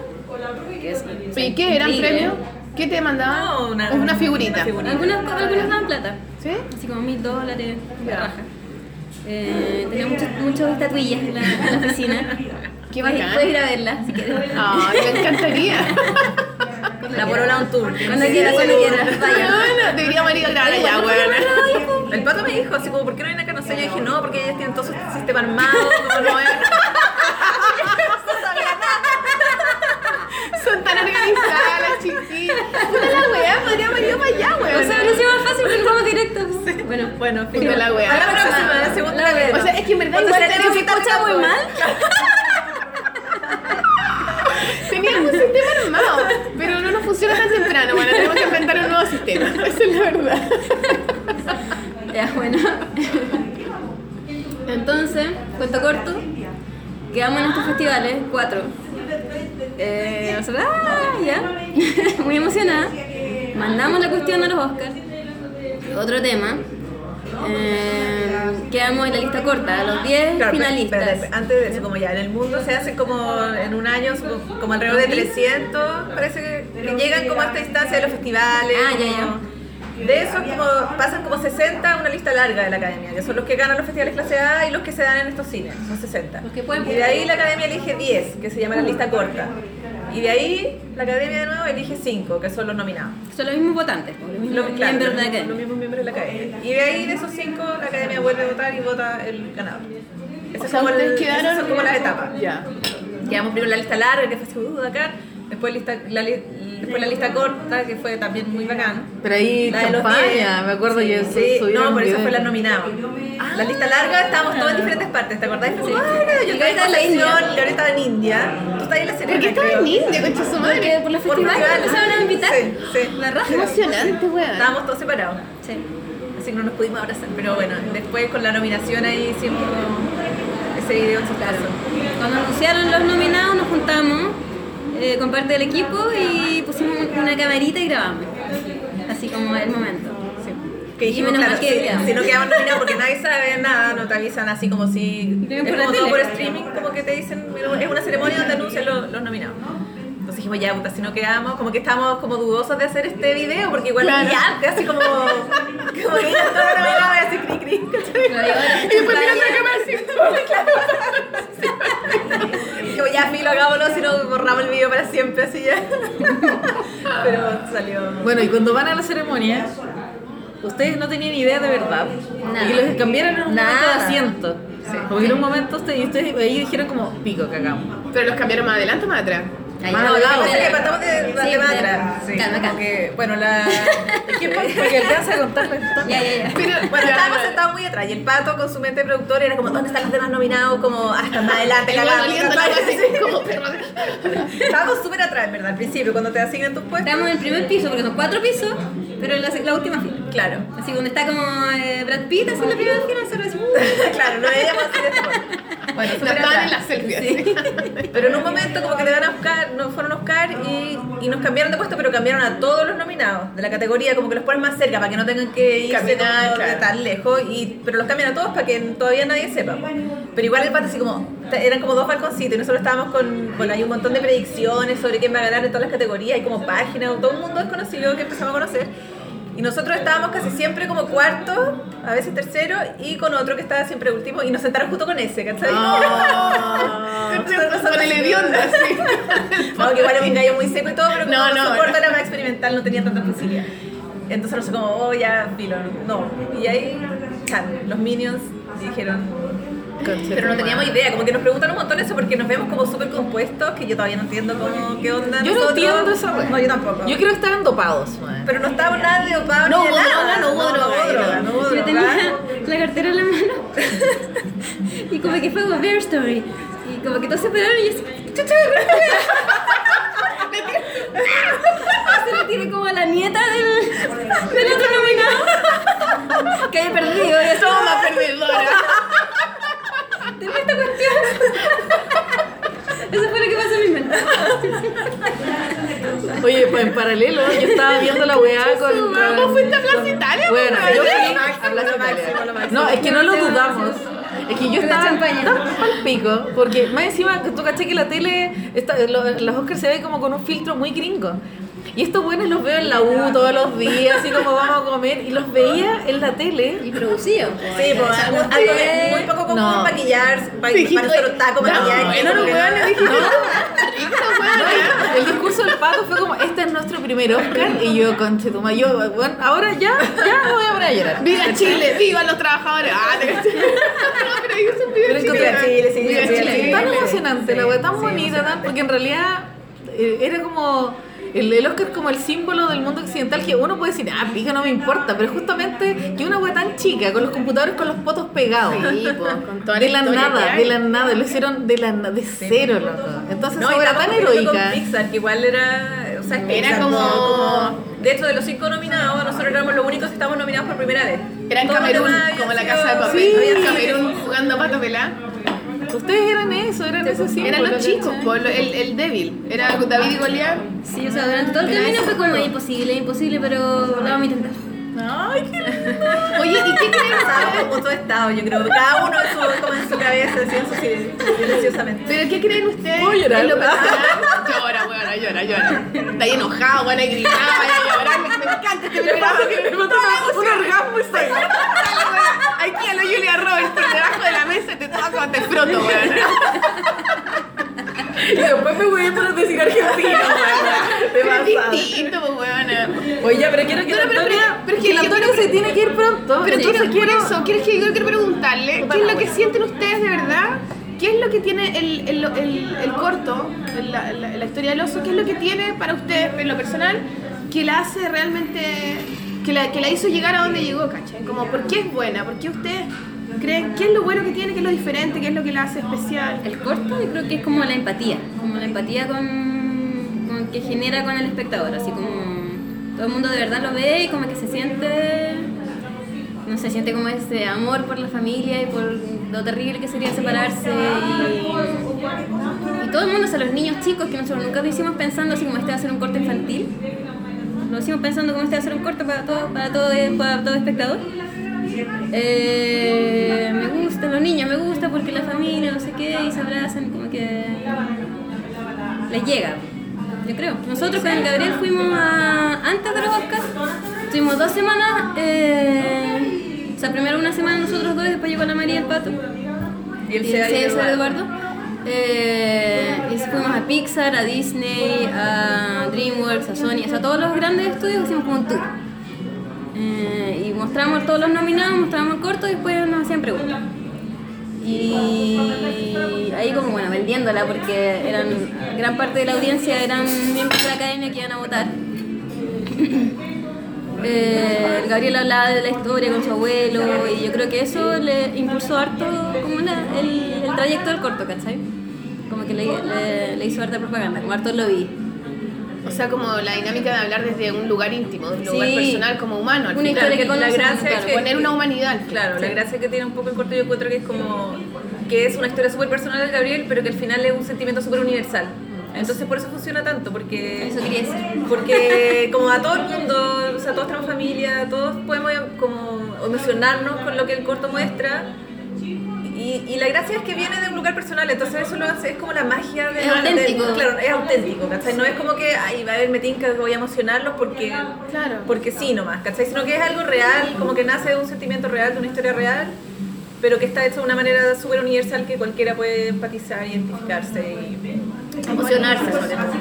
B: Que es-
C: ¿Y qué eran
B: increíble.
C: premios? ¿Qué te mandaban?
D: No, una-
C: una figurita.
D: una figurita.
B: Algunos, algunos daban plata,
C: ¿Sí?
B: así como mil dólares de raja. Eh, tenía muchas, muchas estatuillas en la, en la oficina.
C: Qué
B: Puedes-
C: bacán.
B: Puedes ir a verla si quieres.
C: Ay, me encantaría.
B: La porola un tour. Cuando quieras, cuando quieras, vaya.
C: Bueno, deberíamos ir a grabar allá, weón.
D: El pato me dijo, así como, ¿por qué no vienen acá? No sé, yo dije, no, porque ellas tienen todo su sistema armado, como no es.
C: Son tan organizadas las chiquillas. Puta la weá, podríamos ir para allá,
B: O
C: weón.
B: sea, no sido más fácil, pero vamos directo. Bueno,
C: Bueno, puta la
D: A la
C: weá.
D: próxima, la segunda vez.
C: O sea, es que en verdad igual
B: ¿se
C: tenemos-
B: escucha muy mal?
C: teníamos un sistema armado, pero no nos funciona tan temprano. Bueno, tenemos que enfrentar un nuevo sistema. Esa es la verdad.
B: Ya, bueno. Entonces, cuento corto, quedamos en estos festivales, cuatro. Eh, nosotros, ah, ya, muy emocionada. Mandamos la cuestión a los Oscars, otro tema. Eh, quedamos en la lista corta, los 10
D: Claro, pero-
B: finalistas.
D: pero después, antes de eso, como ya en el mundo se hace como en un año, como, como alrededor de 300, parece que, que llegan como a esta instancia de los festivales.
B: Ah, ya, ya.
D: como- De esos como, pasan como 60 una lista larga de la academia, que son los que ganan los festivales clase A y los que se dan en estos cines, son 60.
B: Los que pueden-
D: y de ahí la academia elige 10, que se llama la lista corta. Y de ahí la academia de nuevo elige 5, que son los nominados.
B: Son los mismos votantes, pues, los mismos
D: Lo- claro,
B: miembros de la
D: los
B: academia.
D: mismos miembros de la academia. Y de ahí, de esos cinco, la academia vuelve a votar y vota el ganador. Esas
C: O sea,
D: son como el-
C: ustedes quedaron-
D: esas son como las etapas.
C: Ya.
D: Quedamos primero en la lista larga, que fue Seudú acá. Después, lista, la, li- después la lista corta, que fue también muy bacán.
A: Pero ahí
D: La de los
A: champaña,
D: 10.
A: me acuerdo
D: Sí,
A: que
D: sí.
A: subieron
D: No, por eso
A: videos.
D: fue la nominada. La lista larga estábamos todos en diferentes partes, ¿te acordás? Fue como,
B: Sí.
D: ah, no, yo
B: Yo estaba
D: estaba
B: en
D: en
B: la
D: la
B: India.
D: León estaba en India. Tú estabas en la Serena,
C: ¿Por qué estaba
D: creo.
C: en India, concha su
B: Porque
C: madre?
B: por los
D: Por
B: festivales
D: festivales.
B: empezaron a invitar.
D: Sí, sí.
B: La raja.
C: Qué emocionante, weón.
D: Estábamos todos separados.
B: Sí.
D: Así que no nos pudimos abrazar, pero bueno, después con la nominación ahí hicimos ese video chistoso.
B: Cuando anunciaron los nominados nos juntamos eh, con parte del equipo y pusimos un- una camarita y grabamos. Así como el momento.
D: Que dijimos,
B: Y menos
D: claro,
B: mal que
D: si,
B: grabamos.
D: si no quedamos nominados porque nadie sabe nada, no te avisan así como si...
B: Ven
D: Es
B: por la
D: como
B: tele.
D: todo por streaming, como que te dicen, pero es una ceremonia donde anuncian los, los nominados. Entonces dijimos, ya, puta, si no quedamos, como que estamos como dudosos de hacer este video, porque igual
C: Claro.
D: ya, te así como... Como que ya todo nominado y así cri cri, ¿cachai?
C: Y después mirando la cámara así.
D: Como ya, filo, hagámoslo, si no borramos el video para siempre, así ya. Pero salió...
A: Bueno, y cuando van a la ceremonia, ustedes no tenían idea de verdad.
B: Nada.
A: Y les cambiaron en un momento de
D: Nada.
A: asiento. Como que en un momento ustedes, ustedes ahí dijeron como, pico, cagamos.
C: Pero los cambiaron más adelante o más atrás.
B: Ahí
A: Más
B: no,
D: No, lo que
A: hablado.
D: pasa es que partamos de, de
B: Sí,
D: tema
B: de-
D: atrás. Sí,
B: calma,
D: como
B: calma.
D: que, bueno, la...
A: ¿Qué pasa? Porque alcanza a contar la historia.
B: Ya, ya, ya.
C: Pero,
D: Bueno, estábamos
C: ya,
D: sentados muy atrás y el pato con su mente productora era como, ¿dónde están los demás nominados? Como, hasta más adelante,
C: Igual
D: cagamos.
C: oliendo la
D: ¿cachai?
C: cosa así, como perro.
D: Sí. Estábamos súper atrás, en verdad, al principio, cuando te asignan tus puestos.
B: Estamos en el primer piso porque son cuatro pisos, pero en la, la última fila.
D: Claro.
B: Así donde está como eh, Brad Pitt, así en la primera fila, nosotros así, uh.
D: claro, no veíamos así de fondo. Bueno,
C: La
D: súper
C: estaban en la
D: atrás.
C: selfie así.
D: Pero en un momento como que te van a buscar, nos fueron a buscar y, y nos cambiaron de puesto, pero cambiaron a todos los nominados de la categoría, como que los ponen más cerca para que no tengan que irse
C: Caminar,
D: como de
C: claro.
D: tan lejos, y, pero los cambian a todos para que todavía nadie sepa. Pero igual el pato así como, eran como dos balconcitos y nosotros estábamos con, bueno, hay un montón de predicciones sobre quién va a ganar en todas las categorías, hay como páginas, todo el mundo desconocido que empezamos a conocer. Y nosotros estábamos casi siempre como cuarto, a veces tercero, y con otro que estaba siempre último, y nos sentaron justo con ese, ¿cachai? Oh.
C: Ah, Con el hediondo así.
D: Aunque igual me cayó muy seco y todo, pero como
C: No,
D: no,
C: no,
D: soporte
C: no.
D: era más experimental, no tenía tanta posibilidad. Entonces no sé como, oh, ya, filo, no. Y ahí, chan, los minions dijeron... Pero no teníamos idea, como que nos preguntan un montón eso porque nos vemos como súper compuestos, que yo todavía no entiendo cómo, qué onda.
A: Yo no
D: nosotros.
A: entiendo esa wea.
D: No, yo tampoco.
A: Yo creo que estaban dopados, man.
D: Pero no estábamos nada de opado
A: No
D: ni de
A: hubo
D: nada.
A: droga, no hubo droga,
D: no hubo droga.
B: Yo tenía la cartera en la mano y como que fue como Bear Story. Y como que todos se esperaron y yo así, chucha, Se lo tiene como a la nieta del, del otro nominado. Que haya perdido, yo soy
C: Toma, perdedora.
B: tengo esta cuestión. Eso fue lo que pasó en mi mente.
A: Oye, pues en paralelo, yo estaba viendo la weá con. con-
C: ¿Cómo fuiste a Plaza Italia?
A: Bueno,
C: weón?
A: yo fui
D: Lo máximo,
A: a Plaza
D: lo máximo,
A: Italia.
D: lo máximo.
A: No, es que no lo dudamos. Es que yo
B: Con la
A: estaba
B: champaña.
A: tan pal pico, porque más encima tú caché que la tele, está, lo- las Oscars se ve como con un filtro muy gringo. Y estos buenos los veo en la U todos los días, así como vamos a comer. Y los veía en la tele.
B: Y producido.
D: Sí, pues algo, algo de- muy poco común
A: No.
D: maquillarse, pa- para hacer un taco, maquillar.
C: no, no, weón, dije,
A: El discurso del pato fue como: Este es nuestro primer Oscar. Y yo, conche tu madre, yo, bueno, ahora ya, ya me voy a poner a llorar.
C: ¡Viva Chile! ¡Viva los trabajadores! ¡Ah, te caché. No, pero yo soy viva
A: Pero
C: Chile.
A: encontré-
D: Chile, sí,
C: Viva
D: sí,
A: Sí,
D: sí,
C: Chile.
A: tan emocionante, la wea tan bonita, tan- porque en realidad eh, era como. El, el Oscar como el símbolo del mundo occidental que uno puede decir, ah, pica, no me importa, pero justamente que una wea tan chica, con los computadores con los potos pegados.
C: Sí, po, con toda la
A: de la
C: historia que
A: nada,
C: hay.
A: de la nada, lo hicieron de la na- de cero, loco. Entonces,
D: No,
A: esa
D: y
A: wea era
D: estamos
A: tan
D: compitiendo
A: heroica.
D: Con Pixar, que igual era. O sea, es
C: Era
D: Pixar,
C: como-
D: De hecho, de los cinco nominados, nosotros éramos los únicos que estábamos nominados por primera vez.
C: Era en
D: Todos los
C: Camerún,
D: demás habían
C: como la
D: sido-
C: casa de papel.
D: Sí.
C: Había Camerún jugando a pato pelá.
A: Ustedes eran eso, eran ese símbolo.
C: Eran los
A: ¿cachai?
C: chicos, po, lo- el, el débil. Era David y Goliat.
B: Sí, o sea, durante todo el camino fue como imposible, imposible, pero lo vamos a intentar.
D: Ay, qué
C: Oye, ¿y qué creen?
D: Estaba con todo estado, yo creo. Cada uno en su, como en su cabeza, así en su silen- silenciosamente.
C: ¿Pero qué creen ustedes?
A: Puedo llorar.
C: En lo personal? Llora, weona, llora, llora. Está ahí enojado, weona, gritaba, a llorar. Me, me encanta este programa.
A: Un orgasmo y se-
C: Dale, weona. Aquí a lo Julia Roberts, por debajo de la mesa te toco, te froto, weona.
A: Y después me voy a decir Argentina,
C: Pero es distinto, pues, weona.
A: Oye, ya, pero quiero que
C: No,
A: la
C: pero, pero,
A: Antonia,
C: pero es que
A: que la
C: yo
A: Antonia
C: quiero-
A: se tiene que ir pronto.
C: Pero quiero, por
A: entonces
C: eso, quiero que yo quiero preguntarle, ¿qué es lo que sienten ustedes de verdad? ¿Qué es lo que tiene el, el- el- el corto, el- la, la- la historia del oso? ¿Qué es lo que tiene para ustedes en lo personal que la hace realmente, que la, que la hizo llegar a donde llegó, ¿cachai? Como, ¿por qué es buena? ¿Por qué ustedes creen? ¿Qué es lo bueno que tiene? ¿Qué es lo diferente? ¿Qué es lo que la hace especial?
B: El corto yo creo que es como la empatía, como la empatía con, con que genera con el espectador, así como todo el mundo de verdad lo ve y como que se siente, no se siente como este amor por la familia y por lo terrible que sería separarse y, y todo el mundo, o sea, los niños chicos que nosotros nunca lo hicimos pensando así como este va a ser un corte infantil, lo hicimos pensando como este va a ser un corte para todo, para todo, para todo espectador. Eh, me gusta, los niños me gusta porque la familia, no sé qué, y se abrazan, como que les llega, yo creo. Nosotros con el Gabriel fuimos a, antes de los Oscars, estuvimos dos semanas, eh, o sea, primero una semana nosotros dos, y después llegó la María y el Pato,
D: Y el
B: y el
D: César y el
B: César,
D: Eduardo.
B: Eduardo. Eh, y fuimos a Pixar, a Disney, a DreamWorks, a Sony, o sea, todos los grandes estudios hicimos como un tour. Eh, y mostramos todos los nominados, mostramos el corto y después nos hacían preguntas. Y ahí como bueno, vendiéndola porque eran gran parte de la audiencia eran miembros de la academia que iban a votar. Eh, el Gabriel hablaba de la historia con su abuelo y yo creo que eso le impulsó harto como la- el, el trayecto del corto, ¿cachai? Como que le, le- le hizo harta propaganda, como harto lo vi.
C: O sea, como la dinámica de hablar desde un lugar íntimo, desde un
B: Sí.
C: lugar personal, como humano. al
B: Una
C: final.
B: historia que
D: la
B: conocemos,
D: gracia es
B: claro.
D: que-
C: Poner una humanidad.
D: Claro, la gracia que tiene un poco el corto yo encuentro que es como que es una historia súper personal del Gabriel, pero que al final es un sentimiento súper universal. Entonces por eso funciona tanto, porque
B: Mm, Eso quería decir.
D: porque como a todo el mundo, o sea, todos tenemos familia, todos podemos como emocionarnos con lo que el corto muestra. Y, y la gracia es que viene de un lugar personal, entonces eso lo hace, es como la magia de
B: Es auténtico.
D: de- claro, es auténtico, ¿cachai? No es como que, ay, va a ver, me tinca, voy a emocionarlos porque
C: Claro.
D: porque sí nomás, ¿cachai? Sino que es algo real, como que nace de un sentimiento real, de una historia real, pero que está hecho de una manera súper universal que cualquiera puede empatizar, identificarse y emocionarse sobre todo.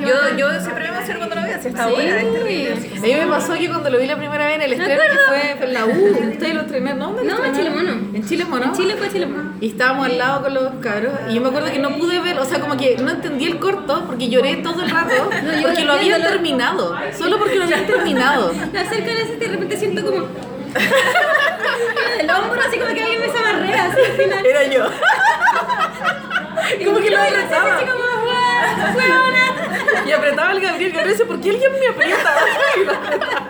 D: Yo, yo siempre me emociono cuando lo veo, si está buena, es terrible. así
A: A
D: como-
A: mí me pasó que cuando lo vi la primera vez en el
B: Me
A: estreno, que
B: acuerdo.
A: fue en la U, ustedes lo estrenaron, ¿no? ¿Dónde lo
B: No, en Chile
A: estrenaron?
B: Mono.
A: ¿En Chile Mono?
B: En Chile fue Chile Mono.
A: Y estábamos al lado con los cabros y yo me acuerdo que no pude ver, o sea, como que no entendí el corto porque lloré todo el rato
B: No, yo
A: porque lo habían
B: viéndolo.
A: terminado, solo porque lo habían terminado.
B: Me acerco a la cesta y de repente siento como. el hombro, así como que alguien me zamarrea, así al final.
D: Era yo.
B: Y como que lo abrazaba. Así como, "Guau, huevona".
A: Y apretaba el Gabriel y Gabriel decía, ¿por qué alguien me aprieta?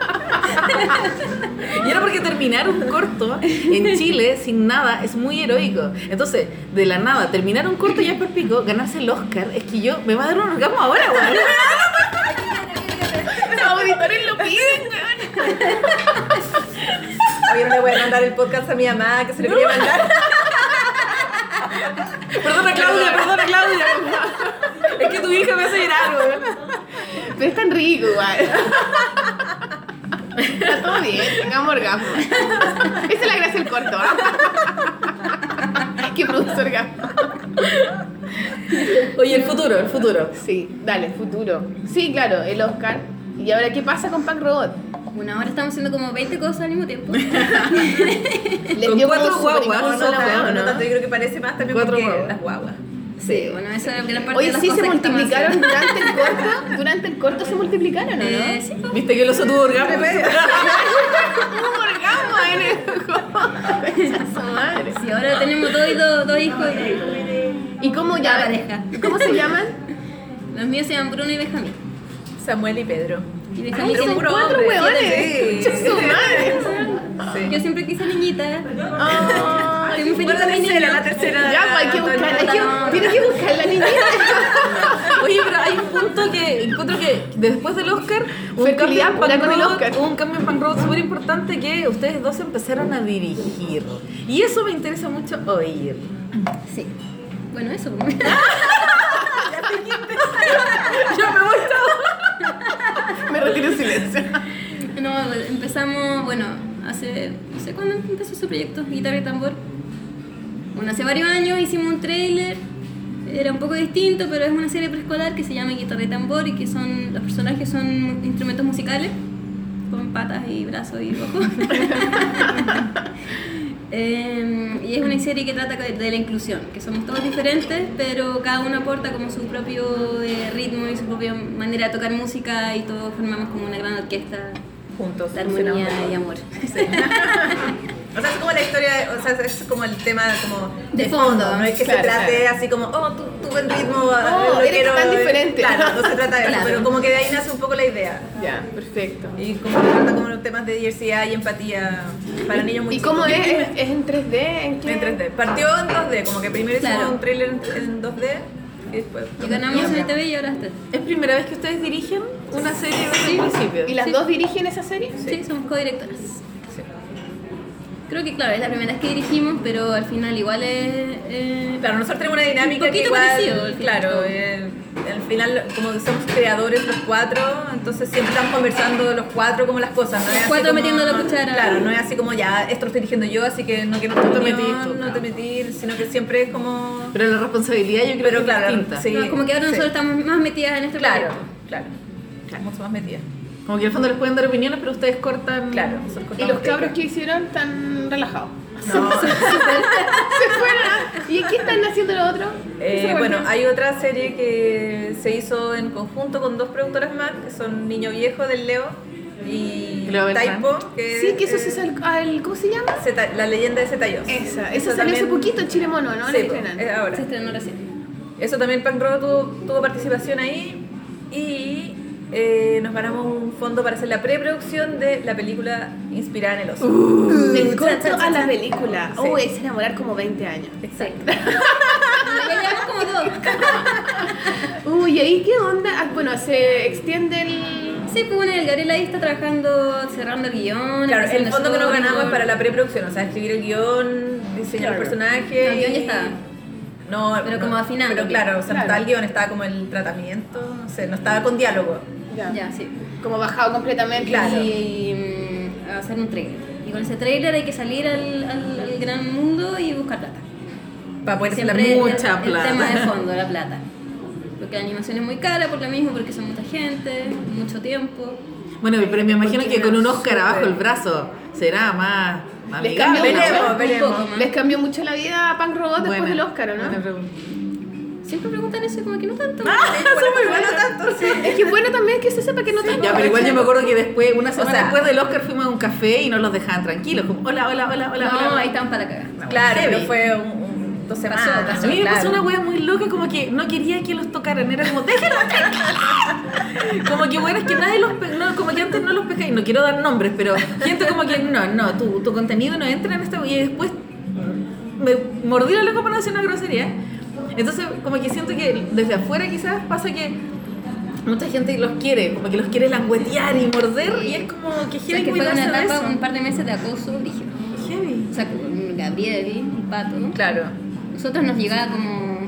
A: Y era porque terminar un corto en Chile sin nada es muy heroico. Entonces, de la nada, terminar un corto ya es perpico, ganarse el Oscar, es que yo me va a dar un orgasmo ahora, güey.
C: Los auditores lo piden,
D: A mí no le voy a mandar el podcast a mi mamá, que se le quería mandar.
A: Perdona Claudia, perdona Claudia. Es que tu hija me hace llorar, güey.
C: Pero es tan rico, pico igual. Está todo bien, tengamos orgasmo. Esa es la gracia del corto. ¿ah? que produce orgasmo.
A: Oye, el futuro, el futuro.
C: Sí, dale, futuro. Sí, claro, el Oscar. ¿Y ahora qué pasa con Pac Robot?
B: Bueno, ahora estamos haciendo como 20 cosas al mismo tiempo.
C: Les
A: Con cuatro
C: como súper
A: guaguas,
C: impulso a la
A: no,
C: weá, ¿o
D: No
C: no?
D: tanto, yo creo que parece más también
A: Cuatro
D: porque
A: huevos.
D: las guaguas.
B: Sí, bueno, esa es la gran parte de
C: Oye,
B: las
C: sí se
B: cosas que estamos
C: multiplicaron
B: haciendo.
C: durante el corto. Durante el corto se multiplicaron, ¿o no?
B: Eh, sí, pues.
A: ¿Viste que el oso tuvo orgasmo?
C: Un orgasmo en el juego. Su madre.
B: Sí, ahora tenemos dos, y dos, dos hijos y dos hijos.
C: ¿Y cómo
B: La
C: ya?
B: pareja.
C: ¿Cómo se llaman?
B: Los míos se llaman Bruno y Benjamín.
D: Samuel y Pedro.
B: Y
C: Ay,
B: Benjamín
C: son
B: es puro
C: cuatro
B: hombre.
C: hueones.
D: sí.
C: Concha Su madre.
B: Yo siempre quise niñita.
C: Ay,
B: Estoy muy feliz
D: Bueno,
B: con
D: la
B: mi
D: tercera,
B: niño.
D: la tercera.
C: Ya, pues hay que buscar, hay
D: Ah.
C: que, tiene que buscar la niña.
A: Oye, pero hay un punto que encuentro que después del Oscar, un
C: Fertilidad
A: cambio
C: pura
A: en
C: con el
A: Pan
C: Oscar.
A: Road, un cambio en Pan Road súper importante que ustedes dos empezaron a dirigir. Y eso me interesa mucho oír.
B: Sí. Bueno, eso.
A: Yo me voy todo.
C: Me retiro en silencio.
B: no, empezamos, bueno, hace, no sé cuándo empezó su proyecto, guitarra y tambor. Bueno, hace varios años hicimos un trailer, era un poco distinto, pero es una serie preescolar que se llama Guitarra y tambor y que son, los personajes son instrumentos musicales, con patas y brazos y ojos. Eh, y es una serie que trata de la inclusión, que somos todos diferentes, pero cada uno aporta como su propio eh, ritmo y su propia manera de tocar música y todos formamos como una gran orquesta
D: juntos.
B: de armonía
D: funcionamos.
B: y amor.
D: O sea, es como la historia, de- o sea, es como el tema como
B: De fondo,
D: No es que
C: claro,
D: se trate así como, oh, tú, tú buen ritmo, ah,
C: Oh,
D: lo
C: eres
D: quiero,
C: tan
D: eh,
C: diferente.
D: Claro, no se trata de eso,
B: Claro.
D: pero como que de ahí nace un poco la idea.
C: Ya, perfecto.
D: Y como se trata como los temas de diversidad y empatía para niños muy
C: ¿Y cómo es?
D: chicos.
C: ¿Es, es en 3D? ¿En qué?
D: En 3D. Partió en 2D, como que primero hicimos
B: Claro.
D: un trailer en, en 2D y después.
B: Y ganamos en el TV y ahora está.
A: ¿Es primera vez que ustedes dirigen una serie desde el principio?
C: ¿Y las
B: Sí.
C: dos dirigen esa serie?
B: Sí, somos codirectoras. Creo que claro, es la primera vez que dirigimos, pero al final igual es... eh,
D: Claro, nosotros tenemos una dinámica
B: Un
D: que
B: poquito
D: igual,
B: parecido, al final.
D: claro, eh, al final como somos creadores los cuatro, entonces siempre estamos conversando los cuatro como las cosas, ¿no?
B: Los
D: Es así
B: cuatro
D: como-
B: metiendo la cuchara.
D: Claro, no es así como ya esto lo estoy dirigiendo yo, así que no quiero tu
A: te
D: opinión,
A: metís tú,
D: no
A: claro.
D: te metí, sino que siempre es como
A: Pero la responsabilidad yo creo
D: Pero
A: que
D: claro,
A: es distinta.
D: sí.
B: no, como que ahora
D: eh, sí.
B: nosotros estamos más metidas en este
D: claro,
B: proyecto.
D: claro, claro, mucho más metida.
A: Como que al fondo les pueden dar opiniones, pero ustedes cortan.
D: Claro, nosotros
C: ¿Y
D: cortamos
C: los
D: el-
C: cabros que hicieron tan relajados?
D: No.
C: ¿Se fueron? ah? ¿Y qué están haciendo los otros?
D: Eh,
C: ¿Se
D: bueno,
C: volvieron?
D: hay otra serie que se hizo en conjunto con dos productoras más, que son Niño Viejo del Leo y
A: Leo Beltrán.
D: Taipo, que
C: Sí, que eso
D: es,
C: se sal- al, ¿Cómo se llama?
D: Zeta- la leyenda de Zetayos.
C: Esa,
D: Eso
C: esa salió hace
D: también-
C: poquito en Chile Mono, ¿no? La
D: Sí,
C: estrenan.
D: eh, ahora.
B: Se estrenó recién.
D: Eso también Pan Rock tuvo, tuvo participación ahí y eh, nos ganamos un fondo para hacer la preproducción de la película inspirada en el oso.
C: Del corto
B: Cha, cha, cha,
C: a la
B: cha.
C: película.
D: Sí.
C: Uy, es enamorar como 20 años.
B: Exacto. Ya llevamos como dos.
C: Uy, ¿y ahí qué onda? Ah, bueno, se extiende el...
B: Sí, pues bueno, el Gabriel ahí está trabajando, cerrando el guión.
D: Claro, el
B: haciendo
D: fondo que nos
B: storyboard.
D: ganamos es para la preproducción, o sea, escribir el guión, diseñar el personaje.
B: No, el guión ya
D: y-
B: estaba.
D: No,
B: Pero
D: no,
B: como afinando,
D: Pero claro, o sea,
C: claro.
D: no estaba el guión, estaba como el tratamiento, no sé, no estaba con diálogo.
B: Ya, sí.
C: Como bajado completamente.
D: Claro.
B: Y mm, hacer un trailer. Y con ese trailer hay que salir al, al- al gran mundo y buscar plata.
D: Para poder hacer la
B: Siempre
D: mu-
A: mucha
B: el,
A: plata.
B: El tema de fondo, la plata. Porque la animación es muy cara por lo mismo, porque son mucha gente, mucho tiempo.
A: Bueno, pero me imagino que con un Oscar
D: Súper.
A: abajo el brazo será más. más
C: Les
A: amigable,
C: cambio
A: ¿no?
C: una
D: Veremos,
B: Un
D: veremos.
B: poco más.
C: Les cambió mucho la vida a Punk Robot después
A: Buena,
C: del Oscar, ¿o
A: buena
C: ¿no?
A: pregunta.
B: Siempre preguntan eso y como que no tanto.
D: Ah, Súper bueno tanto, sí.
C: Es que bueno también que se sepa que no tanto.
A: Ya, pero igual yo me acuerdo que después, una semana
D: sea-
A: después del Oscar, fuimos a un café y nos los dejaban tranquilos. Como, hola, hola, hola, hola.
B: no,
A: hola.
B: ahí están para cagar.
D: Claro,
A: Heavy.
D: pero fue un, un- dos
B: Pasó,
D: semanas.
A: Ah, A mí me
D: claro.
A: pasó una wea muy loca, como que no quería que los tocaran, era como, déjenlos tranquilos". Como que bueno, es que nadie los pe- no, como que antes no los pescaba, y no quiero dar nombres, pero gente como que, no, no, tu, tu contenido no entra en esta wea, y después me mordí la loca para no hacer una grosería. Entonces, como que siento que desde afuera quizás pasa que mucha gente los quiere, como que los quiere languetear y morder, y es como que
B: O sea,
A: heavy
B: que fue una
A: cuidarse de
B: etapa,
A: eso.
B: un par de meses de acoso, dije.
A: Heavy.
B: O sea, con Gabriel, un pato.
D: Claro.
B: Nosotros nos llegaba como.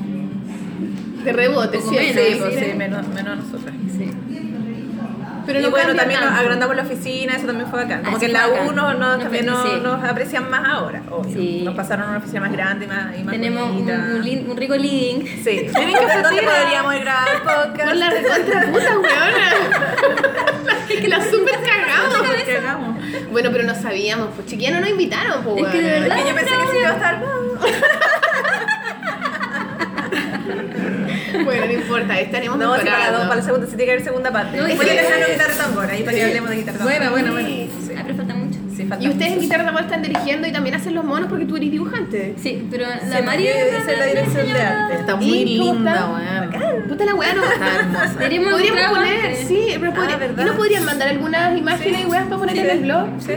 C: De rebote,
B: Un poco
C: sí,
B: menos,
C: sí,
D: Sí, pues,
C: sí.
D: sí, menos, menos a nosotras.
B: Sí.
C: Pero
D: y
C: no
D: bueno,
C: cambia
D: también nos
C: tanto.
D: agrandamos la oficina, eso también fue bacán. Como
B: Ah,
D: que
B: sí,
D: en la
B: fue bacán.
D: U no- no-
B: Nos
D: también
B: fue-
D: no-
B: sí.
D: nos aprecian más ahora, obvio.
B: Sí.
D: Nos pasaron a una oficina más grande y más, y más
B: Tenemos un,
D: bonita.
B: un lin- un rico living.
D: Sí, ¿dónde podríamos ir grabar el podcast?
C: Por la recontra puta, weona. Es que la super cagamos.
D: ¿Qué hagamos? Es
C: Bueno, pero no sabíamos, pues chiquilla no nos invitaron, pues
B: Es que de
C: weona.
B: verdad-
D: que yo pensé que sí iba a estar.
C: Bueno, no importa, ahí estaremos
D: No, sí, para,
C: preparando.
D: dos, para la segunda, sí tiene que haber segunda parte.
B: No, y
D: Voy a
B: sí.
D: dejar una guitarra tambor ahí para que hablemos de guitarra tambor.
A: Bueno, bueno, bueno.
D: Sí,
B: Ah, pero falta mucho.
D: sí, falta
C: Y ustedes en
D: mucho.
C: Guitarra Tambor están dirigiendo y también hacen los monos porque tú eres dibujante.
B: Sí, pero la
D: Sí,
B: María
D: porque esa es la dirección de arte.
A: Está muy
C: ¿Y cómo
A: linda,
C: está?
A: weón.
C: Puta la weá, no
A: Está hermosa.
B: Deberíamos
C: Podríamos
B: entrar
C: poner,
B: antes.
C: sí, pero podría-
D: Ah, ¿verdad?
C: ¿y no podrían mandar algunas imágenes y weas para poner en el blog?
D: Sí,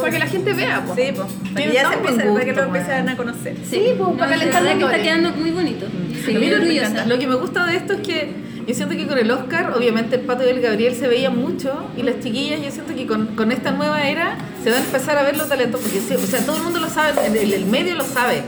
C: Para que la gente vea, pues.
D: sí, pues. Para que
A: Tiene
D: ya se
A: tan buen
D: empiece, para que
A: gusto,
D: lo empiezan a conocer.
C: Sí, pues, para
B: la
C: calentar
B: verdad que está
C: motores.
B: quedando muy bonito. Sí,
A: A mí
B: muy
A: lo que me encanta.
B: orgullosa.
A: Lo que me gusta de esto es que yo siento que con el Oscar, obviamente el Pato y el Gabriel se veían mucho y las chiquillas, yo siento que con, con esta nueva era se va a empezar a ver los talentos, porque sí, o sea, todo el mundo lo sabe, el, el- el medio lo sabe.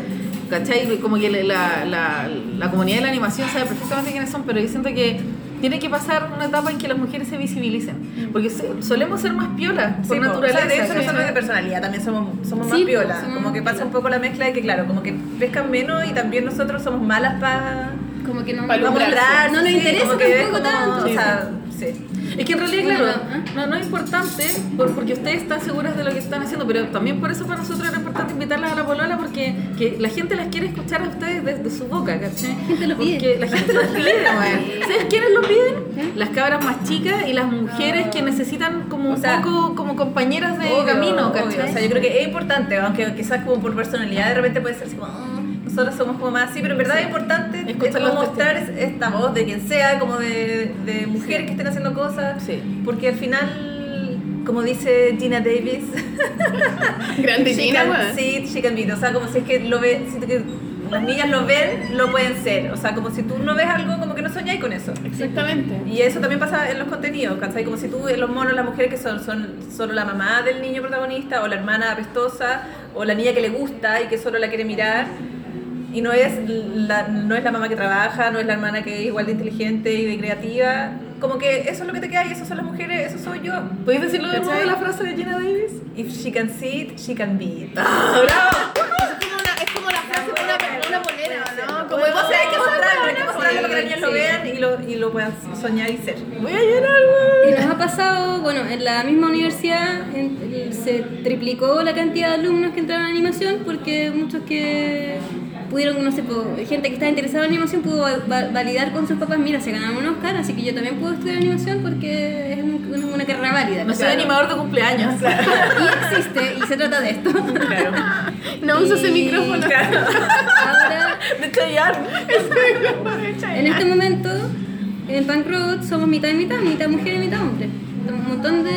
A: ¿Cachai? Como que la, la- la comunidad de la animación sabe perfectamente quiénes son, pero yo siento que tiene que pasar una etapa en que las mujeres se visibilicen. Porque se- solemos ser más piolas por
D: Sí, po.
A: naturaleza.
D: O sea, de hecho,
A: ¿cachai?
D: nosotros de personalidad también somos, somos más
B: Sí, po,
D: piola.
B: somos
D: como
B: más
D: que pasa
B: piola.
D: un poco la mezcla de que, claro, como que pescan menos y también nosotros somos malas para
B: Como que no,
C: Para
B: no
C: lucrarse.
D: mostrar.
B: No nos
D: sí,
B: interesa
D: como que es
B: tampoco
D: como-
B: tanto.
D: O sea, sí.
A: Es que en realidad,
B: Bueno,
A: claro,
D: ¿eh?
A: no, no es importante por- porque ustedes están seguras de lo que están haciendo, pero también por eso para nosotros era importante invitarlas a la polola porque que la gente las quiere escuchar a ustedes desde su boca, ¿cachai? La
B: gente lo pide.
A: Porque la gente lo pide, weón. ¿Sabes quiénes lo
D: ¿Eh?
A: piden? Las cabras más chicas y las mujeres que necesitan como
D: O
A: un
D: sea,
A: poco como compañeras de
D: Obvio,
A: camino,
D: obvio.
A: ¿cachai?
D: O sea, yo creo que es importante, aunque quizás como por personalidad de repente puede ser así como, "Ah, nosotros somos como más así, pero en verdad es importante
A: Escuchar
D: como
A: los
D: mostrar esta voz de quien sea, como de, de mujeres que estén haciendo cosas,
A: Sí.
D: porque al final, como dice Gina Davis,
C: Grande
D: she
C: Gina,
D: can,
C: weón.
D: sí, she can be it. o sea, como si es que lo ve, si que las niñas lo ven, lo pueden ser, o sea, como si tú no ves algo, como que no soñáis con eso.
C: Exactamente.
D: Y eso también pasa en los contenidos, ¿cachai? Como si tú, los monos, las mujeres que son, son solo la mamá del niño protagonista, o la hermana apestosa, o la niña que le gusta y que solo la quiere mirar. Y no es la, no es la mamá que trabaja, no es la hermana que es igual de inteligente y de creativa. Como que eso es lo que te queda y esas son las mujeres, eso soy yo.
A: ¿Puedes decirlo de nuevo
D: ¿Cachai?
A: la frase de Gina Davis?
D: If she can see it, she can be it.
C: Es como una- Es como la frase de una, una polera, ¿no? Como
D: o sea, hay que
C: "Oh,
D: mostrarlo, hay que
C: weona,
D: mostrarlo
C: sí,
D: para que las niñas lo
C: sí.
D: vean y lo, y lo puedan soñar y ser.
A: Voy a llorar, weón.
B: Y nos ha pasado, bueno, en la misma universidad en- se triplicó la cantidad de alumnos que entraron a animación porque muchos que pudieron, no sé, po- gente que estaba interesada en animación pudo va- va- validar con sus papás, mira, se ganaron un Oscar, así que yo también puedo estudiar animación porque es un- un- una carrera válida.
A: No soy
B: Claro.
A: animador de cumpleaños.
B: Y existe, y se trata de esto.
C: No uso ese micrófono.
B: Ahora,
A: De chayar.
B: en este momento, en Punk Road somos mitad y mitad, mitad mujer y mitad hombre. Un montón de,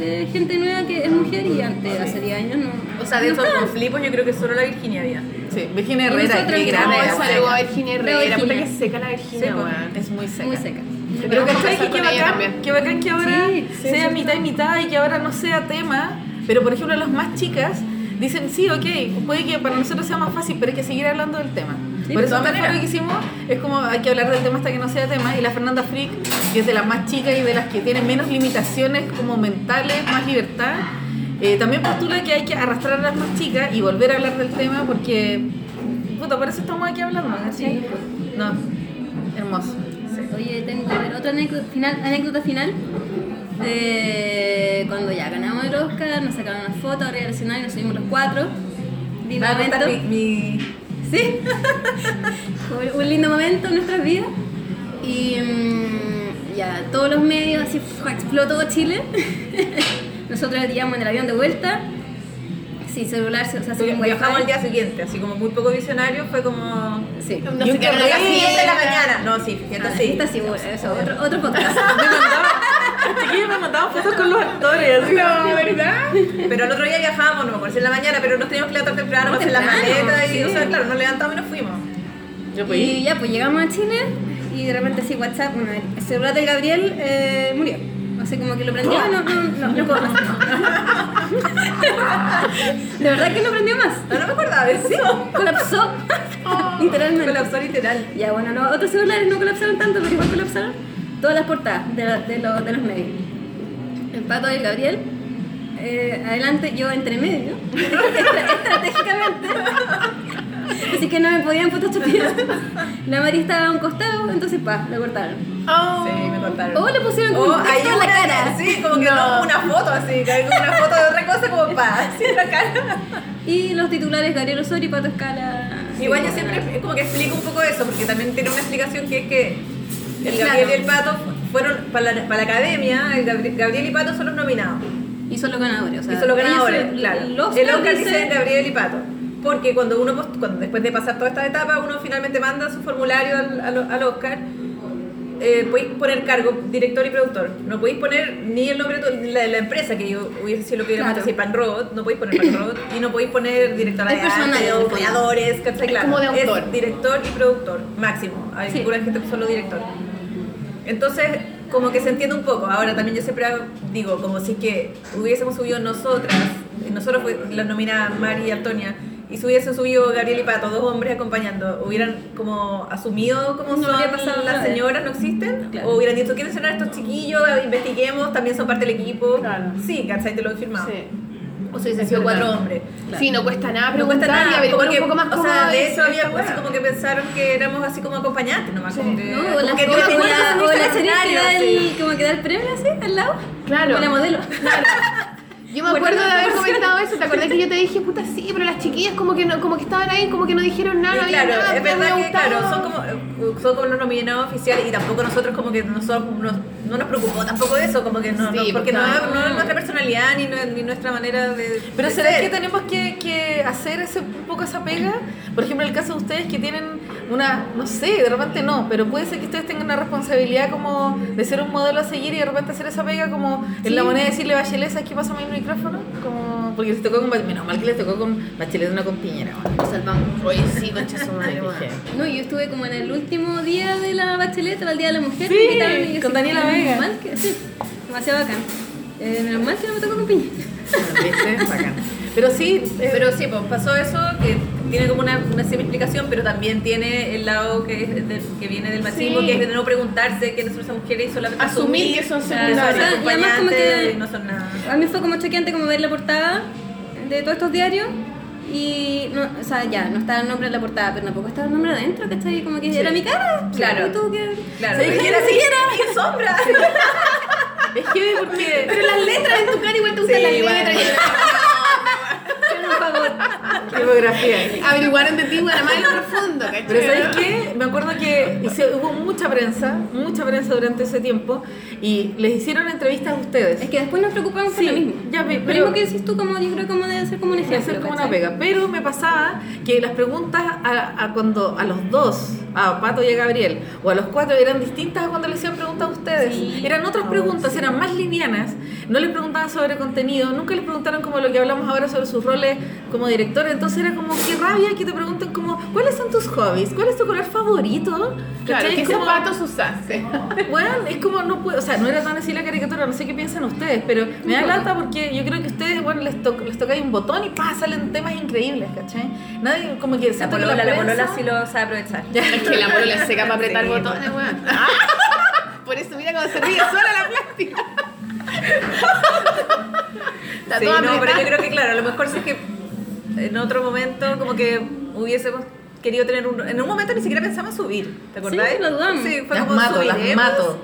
B: de gente nueva que es mujer y antes, hace 10 años, no.
D: O sea, de esos flipos yo creo que solo la Virginia había.
A: Sí, Virginia
B: Y
A: Herrera,
B: nosotros
A: qué
B: no,
A: grande.
C: No,
B: Herrera,
C: eso
B: seca.
C: llegó a Virginia Herrera.
B: Pero
C: Puta que
B: Virginia.
C: seca la Virginia, weón.
A: Es muy seca.
B: Muy seca.
A: Pero
C: Vamos a
A: ¿cachai?
C: conversar
A: que
C: con ella
A: bacán,
C: también.
A: que bacán que ahora
B: Sí, sí,
A: sea
B: sí,
A: mitad y mitad y que ahora no sea tema. Pero por ejemplo, las más chicas dicen, sí, ok, puede que para nosotros sea más fácil, pero hay que seguir hablando del tema.
B: Sí,
A: por
B: de
A: eso
B: todas
A: tal cual
B: maneras.
A: lo que hicimos es como hay que hablar del tema hasta que no sea tema. Y la Fernanda Frick, que es de las más chicas y de las que tiene menos limitaciones como mentales, más libertad, eh, también postula que hay que arrastrar a las más chicas y volver a hablar del tema porque, puta, por eso estamos aquí hablando. ¿cachai?
B: Sí.
A: No, hermoso.
B: Oye, tengo a ver, otra anécdota final. Anécdota final. Eh, cuando ya ganamos el Oscar, nos sacaron una foto arriba del escenario y nos subimos los cuatro. Lindo
D: Va a
B: momento.
D: contar mi, mi-
B: Sí. Fue un lindo momento en nuestras vidas. Y mm, ya, todos los medios, así ¡fua! explotó Chile. Nosotros llegamos en el avión de vuelta. Sin celular, se- o sea, sin
D: Porque viajamos
B: wifi.
D: al día siguiente, así como muy poco visionario, fue como...
B: Sí.
C: No
A: Yo
C: se quedaron
A: querría-
C: a las
D: siete de la
C: fiestas.
D: mañana. No, sí,
B: Ah,
D: fiesta sí.
B: esta sí, bueno, eso, otro, otro podcast.
A: Chiquillos me mandaban fotos con los actores. así como-
C: No, ¿verdad?
D: Pero el otro día viajábamos, no me acuerdo si en la mañana, pero nos teníamos que levantar temprano,
B: Muy
D: hacer la
B: temprano,
D: maleta y,
B: sí.
D: o sea, claro, nos levantamos y nos fuimos.
B: Y ya, pues llegamos a Chile y de repente así WhatsApp, bueno, el celular del Gabriel eh, murió. O sea, como que lo prendió y no, no, no, no puedo más. De verdad que no prendió más.
D: No, no me acordaba de eso.
B: Colapsó. Literalmente.
D: Colapsó literal.
B: Ya, bueno, los otros celulares no colapsaron tanto, pero igual colapsaron. todas las portadas de, la- de lo- de los medios. El pato del Gabriel, eh, adelante, yo entre medio, estra- estratégicamente. Así que no me podían photoshopear. La María estaba a un costado, entonces pa, lo cortaron.
C: Oh.
D: Sí, me contaron.
B: O le pusieron
D: O
B: como un
D: hay
B: texto en la
D: Oh, una-
B: cara.
D: Sí, como que no. una foto así, que hay una foto de otra cosa como para así en la cara.
B: Y los titulares Gabriel Osorio y Pato Escala.
D: Igual yo siempre como que explico un poco eso, porque también tiene una explicación que es que el Gabriel y el Pato fueron para la, para la academia, el Gabri- Gabriel y Pato son los nominados.
B: Y son los ganadores, o sea.
D: y son los
B: ellos
D: ganadores,
B: son-
D: claro. El
B: los
D: Oscar
B: dice-
D: dice Gabriel y Pato. Porque cuando uno, post- cuando después de pasar toda esta etapa, uno finalmente manda su formulario al, al- al Oscar, eh, podéis poner cargo, director y productor. No podéis poner ni el nombre de tu- la, la empresa, que yo hubiese sido lo que hubiera
B: Claro.
D: así, Pan Robot, no podéis poner Pan Robot, y no podéis poner directora
B: El
D: de arte
B: personaje,
D: o
B: en el fondo.
D: creadores, ¿cachai? Claro,
C: como de autor.
D: Es director y productor, máximo. Hay
B: Sí.
D: alguna gente que solo director. Entonces, como que se entiende un poco. Ahora también yo siempre hago- digo, como si es que hubiésemos subido nosotras, nosotros fue- las nominadas Mari y Antonia, y si hubiesen subido Gabriel y Pato, dos hombres acompañando, hubieran como asumido como
B: No,
D: solía pasar
B: no,
D: las
B: no,
D: señoras, no existen,
B: Claro.
D: o hubieran dicho, ¿quiénes son estos chiquillos? Investiguemos, también son parte del equipo.
C: Claro.
D: Sí, ¿cachai? Te lo he firmado.
C: Sí.
D: O si hubiesen sido cuatro hombres.
C: Sí, no cuesta nada
D: No cuesta
C: preguntar y
D: nada,
C: averiguar
D: como que,
C: un poco más
D: o
C: cómo
D: sea, de
C: es
D: eso había
C: esta
D: pues,
C: weá.
D: como que pensaron que éramos así como acompañantes nomás, como que,
B: No,
D: como
B: o la,
D: que
B: o
D: yo
B: la-
D: tenía
B: o la- o la serie
D: el
B: que
D: escenario,
B: da el-
D: sí.
B: como que da el premio así, al lado.
C: Claro.
B: Como la modelo.
C: Yo me acuerdo de
B: Guardando
C: haber
B: proporciones.
C: comentado eso, ¿te acordás que yo te dije, puta, sí, pero las chiquillas como que no, como que estaban ahí, como que no dijeron nada, no
D: Ah, Y
C: había
D: claro,
C: nada,
D: es
C: pero
D: verdad
C: me
D: que claro,
C: gustaba.
D: son como, eh, son como los nominados oficiales y tampoco nosotros como que nosotros nos, no nos preocupó tampoco eso, como que no,
C: Sí,
D: no-
C: pues,
D: porque no,
C: claro.
D: no es nuestra personalidad ni, nue- ni nuestra manera de
A: Pero
D: de
A: ¿será
D: ser.
A: que tenemos que, que hacer ese, un poco esa pega? Por ejemplo, el caso de ustedes que tienen una, no sé, de repente no, pero puede ser que ustedes tengan una responsabilidad como de ser un modelo a seguir y de repente hacer esa pega como en la moneda decirle Bachelet, ¿sabes qué pasa mi micrófono? Como, porque les tocó con, Ba- menos mal que les tocó con Bachelet, no con Piñera. bueno.
B: Nos salvamos.
C: Oye, sí, concha su madre, weón.
B: No, yo estuve como en el último día de la bacheleta, el día de la mujer.
A: Sí,
B: me invitaron y yo
A: con
B: así,
A: Daniela
B: menos
A: Vega.
B: mal que- sí, demasiado bacán. Eh, menos mal que no me tocó con piña.
A: ¿Viste? Bacán. Pero sí, eh,
D: Pero sí, pues pasó eso, que tiene como una, una semi-explicación, pero también tiene el lado que, es del- que viene del machismo,
C: Sí.
D: que es de no preguntarse quiénes son esas mujeres y solamente
C: Asumir que son
D: claro,
C: secundarias.
D: son
B: O sea, y además
D: acompañantes
B: como que-
D: y no son nada.
B: A mí fue como choqueante como ver la portada de todos estos diarios y no, o sea, ya, no estaba el nombre en la portada, pero tampoco estaba el nombre adentro, ¿cachai? Como que era mi cara.
D: Claro.
B: Y tú que
D: Claro,
A: Sí,
D: y
A: claro,
D: era así,
A: sí.
D: era, y sombra.
A: es que porque...
C: Pero las letras en tu cara igual te gustan
D: Sí,
C: las
D: igual.
C: letras.
A: Tipografía.
C: y- Averiguaron de ti, weón, más en lo profundo, ¿cachai?
A: Pero ¿sabes qué? Me acuerdo que hice- hubo mucha prensa, mucha prensa durante ese tiempo y les hicieron entrevistas a ustedes.
B: Es que después nos preocupamos por
A: Sí,
B: lo mismo.
A: ya ve,
B: Lo
A: pero-
B: mismo que decís tú, como yo creo como debe ser como un
A: que
B: ejemplo.
A: hacer como una
B: ¿cachai?
A: pega. Pero me pasaba que las preguntas a, a cuando a los dos, a Pato y a Gabriel, o a los cuatro, eran distintas a cuando les hacían preguntas a ustedes.
B: Sí.
A: Eran otras preguntas, eran más livianas. No les preguntaban sobre contenido, nunca les preguntaron como lo que hablamos ahora sobre sus roles como director. Entonces era como, qué rabia que te pregunten como, ¿cuáles son tus hobbies? ¿Cuál es tu color favorito?
C: Claro,
A: ¿Cachai?
C: ¿qué
A: Como-
C: zapatos usaste?
A: Bueno, es como no puedo, o sea, no era tan así la caricatura, no sé qué piensan ustedes, pero me da lata porque yo creo que ustedes, bueno, les, toca les toca ahí un botón y pa, salen temas increíbles, ¿cachai? Nadie, como que
D: La
A: siento que
D: polola, la
A: prensa-
D: polola sí lo sabe aprovechar.
C: Es que la polola es seca para apretar
D: Sí,
C: botones, weón. Por eso mira cómo se ríe sola la plástica. Está
D: Sí,
C: toda
D: no, pero
C: apretada.
D: yo creo que claro, a lo mejor sí que en otro momento como que hubiésemos querido tener un... En un momento ni siquiera pensamos subir, ¿te acordás?
B: Sí, lo dudamos.
D: Sí, fue
A: Las
D: como
A: mato, las
D: subiremos.
A: mato.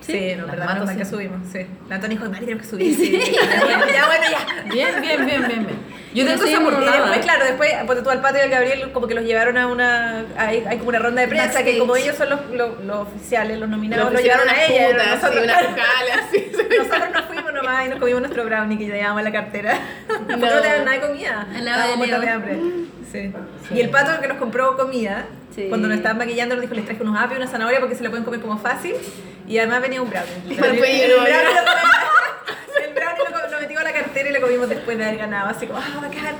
D: Sí,
B: Sí,
D: no,
A: las
D: verdad,
A: mato,
D: verdad
A: sí.
D: que subimos, sí. La Antonia dijo, Mari, tenemos que subir. Sí, Ya, bueno, ya, bueno, ya.
A: Bien, bien, bien, bien, bien. Yo
B: Pero
A: tengo
B: sí,
A: esa
B: no,
D: Y
A: portada.
D: después, claro, después, ponte tú al patio del Gabriel, como que los llevaron a una. Hay, hay como una ronda de prensa,
B: Backstage.
D: que como ellos son los, los, los oficiales, los nominados,
C: Lo
D: los, llevaron a ella.
C: putas,
D: nosotros,
C: y unas calas, sí.
D: nosotros nos fuimos nomás y nos comimos nuestro brownie que llevábamos en la cartera. No, no te daban nada de comida.
B: Al lado
D: Estábamos
B: de
D: muertas
B: Leo.
D: de hambre. Sí. Y el pato que nos compró comida,
B: Sí.
D: cuando nos estaban maquillando, nos dijo: les traje unos apios, una zanahoria porque se lo pueden comer como fácil. Y además venía un brownie. El brownie,
C: Después
D: el
C: yo lo
D: brownie
C: vi.
D: lo comimos- el brownie lo com- lo metimos a la cartera y lo comimos después de haber ganado. Así como, ¡ah, bacán!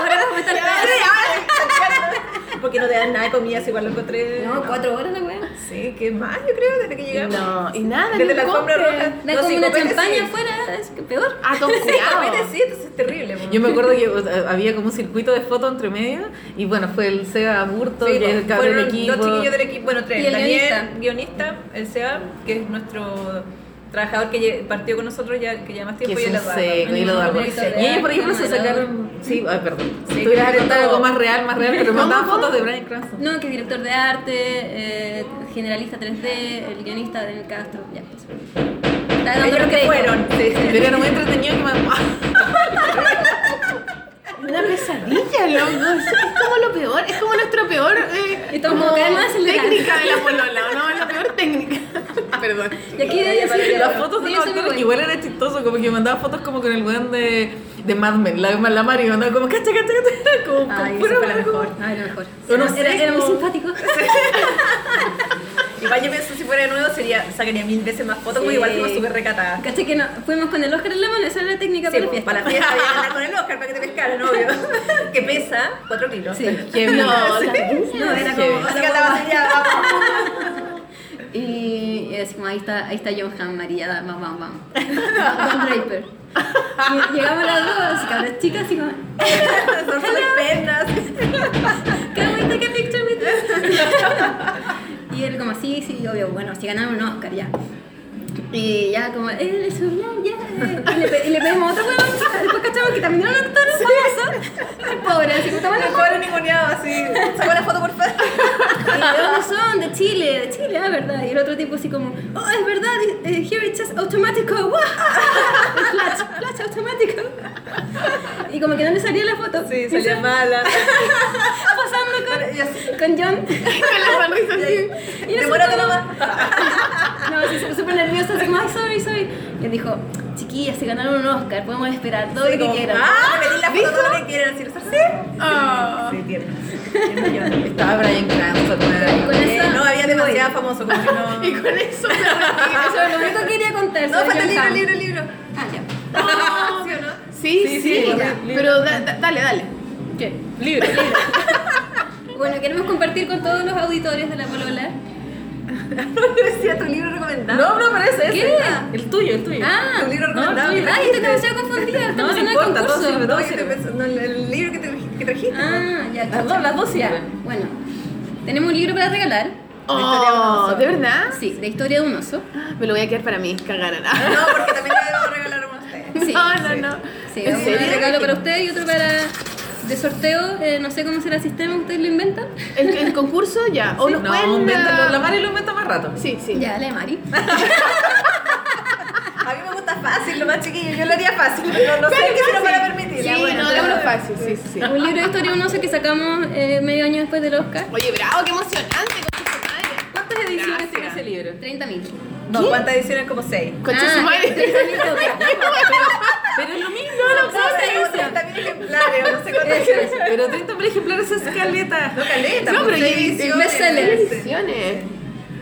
B: Ahora vamos a estar
D: Porque no te dan nada de comida, así igual lo encontré.
B: No, cuatro horas la weá.
D: Sí, sé, ¿qué más? Yo creo, desde que llegamos.
C: No, y nada,
D: Desde
C: ni
D: la alfombra
C: compren.
D: roja.
B: Da
D: No,
B: como
D: sí,
B: una
D: copete,
B: champaña
D: sí.
B: afuera, es que peor.
C: Ah, todo
D: Sí, copete,
C: cuidado.
D: sí, entonces es terrible. po.
A: Yo me acuerdo que pues, eh, había como un circuito de fotos entre medio y bueno, fue el Seba Burto,
D: Sí,
A: que es el
D: po.
A: cabrón del
D: Fueron
A: equipo.
D: Los chiquillos del equipo, bueno, tres.
B: Y el
D: Daniel, guionista. el Seba, que es nuestro trabajador que lle- partió con nosotros ya, que ya más
A: que
D: tiempo
A: es
D: y
A: un
D: el
A: seco, y lo
B: Eduardo.
A: Eduardo. Y ellos, por ejemplo, se
B: Cámara.
A: sacaron. Sí, ay, perdón.
D: Sí,
A: Tú ibas a
D: de
A: contar
D: todo.
A: algo más real, más real, pero
C: ¿Cómo,
A: mandaban
C: cómo?
A: fotos de Brian Cranston.
B: No, que es director de arte, eh, generalista 3D, el guionista Daniel Castro, ya. eso. Está dando
D: Ellos
B: los
D: que
B: créditos.
D: fueron. Sí, sí.
A: Pero era muy entretenido que me.
C: Una pesadilla, loco. Es es como lo peor, es como nuestro peor. eh,
B: Y todos como caen más en la-
C: técnica de la polola, ¿o ¿no? La peor técnica. Perdón.
B: Y aquí de
A: Y Las fotos de
B: Sí,
A: los
B: eso me
A: actores
B: cuenta.
A: igual era chistoso, como que mandaba fotos como con el weón de, de Mad Men, la, la Mari, mandaba como cacha, cacha, cacha, como
B: Ay,
A: como
B: eso
A: pura
B: fue la
A: weá, como-
B: mejor. Ay, la mejor.
A: Yo no
B: Era-
A: sé,
B: era, era muy
A: como-
B: simpático.
D: Igual yo pienso, si fuera de nuevo, sería, sacaría mil veces más fotos,
B: Sí.
D: porque igual fuimos súper recatadas.
B: Caché que no, fuimos con el Oscar en la mano, esa era la técnica
D: Sí,
B: para la
D: pues,
B: fiesta.
D: para la fiesta voy a andar con el Oscar para que te pescaran, obvio. que pesa 4 kilos.
B: Sí.
A: Qué bien.
C: No, la-
B: No, era como...
D: Así que andaba así ya, vamos.
B: Y era así como, ahí está, ahí está John Hamm, María, da- bam, bam, bam. Don Draper. Y llegamos las dos, así que las chicas, así como,
D: Son súper pernas.
B: can we take a picture with this? Y él como, sí, sí, obvio, bueno, si ganamos un Oscar, ya. Y ya como, eh, le subió, ya, eh. y le, pe- y le pedimos otro huevo, después cachamos que también era un actor famoso, el pobre, así como, estaba en
D: Los pobres ninguneados así. Saca la foto, por favor.
B: ¿Y de dónde son? De Chile, de Chile, ah, verdad. Y el otro tipo así como, oh, es verdad, eh, here it says automático, wow. flash, flash automático. Y como que no le salía la foto.
D: Sí,
B: Y
D: salía
B: se-
D: mala.
B: Pasando con, con John.
C: Con la sonrisa así.
B: Y nosotros-
D: Demórate nomás.
B: No, sí, súper- súper nerviosa, así como, ay, sorry, sorry. Y él dijo, chiquillas, se ganaron un Oscar, podemos esperar todo lo que quieran.
D: Ah, metí la foto, todo lo que quieran así. Sí,
C: Oh.
D: tierno.
A: Estaba Brian Cranston, weón.
B: Con
D: Eh,
B: eso,
D: No, había demasiado famoso, como que no.
C: Y con eso la
B: eso es lo único que quería contar.
D: No,
B: sobre
D: falta el
B: John Hamm.
D: libro, el libro, el libro.
B: Ah, ya.
D: ¿Sí o no?
C: Sí, sí,
A: sí,
C: ya.
A: li- li-
C: Pero da- da- dale, dale.
A: ¿Qué? Libre.
B: Bueno, queremos compartir con todos los auditores de La Polola.
D: Decía tu libro recomendado.
A: No, no, pero ese, ese.
B: ¿Qué?
A: El tuyo, el tuyo.
B: Ah,
D: Tu libro
A: no,
D: recomendado.
A: tú-
D: mi
B: Ay, estoy
D: trajiste.
B: demasiado confundida.
A: No,
B: Estamos
A: no
B: haciendo el
A: importa,
B: concurso.
A: todo sirve, todo
D: No, yo te pensé- no, el- el libro que te que trajiste.
B: Ah, ya.
A: Las dos,
B: cacho.
A: las dos
B: Ya.
A: sirven.
B: Bueno, tenemos un libro para regalar.
C: Oh, ¿de verdad?
B: Sí, de historia de un oso.
C: Me lo voy a quedar para mí, cagarán.
D: No, porque también le vamos a regalar uno a ustedes.
B: Sí.
C: No, no, no.
B: Sí,
C: ¿En
B: un
C: serio?
B: regalo para ustedes y otro para de sorteo. Eh, no sé cómo será el sistema, ustedes lo inventan.
C: El, el concurso ya. O
A: Sí,
C: nos
A: no,
C: pueden.
A: invéntalo,
C: ah,
A: la Mari lo inventa más rato.
C: Sí, sí.
B: Ya, la de Mari.
D: A mí me gusta fácil, lo más chiquillo. Yo lo haría fácil, pero no sé qué se lo van a permitir.
C: Sí, no, hagámoslo fácil. Sí, sí, sí.
B: Un libro de historia de un oso que sacamos eh, medio año después del Oscar.
C: Oye, bravo, qué emocionante. Concha su madre.
A: ¿Cuántas ediciones tiene ese libro?
B: 30.000.
D: No, ¿cuántas ediciones? Como seis.
C: Concha
B: Ah,
C: su madre.
B: 30.000 copias.
A: Pero es lo mismo.
D: No, no, no, también ejemplares, no sé cuántas.
A: Pero 30 mil ejemplares es caleta.
D: No, caleta,
C: No, pero
D: pues, seis
C: ya-
D: ediciones.
B: bestseller.
C: Felicitaciones.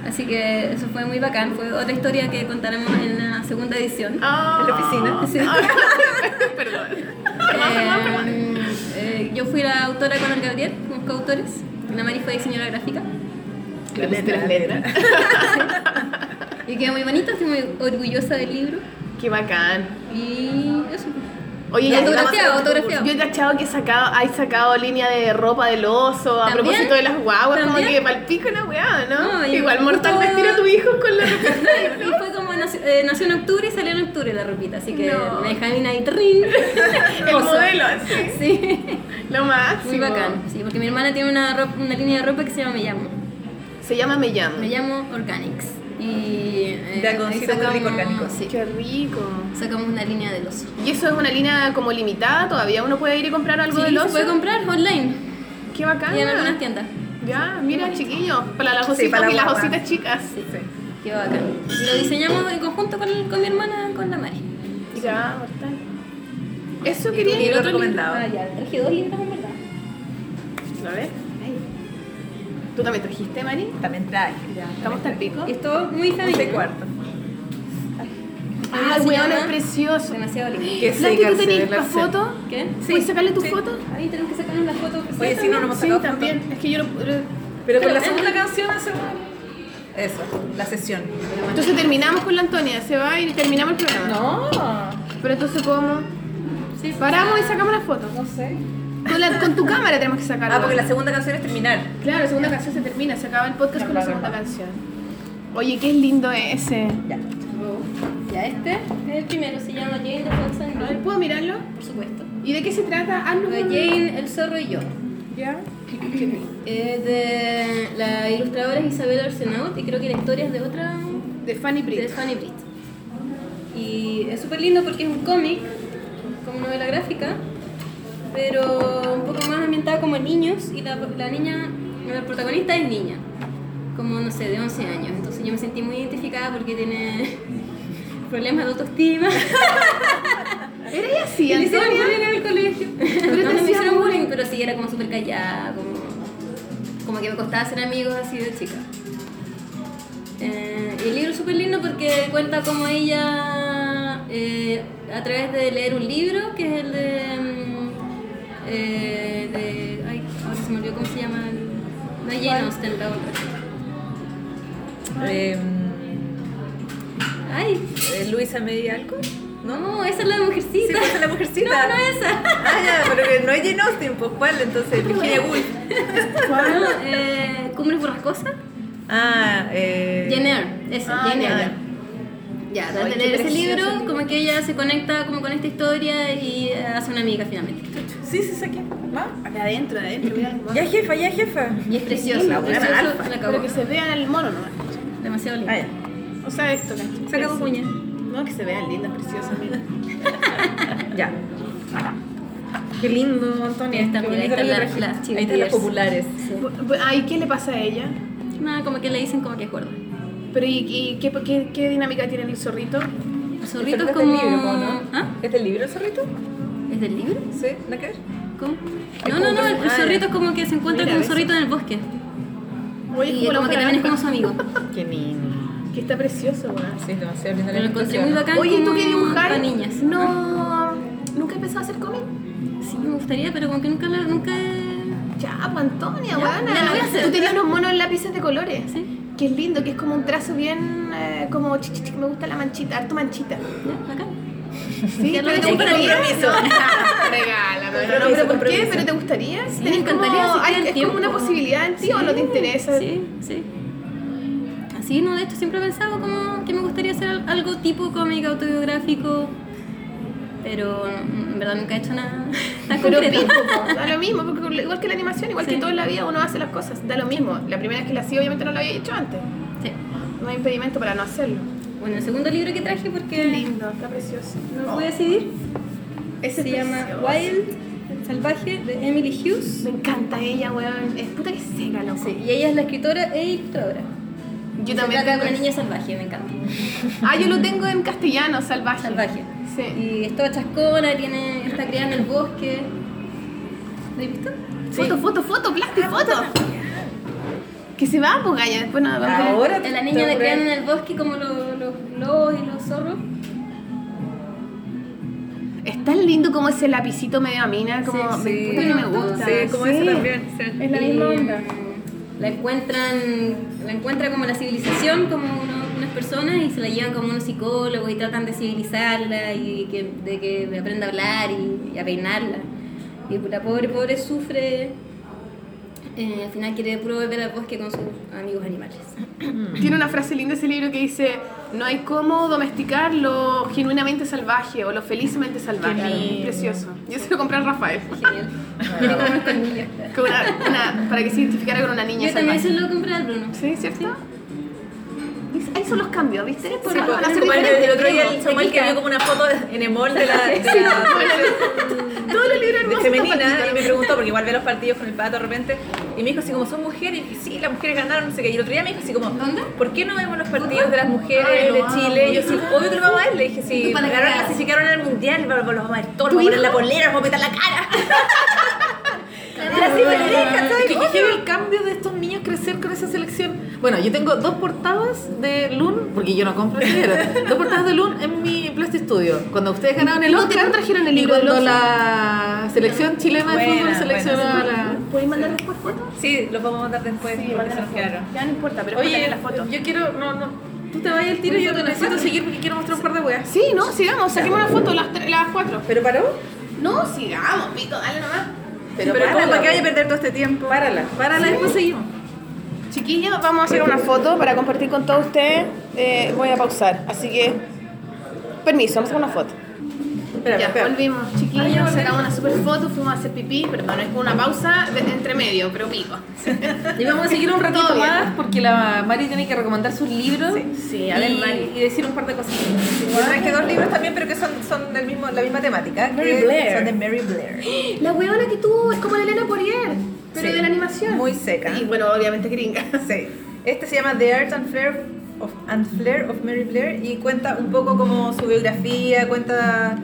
B: Así que eso fue muy bacán. Fue otra historia que contaremos en la segunda edición.
C: Ah.
D: En la oficina.
B: Sí.
C: Perdón.
B: Eh, eh, yo fui la autora con el Gabriel, fuimos coautores. La Mari fue diseñadora gráfica.
C: Le pusiste las letras.
B: Y quedó muy bonita, estoy muy orgullosa del libro.
C: Qué bacán.
B: Y eso.
C: Oye,
B: Y
C: ya tú-
B: autografiado, autografiado.
C: Yo he cachado que he sacado, hay sacado línea de ropa del oso a
B: ¿También?
C: propósito de las guaguas, como
B: ¿También?
C: que palpico una weá, ¿no?
B: No, y
C: Igual
B: justo-
C: mortal vestir a tu hijo con la ropa.
B: Y fue como nació, eh, nació en octubre y salió en octubre la ropita, así que
C: No.
B: me dejaron ahí trin.
C: El
B: Oso.
C: modelo, sí.
B: Sí,
C: Lo máximo.
B: muy bacán. Sí, porque mi hermana tiene una, ropa- una línea de ropa que se llama Me Llamo.
C: Se llama Me Llamo.
B: Me Llamo Organics. Y. eh,
D: De algodoncito
B: ahí
D: muy rico orgánico.
B: Sí,
C: Qué rico.
B: sacamos una línea del oso.
C: Y eso es una línea como limitada, todavía uno puede ir y comprar algo
B: Sí,
C: del oso. Ah.
B: se puede comprar online
C: Qué bacán.
B: y en algunas tiendas.
C: Ya, mira, chiquillos, para las
D: Sí,
C: ositas
D: para la
C: y las
D: guagua.
C: ositas chicas.
B: Qué bacán. Y Lo diseñamos en conjunto con, con mi hermana, con la Mari.
C: Ya, mortal. Eso
B: Y
C: quería.
D: libro
B: libro-
D: recomendado.
B: Ah, ya, traje dos libros en verdad.
C: A ver. ¿Tú también trajiste, Mari?
D: También traje.
C: ¿Estamos hasta el pico?
B: Y esto muy
D: De
B: familiar.
D: este cuarto.
C: Ah,
B: se
C: weón,
B: llama-
C: es precioso.
B: Demasiado lindo.
A: Que
C: ¿La que tú
A: secarse,
C: tenés la
A: verse.
C: foto?
B: ¿Qué?
C: ¿Puedes sacarle tu foto?
B: Ahí tenemos que sacarnos las fotos.
D: Oye, sí, no, no hemos
C: Sí,
D: sacado
C: también. Es que yo lo.
A: Pero con la
B: Pero-
A: segunda canción hacemos.
D: Eso, la sesión.
C: Entonces terminamos con la Antonia, se va y terminamos el programa.
A: No,
C: Pero entonces, ¿cómo?
B: pues,
C: Paramos y sacamos la foto.
A: no sé.
C: Con, la- con tu cámara tenemos que sacarla.
D: Ah, porque la segunda canción es terminar.
C: Claro, la segunda canción se termina, se acaba el podcast con la segunda canción. Oye, qué lindo es ese.
B: Ya este es el primero, se llama Jane the Fox and
C: A ver,
B: Me,
C: ¿puedo mirarlo?
B: por supuesto.
C: ¿Y de qué se trata? Hazlo.
B: De
C: con-
B: Jane, el zorro y yo.
C: ¿Ya?
B: Es de la ilustradora es Isabel Arsenault y creo que la historia es de otra
C: De Fanny
B: de
C: Britt.
B: Fanny Britt. Y es súper lindo porque es un cómic, como novela gráfica, pero un poco más ambientada como niños y la, la niña, la protagonista es niña, como no sé, de 11 años. Entonces yo me sentí muy identificada porque tiene problemas de autoestima.
C: ¿Era ella así,
B: Y le hicieron
C: Antonia?
B: bullying en el colegio.
C: te
B: no, no
C: hacían
B: me hicieron
C: bullying.
B: bullying, pero sí era como súper callada, como, como que me costaba ser amigos así de chica. Eh, y el libro es súper lindo porque cuenta cómo ella, eh, a través de leer un libro, que es el de. mm, eh, de ay, ahora se me olvidó cómo se llama. el- No, Jane Austen, la otra.
D: Eh,
B: Ay,
D: eh, Luisa May algo.
B: no, esa es la de mujercita.
D: Sí, pues es la
B: No,
D: mujercita.
B: no esa.
D: Ah, ya, pero que no es Jane Austen, pues cuál, entonces Virginia Woolf.
B: No, eh, Cumbres Borrascosas.
D: Ah, eh.
B: Jenner, eso,
C: Ah,
B: Jenner.
D: ya.
B: Ya, tras
C: Ay,
B: de
C: Ah, qué
B: leer ese
C: precioso
B: libro,
C: el libro.
B: como que ella se conecta como con esta historia y eh, hace una amiga finalmente.
D: Sí, sí, saqué. ¿Va?
C: De adentro, de adentro, mira el mono.
D: Ya jefa, ya jefa.
B: Y es precioso,
D: la buena
B: precioso,
D: alfa.
B: la acabó.
C: Pero que se vea el mono nomás.
B: Demasiado lindo.
D: Ah, ya.
C: O sea, esto, ¿cachai?
D: Saca tu puña.
C: No, que se vea linda, preciosa, mira.
D: Ya. Qué lindo, Antonia.
B: Ahí está,
D: Qué
B: mira, ahí
D: bonito
B: están
D: lo que
B: las-
D: trajiste.
B: las
D: Ahí están las
B: cheerleaders.
D: populares.
C: Bu- bu- Ay, ¿qué le pasa a ella?
B: Nada, como que le dicen como que acuerda.
C: Pero ¿y, y qué, qué, qué dinámica tiene el zorrito?
B: Los
D: El
B: zorritos
D: zorrito
B: como...
D: Es del libro, ¿no? ¿Este
B: ¿Ah?
D: ¿Es del libro el zorrito?
B: ¿Es del libro?
D: Sí, ¿no que ver?
B: ¿Cómo?
D: Es
B: No, no,
D: como
B: no,
D: un-
B: el
D: ah,
B: zorrito
D: ya.
B: es como que se encuentra
D: Mira,
B: con un
D: ves.
B: zorrito en el bosque.
C: Oye,
B: Y como
C: la
B: que también es como su amigo.
D: Qué lindo.
C: Que está precioso, weón.
D: Sí, demasiado lindo.
B: Lo encontré muy bacán
C: Oye, ¿tú qué
B: como
C: dibujar?
B: Para niñas.
C: No, nunca he pensado hacer cómic.
B: Sí, me gustaría, pero como que nunca... lo- nunca...
C: Ya, pues Antonia,
B: Ya,
C: weona.
B: ya lo voy a hacer.
C: Tú tenías unos monos lápices de colores.
B: Sí,
C: Que es lindo, que es como un trazo bien eh, como chi, chi, chi, me gusta la manchita, harto manchita.
B: ya, bacán.
C: Sí,
B: Ya lo
C: pero te
B: hice.
C: gustaría.
D: Compromiso.
C: Regálame, no, no, pero ¿por qué? ¿Pero te gustaría?
B: Sí,
C: Tenés
B: me encantaría
C: como-
B: si
C: hay-
B: tuviera el
C: es como una
B: tiempo.
C: posibilidad en ti o no te interesa.
B: Sí, sí. Así, no, de hecho siempre he pensado como que me gustaría hacer al- algo tipo cómic autobiográfico, pero mm, en verdad nunca he hecho nada tan
C: Pero
B: concreto.
C: pico, po, da lo mismo, porque igual que la animación, igual que
B: Sí.
C: todo en la vida uno hace las cosas, da lo mismo. La primera vez que la hacía obviamente no lo había hecho antes.
B: Sí.
C: No hay impedimento para no hacerlo.
B: Bueno, el segundo libro que traje
C: Qué
B: porque
C: lindo, está precioso.
B: no
C: Oh,
B: pude decidir
C: ese
B: se
C: es
B: llama
C: precioso.
B: Wild, el salvaje, de Emily Hughes.
C: Me encanta ella, weón. Es puta que seca, loco.
B: Sí, y ella es la escritora e ilustradora.
C: Yo
B: Se
C: también
B: trata
C: tengo
B: de una
C: ese.
B: niña salvaje, me encanta.
C: Ah, yo lo tengo en castellano, salvaje.
B: Salvaje.
C: Sí.
B: Y es toda chascona, tiene, está criada en el bosque. ¿Lo has visto?
C: Foto, foto, foto,
B: Ah,
C: plástico, foto. Que se va, pues galla, después nos vamos a-
D: Ah, Ahora
B: A
D: te-
B: la
D: te
B: niña la
D: ocurre-
B: crian en el bosque como los, los lobos y los zorros.
C: Es tan lindo como ese lapicito medio amina, como
B: Sí,
C: me,
D: sí.
C: puta que me gusta.
D: Sí, como eso también. sí.
C: Es la misma
D: Eh,
B: Y,
C: onda.
B: mm, La encuentran, la encuentra como la civilización, como uno- unas personas, y se la llevan como unos psicólogos y tratan de civilizarla y que, de que aprenda a hablar y, y a peinarla. Y la pobre, pobre sufre. eh, al final quiere puro volver al bosque con sus amigos animales.
C: Tiene una frase linda ese libro que dice, no hay cómo domesticar lo genuinamente salvaje o lo felizmente
A: Qué
C: salvaje.
A: lindo.
C: Precioso. Yo se lo compré a Rafael.
B: Genial. Tiene como unos colmillos.
C: Con una- una- para que se identificara con una niña
B: Yo también
C: salvaje.
B: se lo compré al Bruno.
C: ¿Sí? ¿Cierto? Ahí son los cambios, ¿viste?
D: Sí,
C: Porque
D: pues,
C: van a ser
D: como el, el
C: diferentes,
D: otro día el
C: creo.
D: Samuel que vio como una foto en emol de la, de la-
C: Todos los libros
D: de
C: hermosos son
D: femenina
C: patitas.
D: y me preguntó, porque igual ve los partidos con el pato de repente, y me dijo así como son mujeres, y dije, sí, las mujeres ganaron, no sé qué, y el otro día me dijo así como,
B: ¿Dónde?
D: ¿por qué no vemos los partidos de las mujeres
C: Ay, lo
D: de
C: amo.
D: Chile? Y yo sí,
A: Ah.
D: obvio que lo vamos a ver, le dije, sí,
B: Tú para
D: ganaron,
B: cagar.
D: clasificaron al mundial, pero los vamos a ver todos, los vamos a poner la polera, los vamos a meter la cara. Era
B: Ah,
D: así, feliz, ¿cachai?
A: Que llegue el cambio de estos niños crecer con esa selección. Bueno, yo tengo dos portadas de Loon, porque yo no compro el libro. dos portadas de Loon en mi Plasto Studio. Cuando ustedes ganaron el
C: No te-
A: Oscar,
C: no trajeron el
A: y
C: libro del
A: cuando
C: Oscar.
A: la selección chilena de
D: Buena,
A: fútbol
D: buena,
A: seleccionó a la...
C: ¿Podéis mandar después fotos?
D: Sí, los vamos a mandar después porque se nos quedaron.
C: Ya no importa, pero
A: Oye,
C: pónganle las fotos.
A: yo quiero. No, no. Tú te vas al tiro y yo te necesito seguir porque quiero mostrar un par de weas.
C: Sí, no, sigamos, saquemos las fotos, las, tre- las cuatro.
A: ¿Pero paró?
C: No, sigamos, pico, dale nomás.
A: Pero,
D: Pero
A: párala,
D: ¿cómo? ¿Para qué vaya a
A: po.
D: perder todo este tiempo?
A: Párala, párala, después seguimos.
C: Chiquillos, vamos a hacer una foto para compartir con todos ustedes. Eh, voy a pausar, así que. Permiso, vamos a hacer una foto.
A: Espera,
C: ya,
A: espera.
C: volvimos, chiquillos, sacamos una super foto, fuimos a hacer pipí, perdón, es como una pausa de- entre medio, pero pico.
A: Y vamos a seguir un ratito
C: Todo bien.
A: más porque la Mari tiene que recomendar sus libros.
D: sí, a ver,
A: y,
D: Mari.
A: y decir un par de cositas.
D: Yo traje dos libros también, pero que son, son del mismo, la misma temática. que
A: Mary Blair.
D: Son de Mary Blair.
C: La huevona que tuvo es como la Elena Poirier, pero
D: Sí,
C: de la animación.
D: muy seca.
C: Y bueno, obviamente gringa.
D: Sí. Este se llama The Art and Flair of, and Flair of Mary Blair y cuenta un poco como su biografía, cuenta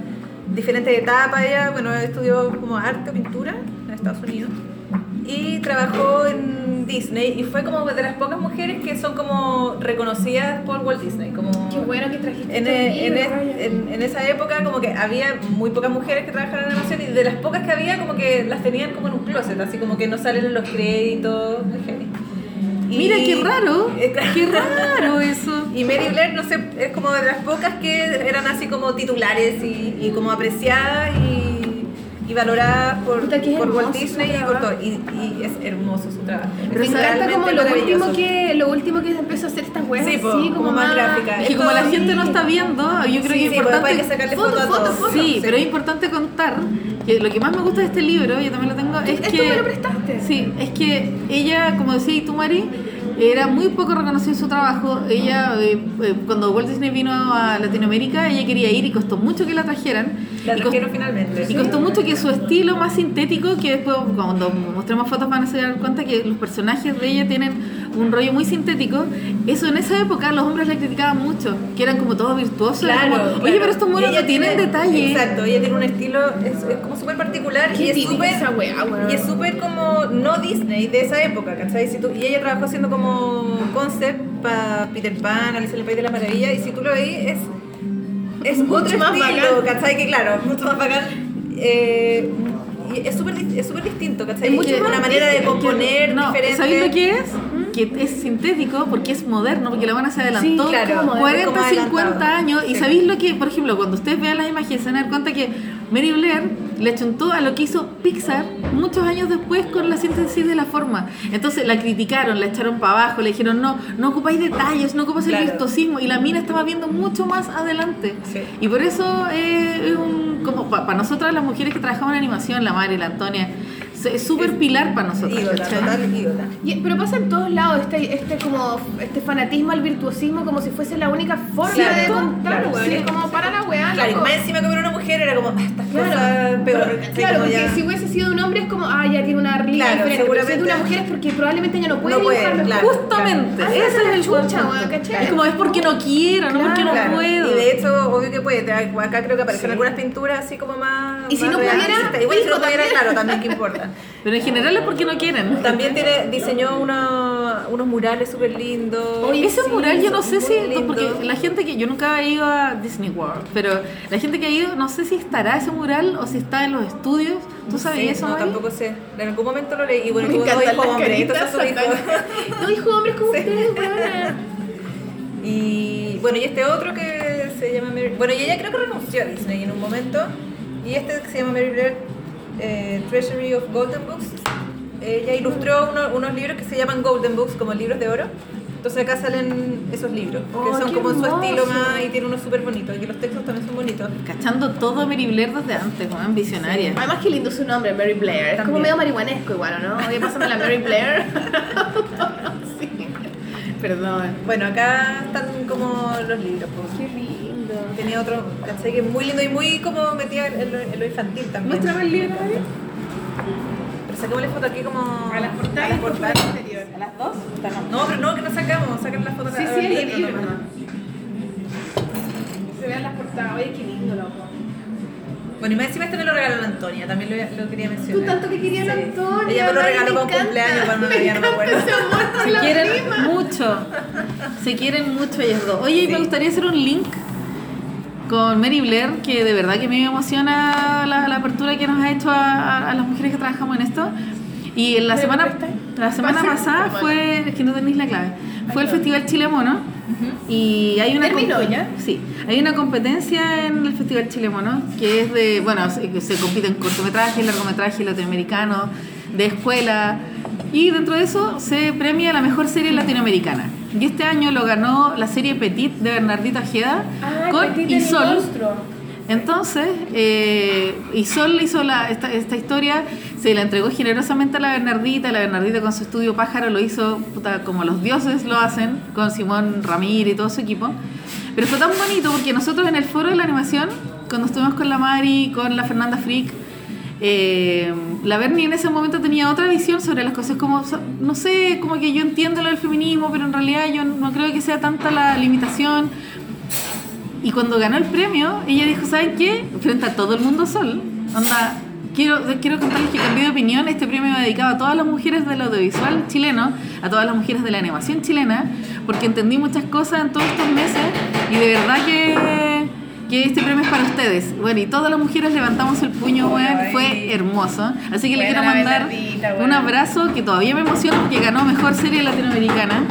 D: diferentes etapas. Ella, bueno, estudió como arte o pintura en Estados Unidos y trabajó en Disney y fue como de las pocas mujeres que son como reconocidas por Walt Disney. Como
C: Qué bueno que trajiste
D: en, e-,
C: estos
D: eh, en-
C: libros,
D: en-
C: Ryan.
D: en- en esa época como que había muy pocas mujeres que trabajaban en animación y de las pocas que había como que las tenían como en un closet, así como que no salen en los créditos. muy heavy. Y-
A: Mira qué raro,
D: Eh,
A: qué raro eso.
D: Y Mary Blair, no sé, es como de las pocas que eran así como titulares y, y como apreciadas y, y valoradas por,
C: Puta, qué
D: por
C: hermoso
D: Walt
C: su
D: Disney y por
C: trabajo.
D: todo. Y, y es hermoso su trabajo.
C: Pero
D: es
C: se encanta como
D: e-, realmente
C: lo último,
D: maravilloso.
C: que, lo último que empezó a hacer estas weas,
D: Sí,
C: así,
D: po,
C: como,
D: como más gráfica.
A: Es que como la gente no está viendo,
D: Sí,
A: yo creo que
D: sí,
A: es
D: pero
A: importante.
D: después hay que sacarle foto,
C: Foto,
D: a
C: foto,
D: todos.
C: foto.
A: Sí, pero es importante contar que lo que más me gusta de este libro, yo también lo tengo, es
C: ¿Esto
A: que.
C: me lo prestaste?
A: Sí, es que ella, como decía y tú, Mari, era muy poco reconocida en su trabajo. Ella, eh, eh, cuando Walt Disney vino a Latinoamérica, ella quería ir y costó mucho que la trajeran.
D: La
A: Y costó-
D: trajeron finalmente.
A: y costó mucho que su estilo más sintético, que después cuando mostremos fotos van a se dar cuenta que los personajes de ella tienen un rollo muy sintético, eso en esa época los hombres la criticaban mucho, que eran como todos virtuosos, era
D: Claro,
A: como, oye,
D: claro.
A: pero estos monos
D: Y ella
A: no tienen
D: tiene-
A: detalle.
D: Exacto, ella tiene un estilo, es, es como súper particular
C: Qué
D: y es
C: típica
D: súper.
C: esa weá, weón.
D: Y es súper como no Disney de esa época, ¿cachai? Si tú- y ella trabajó haciendo como concept para Peter Pan, Alice en el País de la Maravilla, y si tú lo veis, es, es
C: Mucho
D: otro
C: más
D: estilo,
C: bacán.
D: ¿cachai? Que claro, mucho más bacán. Eh, y es súper dis- es súper distinto, ¿cachai?
A: Es mucho
D: una
A: más
D: manera de
A: artístico,
D: componer
A: no,
D: diferente.
A: ¿Sabéis lo que es? Que es sintético porque es moderno, porque la buena se adelantó
D: Sí, claro, es como
A: 40, 50
D: adelantado.
A: años. Y
D: Sí.
A: sabéis lo que, por ejemplo, cuando ustedes vean las imágenes, se van a dar cuenta que Mary Blair le achuntó a lo que hizo Pixar muchos años después con la síntesis de la forma. Entonces la criticaron, la echaron para abajo, le dijeron, no, no ocupáis detalles, no ocupáis el
D: Claro.
A: virtuosismo. Y la mina estaba viendo mucho más adelante.
D: Sí.
A: Y por eso eh, es un, como para nosotras las mujeres que trabajamos en animación, la Mari, la Antonia, se- es súper pilar para nosotros.
D: Ídola,
A: ¿cachai?
D: total ídola.
C: Y- pero pasa en todos lados este, este como este fanatismo al virtuosismo como si fuese la única forma
D: Claro,
C: de contar,
D: claro,
C: weón.
D: sí.
C: es como para la weá,
D: Claro, y
C: loco.
D: más encima que era una mujer era como, ah, estas
C: Claro,
D: cosas peor.
C: pero-
D: ¿cachai?
C: claro,
D: Como
C: porque
D: ya-
C: si hubiese sido un hombre es como, ah, ya tiene una línea diferente.
D: Claro,
C: Pero si es de una
D: seguramente-
C: mujer es porque probablemente ella no puede
D: No puede,
C: dibujarlo.
D: claro.
A: Justamente,
C: Ah,
A: ese es
C: la
A: el
C: chucha,
A: punto.
C: weón, ¿cachai?
A: Es como es porque no quiero, no Ah, porque no
D: Claro,
A: puedo.
D: Y de hecho, obvio que puede. te- Acá creo que aparecen algunas pinturas así como más.
C: Y si
D: más
C: no
D: realistas.
C: pudiera,
D: Igual si no
C: pico
D: pudiera,
C: también.
D: claro, también que importa.
A: Pero en general es porque no quieren.
D: También tiene, diseñó una- unos murales súper lindos.
C: Oye,
A: Ese
C: sí,
A: mural yo no sé
D: son
A: si,
D: muy
A: porque
D: lindos.
A: la gente que yo nunca he ido a Disney World, pero la gente que ha ido no sé si estará ese mural o si está en los estudios. ¿Tú sabes
D: Sí,
A: eso, ¿eh?
D: no,
A: Mari?
D: tampoco sé. En algún momento lo leí. Y bueno,
C: Me
D: tuvo dos
C: encantan
D: hijos
C: las
D: hombres. Entonces
C: caritas
D: su hijo.
C: No dijo hombres como ustedes, weón.
D: Y bueno, y este otro que se llama Mary... Bueno, y ella creo que renunció a Disney en un momento. Y este que se llama Mary Blair, eh, Treasury of Golden Books. Ella ilustró uno- unos libros que se llaman Golden Books, como libros de oro. Entonces acá salen esos libros, que
C: Oh,
D: son
C: qué
D: como en su estilo
C: hermoso.
D: más y tiene unos súper bonitos. Y que los textos también son bonitos.
A: Cachando todo Mary Blair desde antes, como visionaria.
C: Además, qué lindo su nombre, Mary Blair. Es como
D: También.
C: medio marihuanesco igual, ¿o ¿no? Oye, pásame la Mary Blair. sí. Perdón.
D: Bueno, acá están como los libros. pues.
C: Qué lindo.
D: Tenía otro, ¿cachai? Que muy lindo y muy como metida en lo, en lo infantil también.
C: Muéstrame el libro, ¿eh?
D: Pero sacamos la foto aquí como...
C: A las
D: a
C: portadas.
D: las portadas.
C: ¿A las dos?
D: No, pero no, que no sacamos, sacan las fotos
C: Sí,
D: cada-
C: sí,
D: del
C: el libro.
D: nomás.
C: Se vean las portadas. Oye, qué lindo, loco.
D: Bueno, y más encima este me lo regaló la Antonia, también lo, lo quería mencionar.
C: Tú tanto que querías la
D: Sí.
C: Antonia.
D: Ella me lo
C: Ryan,
D: regaló con
C: encanta.
D: cumpleaños cuando me había, no me acuerdo.
C: encanta ese amor por
A: Se
C: la
A: quieren
C: prima.
A: mucho. Se quieren mucho ellas dos. Oye, y me gustaría hacer un link con Mary Blair, que de verdad que a mí me emociona la, la apertura que nos ha hecho a, a- a las mujeres que trabajamos en esto. Y en la
C: ¿Me
A: semana,
C: prestáis?
A: la semana
C: Pasa.
A: pasada fue, es que no tenéis la clave, fue el Festival Chile Mono. Y hay una
C: ¿Terminó
A: compe-
C: ya?
A: Sí, hay una competencia en el Festival Chile Mono que es de, bueno, se, que se compiten cortometrajes, largometrajes latinoamericanos, de escuela. Y dentro de eso se premia la mejor serie latinoamericana. Y este año lo ganó la serie Petit de Bernardita Ojeda
C: Ah,
A: con Isol. Entonces, eh, Isol hizo la- esta, esta historia, se la entregó generosamente a la Bernardita, la Bernardita con su estudio Pájaro lo hizo puta, como los dioses lo hacen, con Simón Ramírez y todo su equipo. Pero fue tan bonito porque nosotros en el foro de la animación, cuando estuvimos con la Mari, con la Fernanda Frick, eh, la Bernie en ese momento tenía otra visión sobre las cosas, como, so- no sé, como que yo entiendo lo del feminismo, pero en realidad yo no creo que sea tanta la limitación. Y cuando ganó el premio, ella dijo, ¿saben qué? Frente a todo el mundo sol. Onda, quiero, quiero contarles que cambié de opinión. Este premio me dedicaba a todas las mujeres del audiovisual chileno, a todas las mujeres de la animación chilena, porque entendí muchas cosas en todos estos meses y de verdad que, que este premio es para ustedes. Bueno, y todas las mujeres levantamos el puño, weón, fue hermoso. Así que le
C: Buena
A: quiero
C: la
A: mandar
C: Bernardita,
A: un
C: weón.
A: abrazo que todavía me emociona porque ganó Mejor Serie Latinoamericana.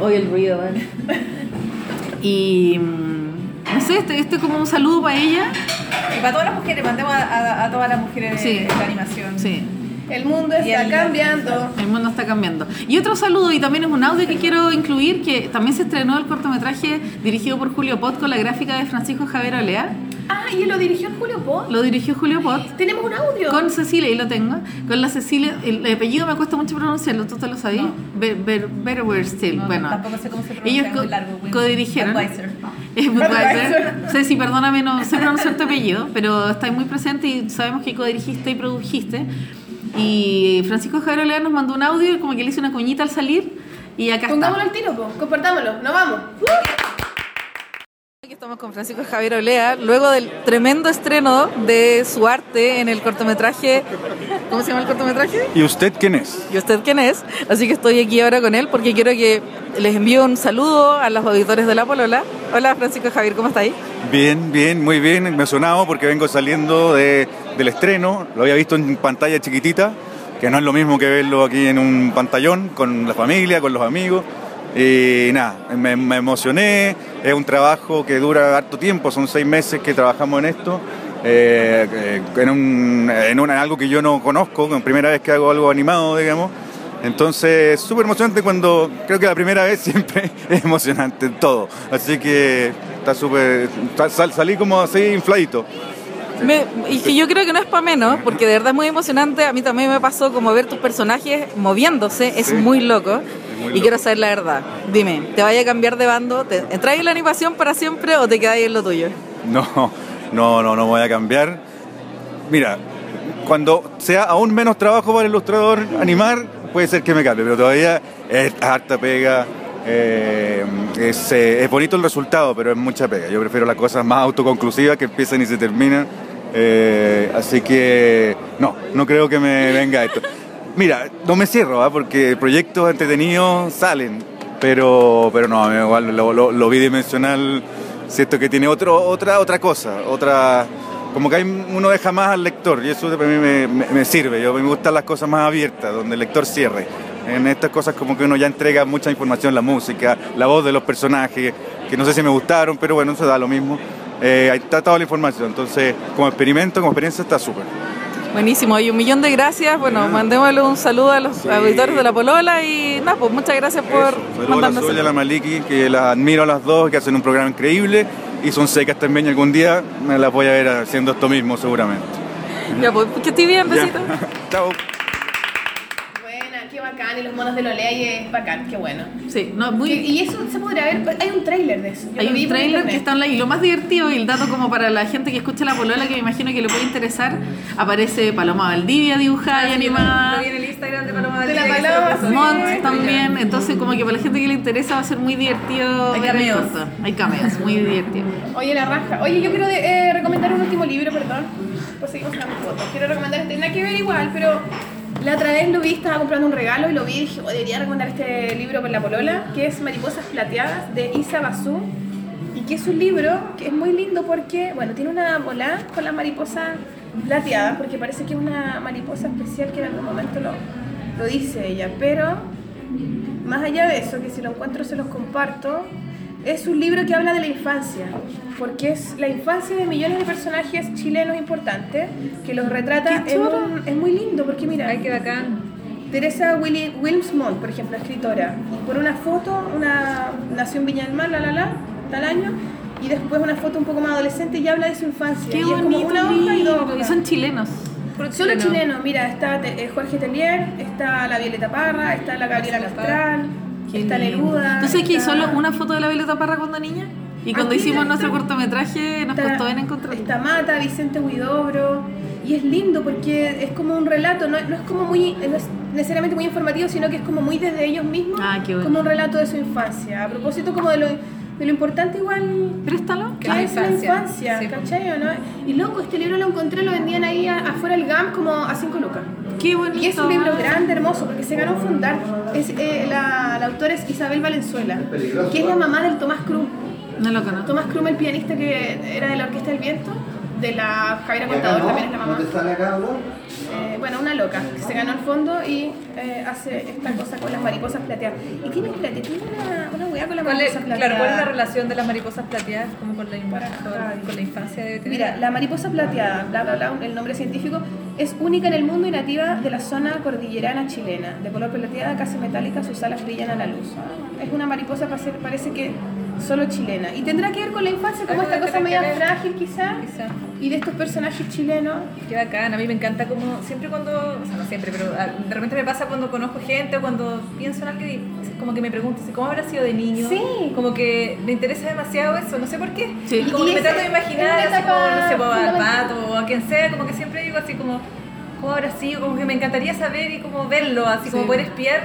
A: Hoy el ruido, weón. Y mm, no sé, este, este como un saludo para ella.
D: Y para todas las mujeres, mandemos a, a- a todas las mujeres
A: Sí.
D: de la animación.
A: Sí,
C: El mundo
D: Y
C: está
D: el-
C: cambiando.
A: el mundo está cambiando. Y otro saludo, y también es un audio que quiero incluir, que también se estrenó el cortometraje dirigido por Julio Pot con la gráfica de Francisco Javier Olea.
C: Ah, y lo dirigió Julio Poz.
A: Lo dirigió Julio Pot.
C: Tenemos un audio.
A: Con Cecilia, ahí lo tengo. Con la Cecilia, el apellido me cuesta mucho pronunciarlo, ¿tú te lo sabías? Ber- Ber- Berwerstein,
D: No,
A: bueno.
D: tampoco sé cómo se pronuncia,
A: Ellos
D: es
A: co-
D: muy largo, Will.
A: codirigieron.
D: Budweiser.
A: Es Budweiser. Ceci, perdóname, no sé pronunciar tu apellido, pero estáis muy presente y sabemos que codirigiste y produjiste. Y Francisco Javier Olea nos mandó un audio y como que le hizo una cuñita al salir y acá
C: Pongámoslo al
A: está.
C: tiro, po. compartámoslo. Nos vamos.
A: Aquí estamos con Francisco Javier Olea, luego del tremendo estreno de su arte en el cortometraje. ¿Cómo se llama el cortometraje?
G: ¿Y usted quién es?
A: ¿Y usted quién es? Así que estoy aquí ahora con él porque quiero que les envío un saludo a los auditores de La Polola. Hola Francisco Javier, ¿cómo estáis?
G: Bien, bien, muy bien, emocionado porque vengo saliendo de- del estreno, lo había visto en pantalla chiquitita, que no es lo mismo que verlo aquí en un pantallón con la familia, con los amigos. Y nada, me, me emocioné, es un trabajo que dura harto tiempo, son seis meses que trabajamos en esto, eh, eh, en, un- en un- en algo que yo no conozco, es la primera vez que hago algo animado, digamos. Entonces, súper emocionante cuando creo que la primera vez siempre es emocionante en todo. Así que está súper. está- sal- salí como así infladito.
A: Me- y que yo creo que no es para menos, porque de verdad es muy emocionante. A mí también me pasó como ver tus personajes moviéndose, es
G: Sí.
A: muy loco.
G: muy
A: y
G: loco.
A: quiero saber la verdad. Dime, ¿te vaya a cambiar de bando? ¿Te, ¿Entráis en la animación para siempre o te quedáis en lo tuyo?
G: No, no, no, no voy a cambiar. Mira, cuando sea aún menos trabajo para el ilustrador animar, puede ser que me cambie, pero todavía es harta pega. eh, es, eh, es bonito el resultado, pero es mucha pega. Yo prefiero las cosas más autoconclusivas que empiezan y se terminan. eh, así que no, no creo que me venga esto. Mira, no me cierro, ¿ah? porque proyectos entretenidos salen, pero, pero no, a mí igual lo, lo- lo bidimensional siento que tiene otro, otra, otra cosa, otra, como que hay, uno deja más al lector y eso para mí me, me- me sirve, yo me gustan las cosas más abiertas, donde el lector cierre. En estas cosas como que uno ya entrega mucha información, la música, la voz de los personajes, que no sé si me gustaron, pero bueno, eso da lo mismo. Eh, ahí está toda la información, entonces como experimento, como experiencia está súper.
A: Buenísimo, y un millón de gracias. Bueno, mandémosle un saludo a los
G: Sí.
A: auditores de La Polola y nada, pues muchas gracias por
G: Eso. Saludos a la
A: mandarnos.
G: Sol y a la
A: saludos.
G: Maliki, que las admiro a las dos, que hacen un programa increíble y son secas también y algún día me las voy a ver haciendo esto mismo seguramente.
A: Ya, pues, que estoy bien,
G: Ya.
A: besitos.
G: Chao.
C: Buena, qué bacán. Y los monos de Lolea y es bacán, qué bueno.
A: Sí, no,
C: Que-
A: muy,
C: Y eso se podrá ver. Hay un tráiler de eso. Yo
A: Hay
C: lo vi
A: un
C: por
A: trailer
C: internet.
A: que está online y lo más divertido y el dato como para la gente que escucha la polola que me imagino que le puede interesar, aparece Paloma Valdivia dibujada
C: Ah,
A: y
D: Lo
A: animada,
D: vi en el Instagram de Paloma
C: De la
D: Valdivia, que se lo
C: Paloma,
D: pasó bien.
A: Mont también, entonces como que para la gente que le interesa va a ser muy divertido.
D: Hay
A: ver el
D: cameos.
A: corto. Hay cameos, muy divertido.
C: Oye, la raja. Oye, yo quiero de- eh, recomendar un último libro, perdón. Pues seguimos con las fotos. Quiero recomendar este. Nada que ver igual, pero la otra vez lo vi, estaba comprando un regalo y lo vi y dije, oh, debería recomendar este libro por la polola, que es Mariposas Plateadas de Isa Basú. Y que es un libro que es muy lindo porque, bueno, tiene una bola con la mariposa plateada, porque parece que es una mariposa especial que en algún momento lo lo dice ella, pero más allá de eso, que si lo encuentro se los comparto, es un libro que habla de la infancia, porque es la infancia de millones de personajes chilenos importantes que los retrata.
A: ¡Qué
C: en
A: choro!
C: un- es muy lindo, porque mira,
A: Ay, qué bacán.
C: Teresa Willi- Wilms Mont, por ejemplo, escritora, por una foto, una nació en Viña del Mar, la la la, tal año, y después una foto un poco más adolescente y habla de su infancia. y
A: Qué
C: es como
A: bonito.
C: una hoja y Ah, dos
A: libro.
C: hojas.
A: Y son chilenos.
C: Son los
A: Chileno.
C: chilenos, mira, está Te- eh, Jorge Telier, está la Violeta Parra, está la Gabriela Mistral,
A: Qué
C: está
A: lindo.
C: Neruda.
A: ¿Tú sabes que
C: está-
A: solo una foto de la Violeta Parra cuando niña? Y cuando
C: Aquí
A: hicimos
C: está.
A: nuestro cortometraje nos
C: Está-
A: costó bien encontrarla.
C: Está Mata, Vicente Huidobro. Y es lindo porque es como un relato, no, no es como muy, no es necesariamente muy informativo, sino que es como muy desde ellos mismos,
A: Ah, qué bueno.
C: como un relato de su infancia. A propósito como de lo, de lo importante igual
A: Préstalo.
C: que
D: Ah,
C: es
D: infancia.
C: la infancia,
D: Sí.
C: ¿cachai o no? Y loco, este libro lo encontré, lo vendían ahí a- afuera del GAM como a 5 lucas.
A: Qué bonito.
C: Y es un libro grande, hermoso, porque se ganó un fundar. Es, eh, la, la autora es Isabel Valenzuela, que es la mamá del Tomás Krum.
A: No lo conozco.
C: Tomás Krum, el pianista que era de la Orquesta del Viento, de la Javiera Contador, también es la mamá.
E: sale acá, ¿no?
C: Eh, bueno, una loca, que se ganó el fondo y eh, hace esta cosa con las mariposas plateadas. Y tiene, plate, tiene una, una weá con las
D: ¿Cuál es,
C: mariposas
D: claro, ¿cuál es la
C: plateadas.
D: relación de las mariposas plateadas como con la, infancia, con la infancia debe tener?
C: Mira, la mariposa plateada, bla bla bla, el nombre científico, es única en el mundo y nativa de la zona cordillerana chilena. De color plateada, casi metálica, sus alas brillan a la luz. Es una mariposa, pa- parece que solo chilena. Y tendrá que ver con la infancia, como
D: Algo
C: esta cosa
D: tendrá que
C: media
D: ver.
C: frágil quizá,
D: Quizá.
C: y de estos personajes chilenos.
D: Qué bacán, a mí me encanta como siempre cuando, o sea, no siempre, pero ah, de repente me pasa cuando conozco gente o cuando pienso en alguien, y como que me pregunto, así, ¿cómo habrá sido de niño?
C: Sí.
D: Como que me interesa demasiado eso, no sé por qué.
A: Sí.
D: Y como
C: Y
D: que me
C: ese-
D: trato de imaginar,
C: es una
D: así como, no sé,
C: etapa
D: pues, al
C: fundamental.
D: pato o a quien sea, como que siempre digo así como, ¿cómo habrá sido? Como que me encantaría saber y como verlo, así como
A: Sí.
D: poder espiar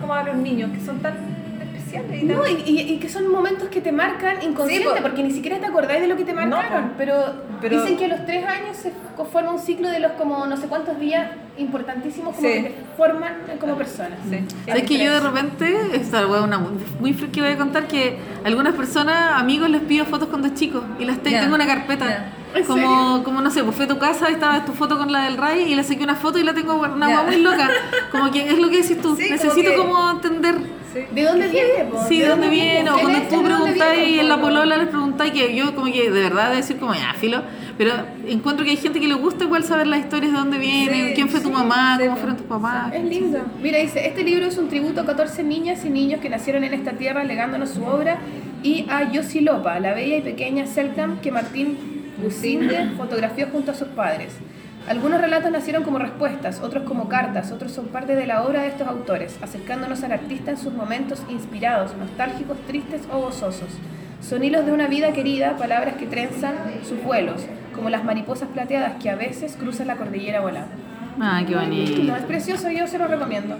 D: cómo a los niños, que son tan especiales y tan...
C: No, y, y- y que son momentos que te marcan inconsciente,
D: Sí, po.
C: porque ni siquiera te acordáis de lo que te marcaron.
D: po.
C: pero,
D: Pero-
C: dicen que a los tres años se co- forma un ciclo de los como no sé cuántos días importantísimos como
D: Sí.
C: que te forman como personas.
D: Sí.
A: Es que yo de repente, esta hueá una muy- muy freak que voy a contar que algunas personas, amigos, les pido fotos cuando es chico y las te-
D: Ya.
A: tengo una carpeta.
C: ¿En
A: Como,
C: serio?
A: como no sé, pues fue a tu casa, estaba tu foto con la del Ray y le saqué una foto y la tengo guardada, una
D: Ya.
A: hueá muy loca. Como que es lo que decís tú,
D: Sí, como
A: necesito
D: que-
A: como, entender
D: Sí.
C: ¿De dónde viene? po?
A: sí, de dónde viene o
C: ¿Quién
D: este
A: cuando
C: es?
A: tú
C: ¿De dónde
A: preguntáis
C: viene?
A: en la polola les preguntáis que yo como que de verdad de decir como ya filo, pero encuentro que hay gente que le gusta igual saber las historias de dónde vienen,
D: Sí,
A: quién fue tu
D: sí,
A: mamá,
D: sí,
A: cómo
D: po.
A: fueron tus papás.
C: Ah, Es lindo. Mira, dice, este libro es un tributo a 14 niñas y niños que nacieron en esta tierra legándonos su obra y a Yossi Lopa, la bella y pequeña Selknam que Martín Lucinde fotografió junto a sus padres. Algunos relatos nacieron como respuestas, otros como cartas, otros son parte de la obra de estos autores, acercándonos al artista en sus momentos inspirados, nostálgicos, tristes o gozosos. Son hilos de una vida querida, palabras que trenzan sus vuelos, como las mariposas plateadas que a veces cruzan la cordillera volando.
A: Ah, qué bonito.
C: No, es precioso, yo se lo recomiendo.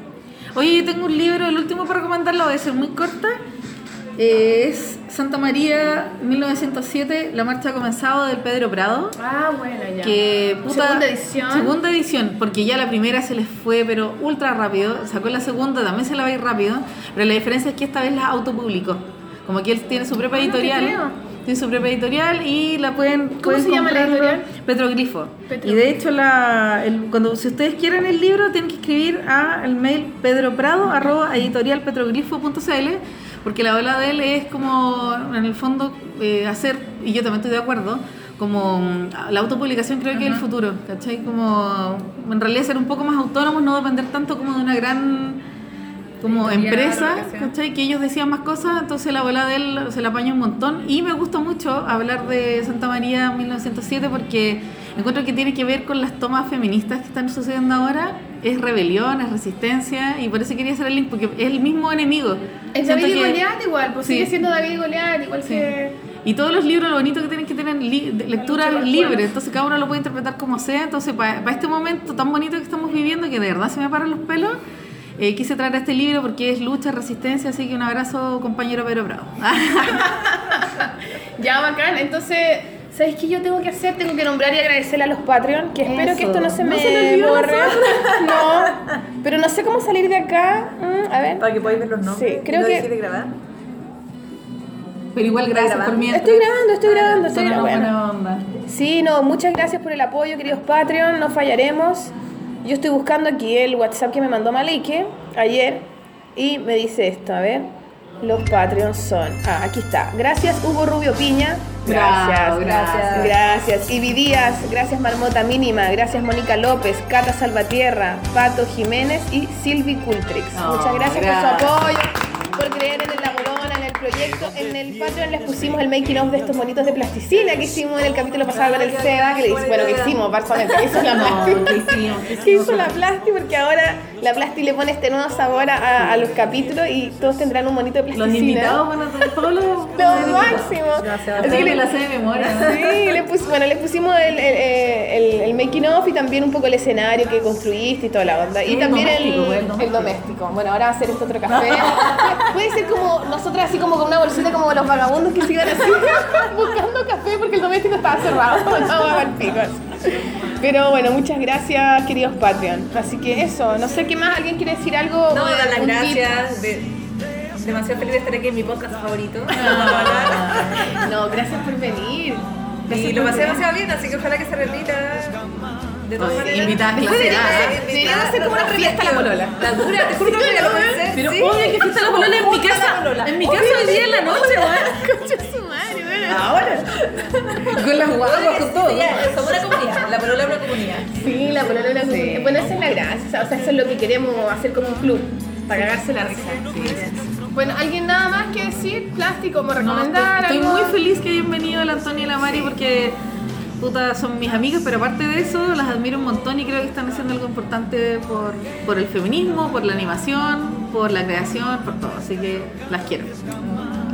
A: Oye, yo tengo un libro, el último para recomendarlo, voy a ser muy corta. Eh, es Santa María 1907, La Marcha ha comenzado del Pedro Prado.
C: Ah, bueno, ya.
A: Que, puta,
C: Segunda edición.
A: Segunda edición, porque ya la primera se les fue, pero ultra rápido. Sacó la segunda, también se la va a ir rápido. Pero la diferencia es que esta vez la autopublicó. Como que él tiene su propia
C: Ah, no te
A: editorial.
C: creo.
A: tiene su propia editorial y la pueden. pueden
C: se llama la
A: comprarlo.
C: editorial?
A: Petroglifo.
C: Petroglifo.
A: Y de hecho, la, el- cuando si ustedes quieren el libro, tienen que escribir a el mail pedroprado.editorialpetroglifo.cl porque la ola de él es como, en el fondo, eh, hacer, y yo también estoy de acuerdo, como mm, la autopublicación creo que es el futuro, ¿cachai? Como en realidad ser un poco más autónomos, no depender tanto como de una gran como
D: Editorial,
A: empresa,
D: organización.
A: ¿cachai? Que ellos decían más cosas, entonces la abuela de él se la apaña un montón. Y me gusta mucho hablar de Santa María 1907 porque encuentro que tiene que ver con las tomas feministas que están sucediendo ahora. Es rebelión, es resistencia, y por eso quería hacer el link, porque es el mismo enemigo.
C: Es
A: Siento
C: David y
A: que-
C: Goliat igual, pues
A: Sí.
C: sigue siendo David y Goliat, igual
A: Sí.
C: que...
A: Y todos los libros, lo bonito que tienen que tener li- de-
C: lucha de
A: lecturas
C: las
A: libres,
C: fuerzas.
A: entonces cada uno lo puede interpretar como sea. Entonces, para este momento tan bonito que estamos viviendo, que de verdad se me paran los pelos, eh, quise traer este libro porque es lucha, resistencia. Así que un abrazo, compañero Pedro Bravo.
C: Ya, bacán. Entonces, ¿sabes qué yo tengo que hacer? Tengo que nombrar y agradecerle a los Patreon, que espero
A: Eso.
C: que esto no se
A: No
C: me
A: se le olvidó a
C: borre. no, pero no sé cómo salir de acá. Mm, a ver.
D: Para que podáis ver los nombres.
C: Sí, creo
D: ¿No
C: que-
D: dejé de grabar?
A: Pero igual, gracias por mi
C: Estoy grabando, estoy grabando, estoy
A: Son una
C: grabando.
A: buena onda.
C: Sí, no, muchas gracias por el apoyo, queridos Patreon, no fallaremos. Yo estoy buscando aquí el WhatsApp que me mandó Malique ayer y me dice esto, a ver. Los Patreons son. Ah, aquí está. Gracias, Hugo Rubio Piña. Gracias.
H: Bravo, gracias.
C: Gracias. Ivi Díaz. Gracias, Marmota Mínima. Gracias, Mónica López. Cata Salvatierra. Pato Jiménez y Silvi Cultrix.
H: No,
C: Muchas gracias, por
H: gracias.
C: su apoyo, por creer en el laborona, en el proyecto. En el Patreon les pusimos el making of de estos bonitos de plasticina que hicimos en el capítulo pasado con el Seba. Que le hice- bueno, que hicimos, básicamente. que hizo la plasti.
H: No, ¿qué hicimos? ¿Qué
C: ¿Qué
H: hicimos?
C: hizo la Plasti? Porque ahora la Plasti le pone este nuevo sabor a- a, a los capítulos y todos tendrán un monito de plasticina.
H: Los invitados van a tener todos los.
C: Lo máximo.
H: Gracias.
C: Así que le-
H: la sé de memoria. ¿no?
C: Sí, le pus- bueno, le pusimos el, el, el- el making of y también un poco el escenario que construiste y toda la onda.
H: Sí,
C: y también
H: el doméstico, pues,
C: el,
H: el doméstico.
C: el doméstico. Bueno, ahora va a ser este otro café. Puede ser como nosotras así como con una bolsita como los vagabundos que se iban así buscando café porque el doméstico estaba cerrado. Vamos a picos. Pero bueno, muchas gracias queridos Patreon. Así que eso, no sé qué más, ¿alguien quiere decir algo?
D: No, dar las
C: Un tip.
D: gracias. de- demasiado feliz de estar aquí en mi podcast favorito.
C: No, gracias por venir.
D: y lo pasé demasiado bien, así que ojalá que se repita. De todas
H: Oye,
D: maneras.
H: invitada
D: Sí,
H: clasificada.
D: invitada.
C: Deberíamos hacer como una fiesta a la polola.
D: La dura, te juro que lo pensé.
H: Pero
D: sí.
H: obvio que fiesta la polola en mi casa. En mi casa hoy día en la noche, weón.
C: Concha su madre, bueno.
H: Con las guaguas, con todo.
D: Ya, somos una comunidad. La polola es una comunidad.
C: Sí, la polola de la comunidad. Bueno, esa es la gracia. O sea, eso es lo que queremos hacer como un club. Para cagarse la risa. Bueno, ¿alguien nada más que decir? Plástico, como
H: No,
C: recomendar.
H: estoy,
C: algo?
H: estoy muy feliz que hayan venido el Antonio y la Mari porque puta, son mis amigas, pero aparte de eso las admiro un montón y creo que están haciendo algo importante por, por el feminismo, por la animación, por la creación, por todo. Así que las quiero.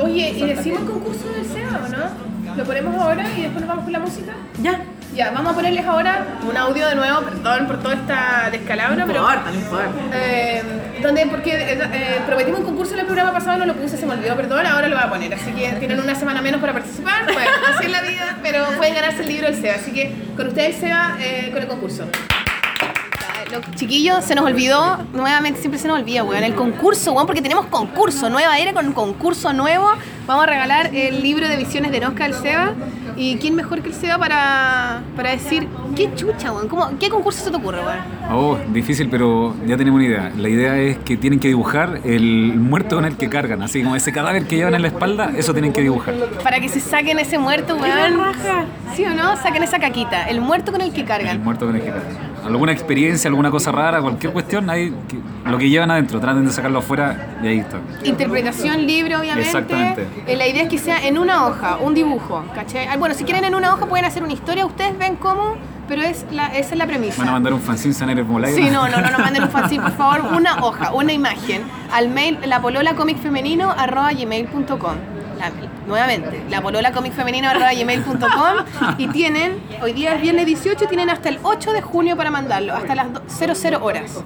C: Oye, ¿y decimos el concurso del SEA o no? ¿Lo ponemos ahora y después nos vamos con la música?
H: Ya,
C: Ya, vamos a ponerles ahora un audio de nuevo, perdón por toda esta descalabra,
H: no
C: pero
H: importa, no importa.
C: Eh, donde, porque eh, eh, prometimos un concurso en el programa pasado, no lo puse, se me olvidó, perdón, ahora lo voy a poner. Así que tienen una semana menos para participar, bueno, así es la vida, pero pueden ganarse el libro del SEBA. Así que con ustedes, el SEBA, eh, con el concurso. Los Eh, chiquillos, se nos olvidó, nuevamente siempre se nos olvida, weón, el concurso, weón, porque tenemos concurso, nueva era con concurso nuevo. Vamos a regalar el libro de visiones de Nosca al Seba. ¿Y quién mejor que el Seba para, para decir qué chucha, weón? ¿Cómo- ¿Qué concurso se te ocurre, weón?
I: Oh, difícil, pero ya tenemos una idea. La idea es que tienen que dibujar el muerto con el que cargan, así como ese cadáver que llevan en la espalda, eso tienen que dibujar.
C: Para que se saquen ese muerto, weón. ¿Sí o no? Saquen esa caquita, el muerto con el que
I: El
C: cargan.
I: muerto con el que cargan. Alguna experiencia, alguna cosa rara, cualquier cuestión, ahí que- lo que llevan adentro, traten de sacarlo afuera y ahí está.
C: Interpretación libre, obviamente.
I: Exactamente.
C: Eh, La idea es que sea en una hoja, un dibujo, ¿cachai? Ah, Bueno, si quieren en una hoja pueden hacer una historia, ustedes ven cómo, pero es la, esa es la premisa.
I: Van a mandar un fanzine sanero molayo.
C: Sí, no, no, no, no manden un fanzine, por favor, una hoja, una imagen, al mail lapololacomicfemenino.com. La, nuevamente, lapololacomicfemenino.com y tienen, hoy día es viernes 18, tienen hasta el 8 de junio para mandarlo, hasta las do- 00 horas.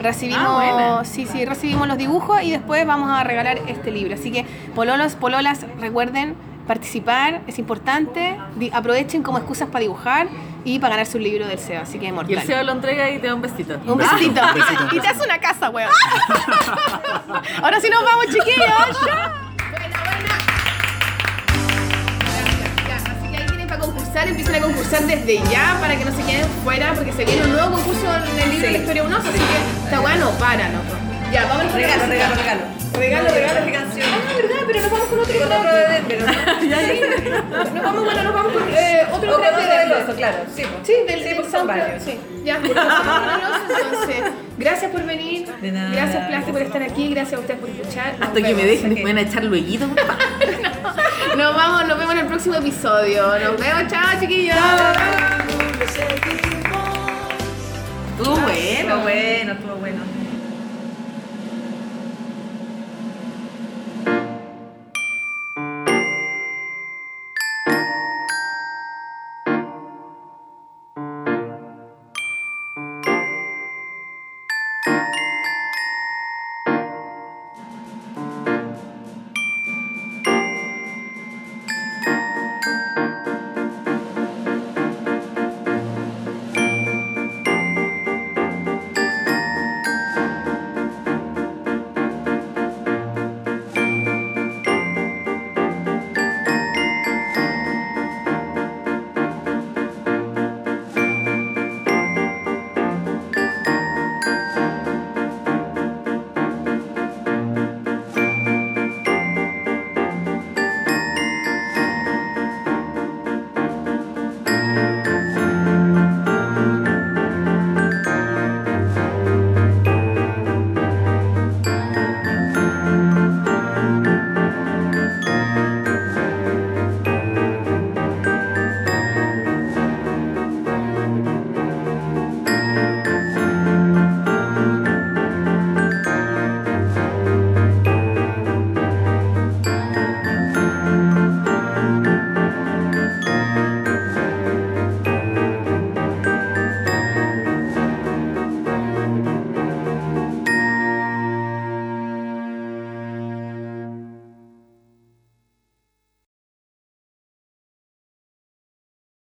C: Recibimos,
H: Ah,
C: sí, sí, recibimos los dibujos y después vamos a regalar este libro. Así que, pololos, pololas, recuerden participar, es importante, di- aprovechen como excusas para dibujar y para ganarse un libro del SEO. Así que
H: Y el
C: mortal.
H: CEO lo entrega y te da un besito.
C: Un besito. Y te hace una casa, weón. Ahora sí nos vamos, chiquillos. Ya. Buena, buena. Ya, ya. Así que ahí tienen para concursar. Empiecen a concursar desde ya para que no se queden fuera porque se viene un nuevo concurso en el libro de la historia de un oso. Así que esta weá no para, loco. Ya, vamos con
D: Regalo,
C: la música.
D: regalo, regalo.
C: Regalo, regalo.
D: ¿Qué canción?
C: Ah, verdad, pero nos vamos con otro
D: Con otro de Denver, ¿no?
C: crack. Nos vamos, bueno, nos vamos con eh, otro
D: O con
C: crack
D: otro
C: de
D: del
C: Denver.
D: oso, claro. Sí, po.
C: Sí, del, del
D: Sí, porque son
C: soundtrack,
D: varios.
C: sí. Ya, porque son numerosos, entonces. Gracias por venir. Gracias, Plasti, por estar aquí. Gracias a ustedes por escuchar. Nos
H: Hasta que me
C: vemos,
H: dejen,
C: ok.
H: me van a echar lueguito.
C: Nos vamos, nos vemos en el próximo episodio. Nos vemos, chao, chiquillos.
H: Estuvo bueno.
D: Estuvo bueno, estuvo bueno.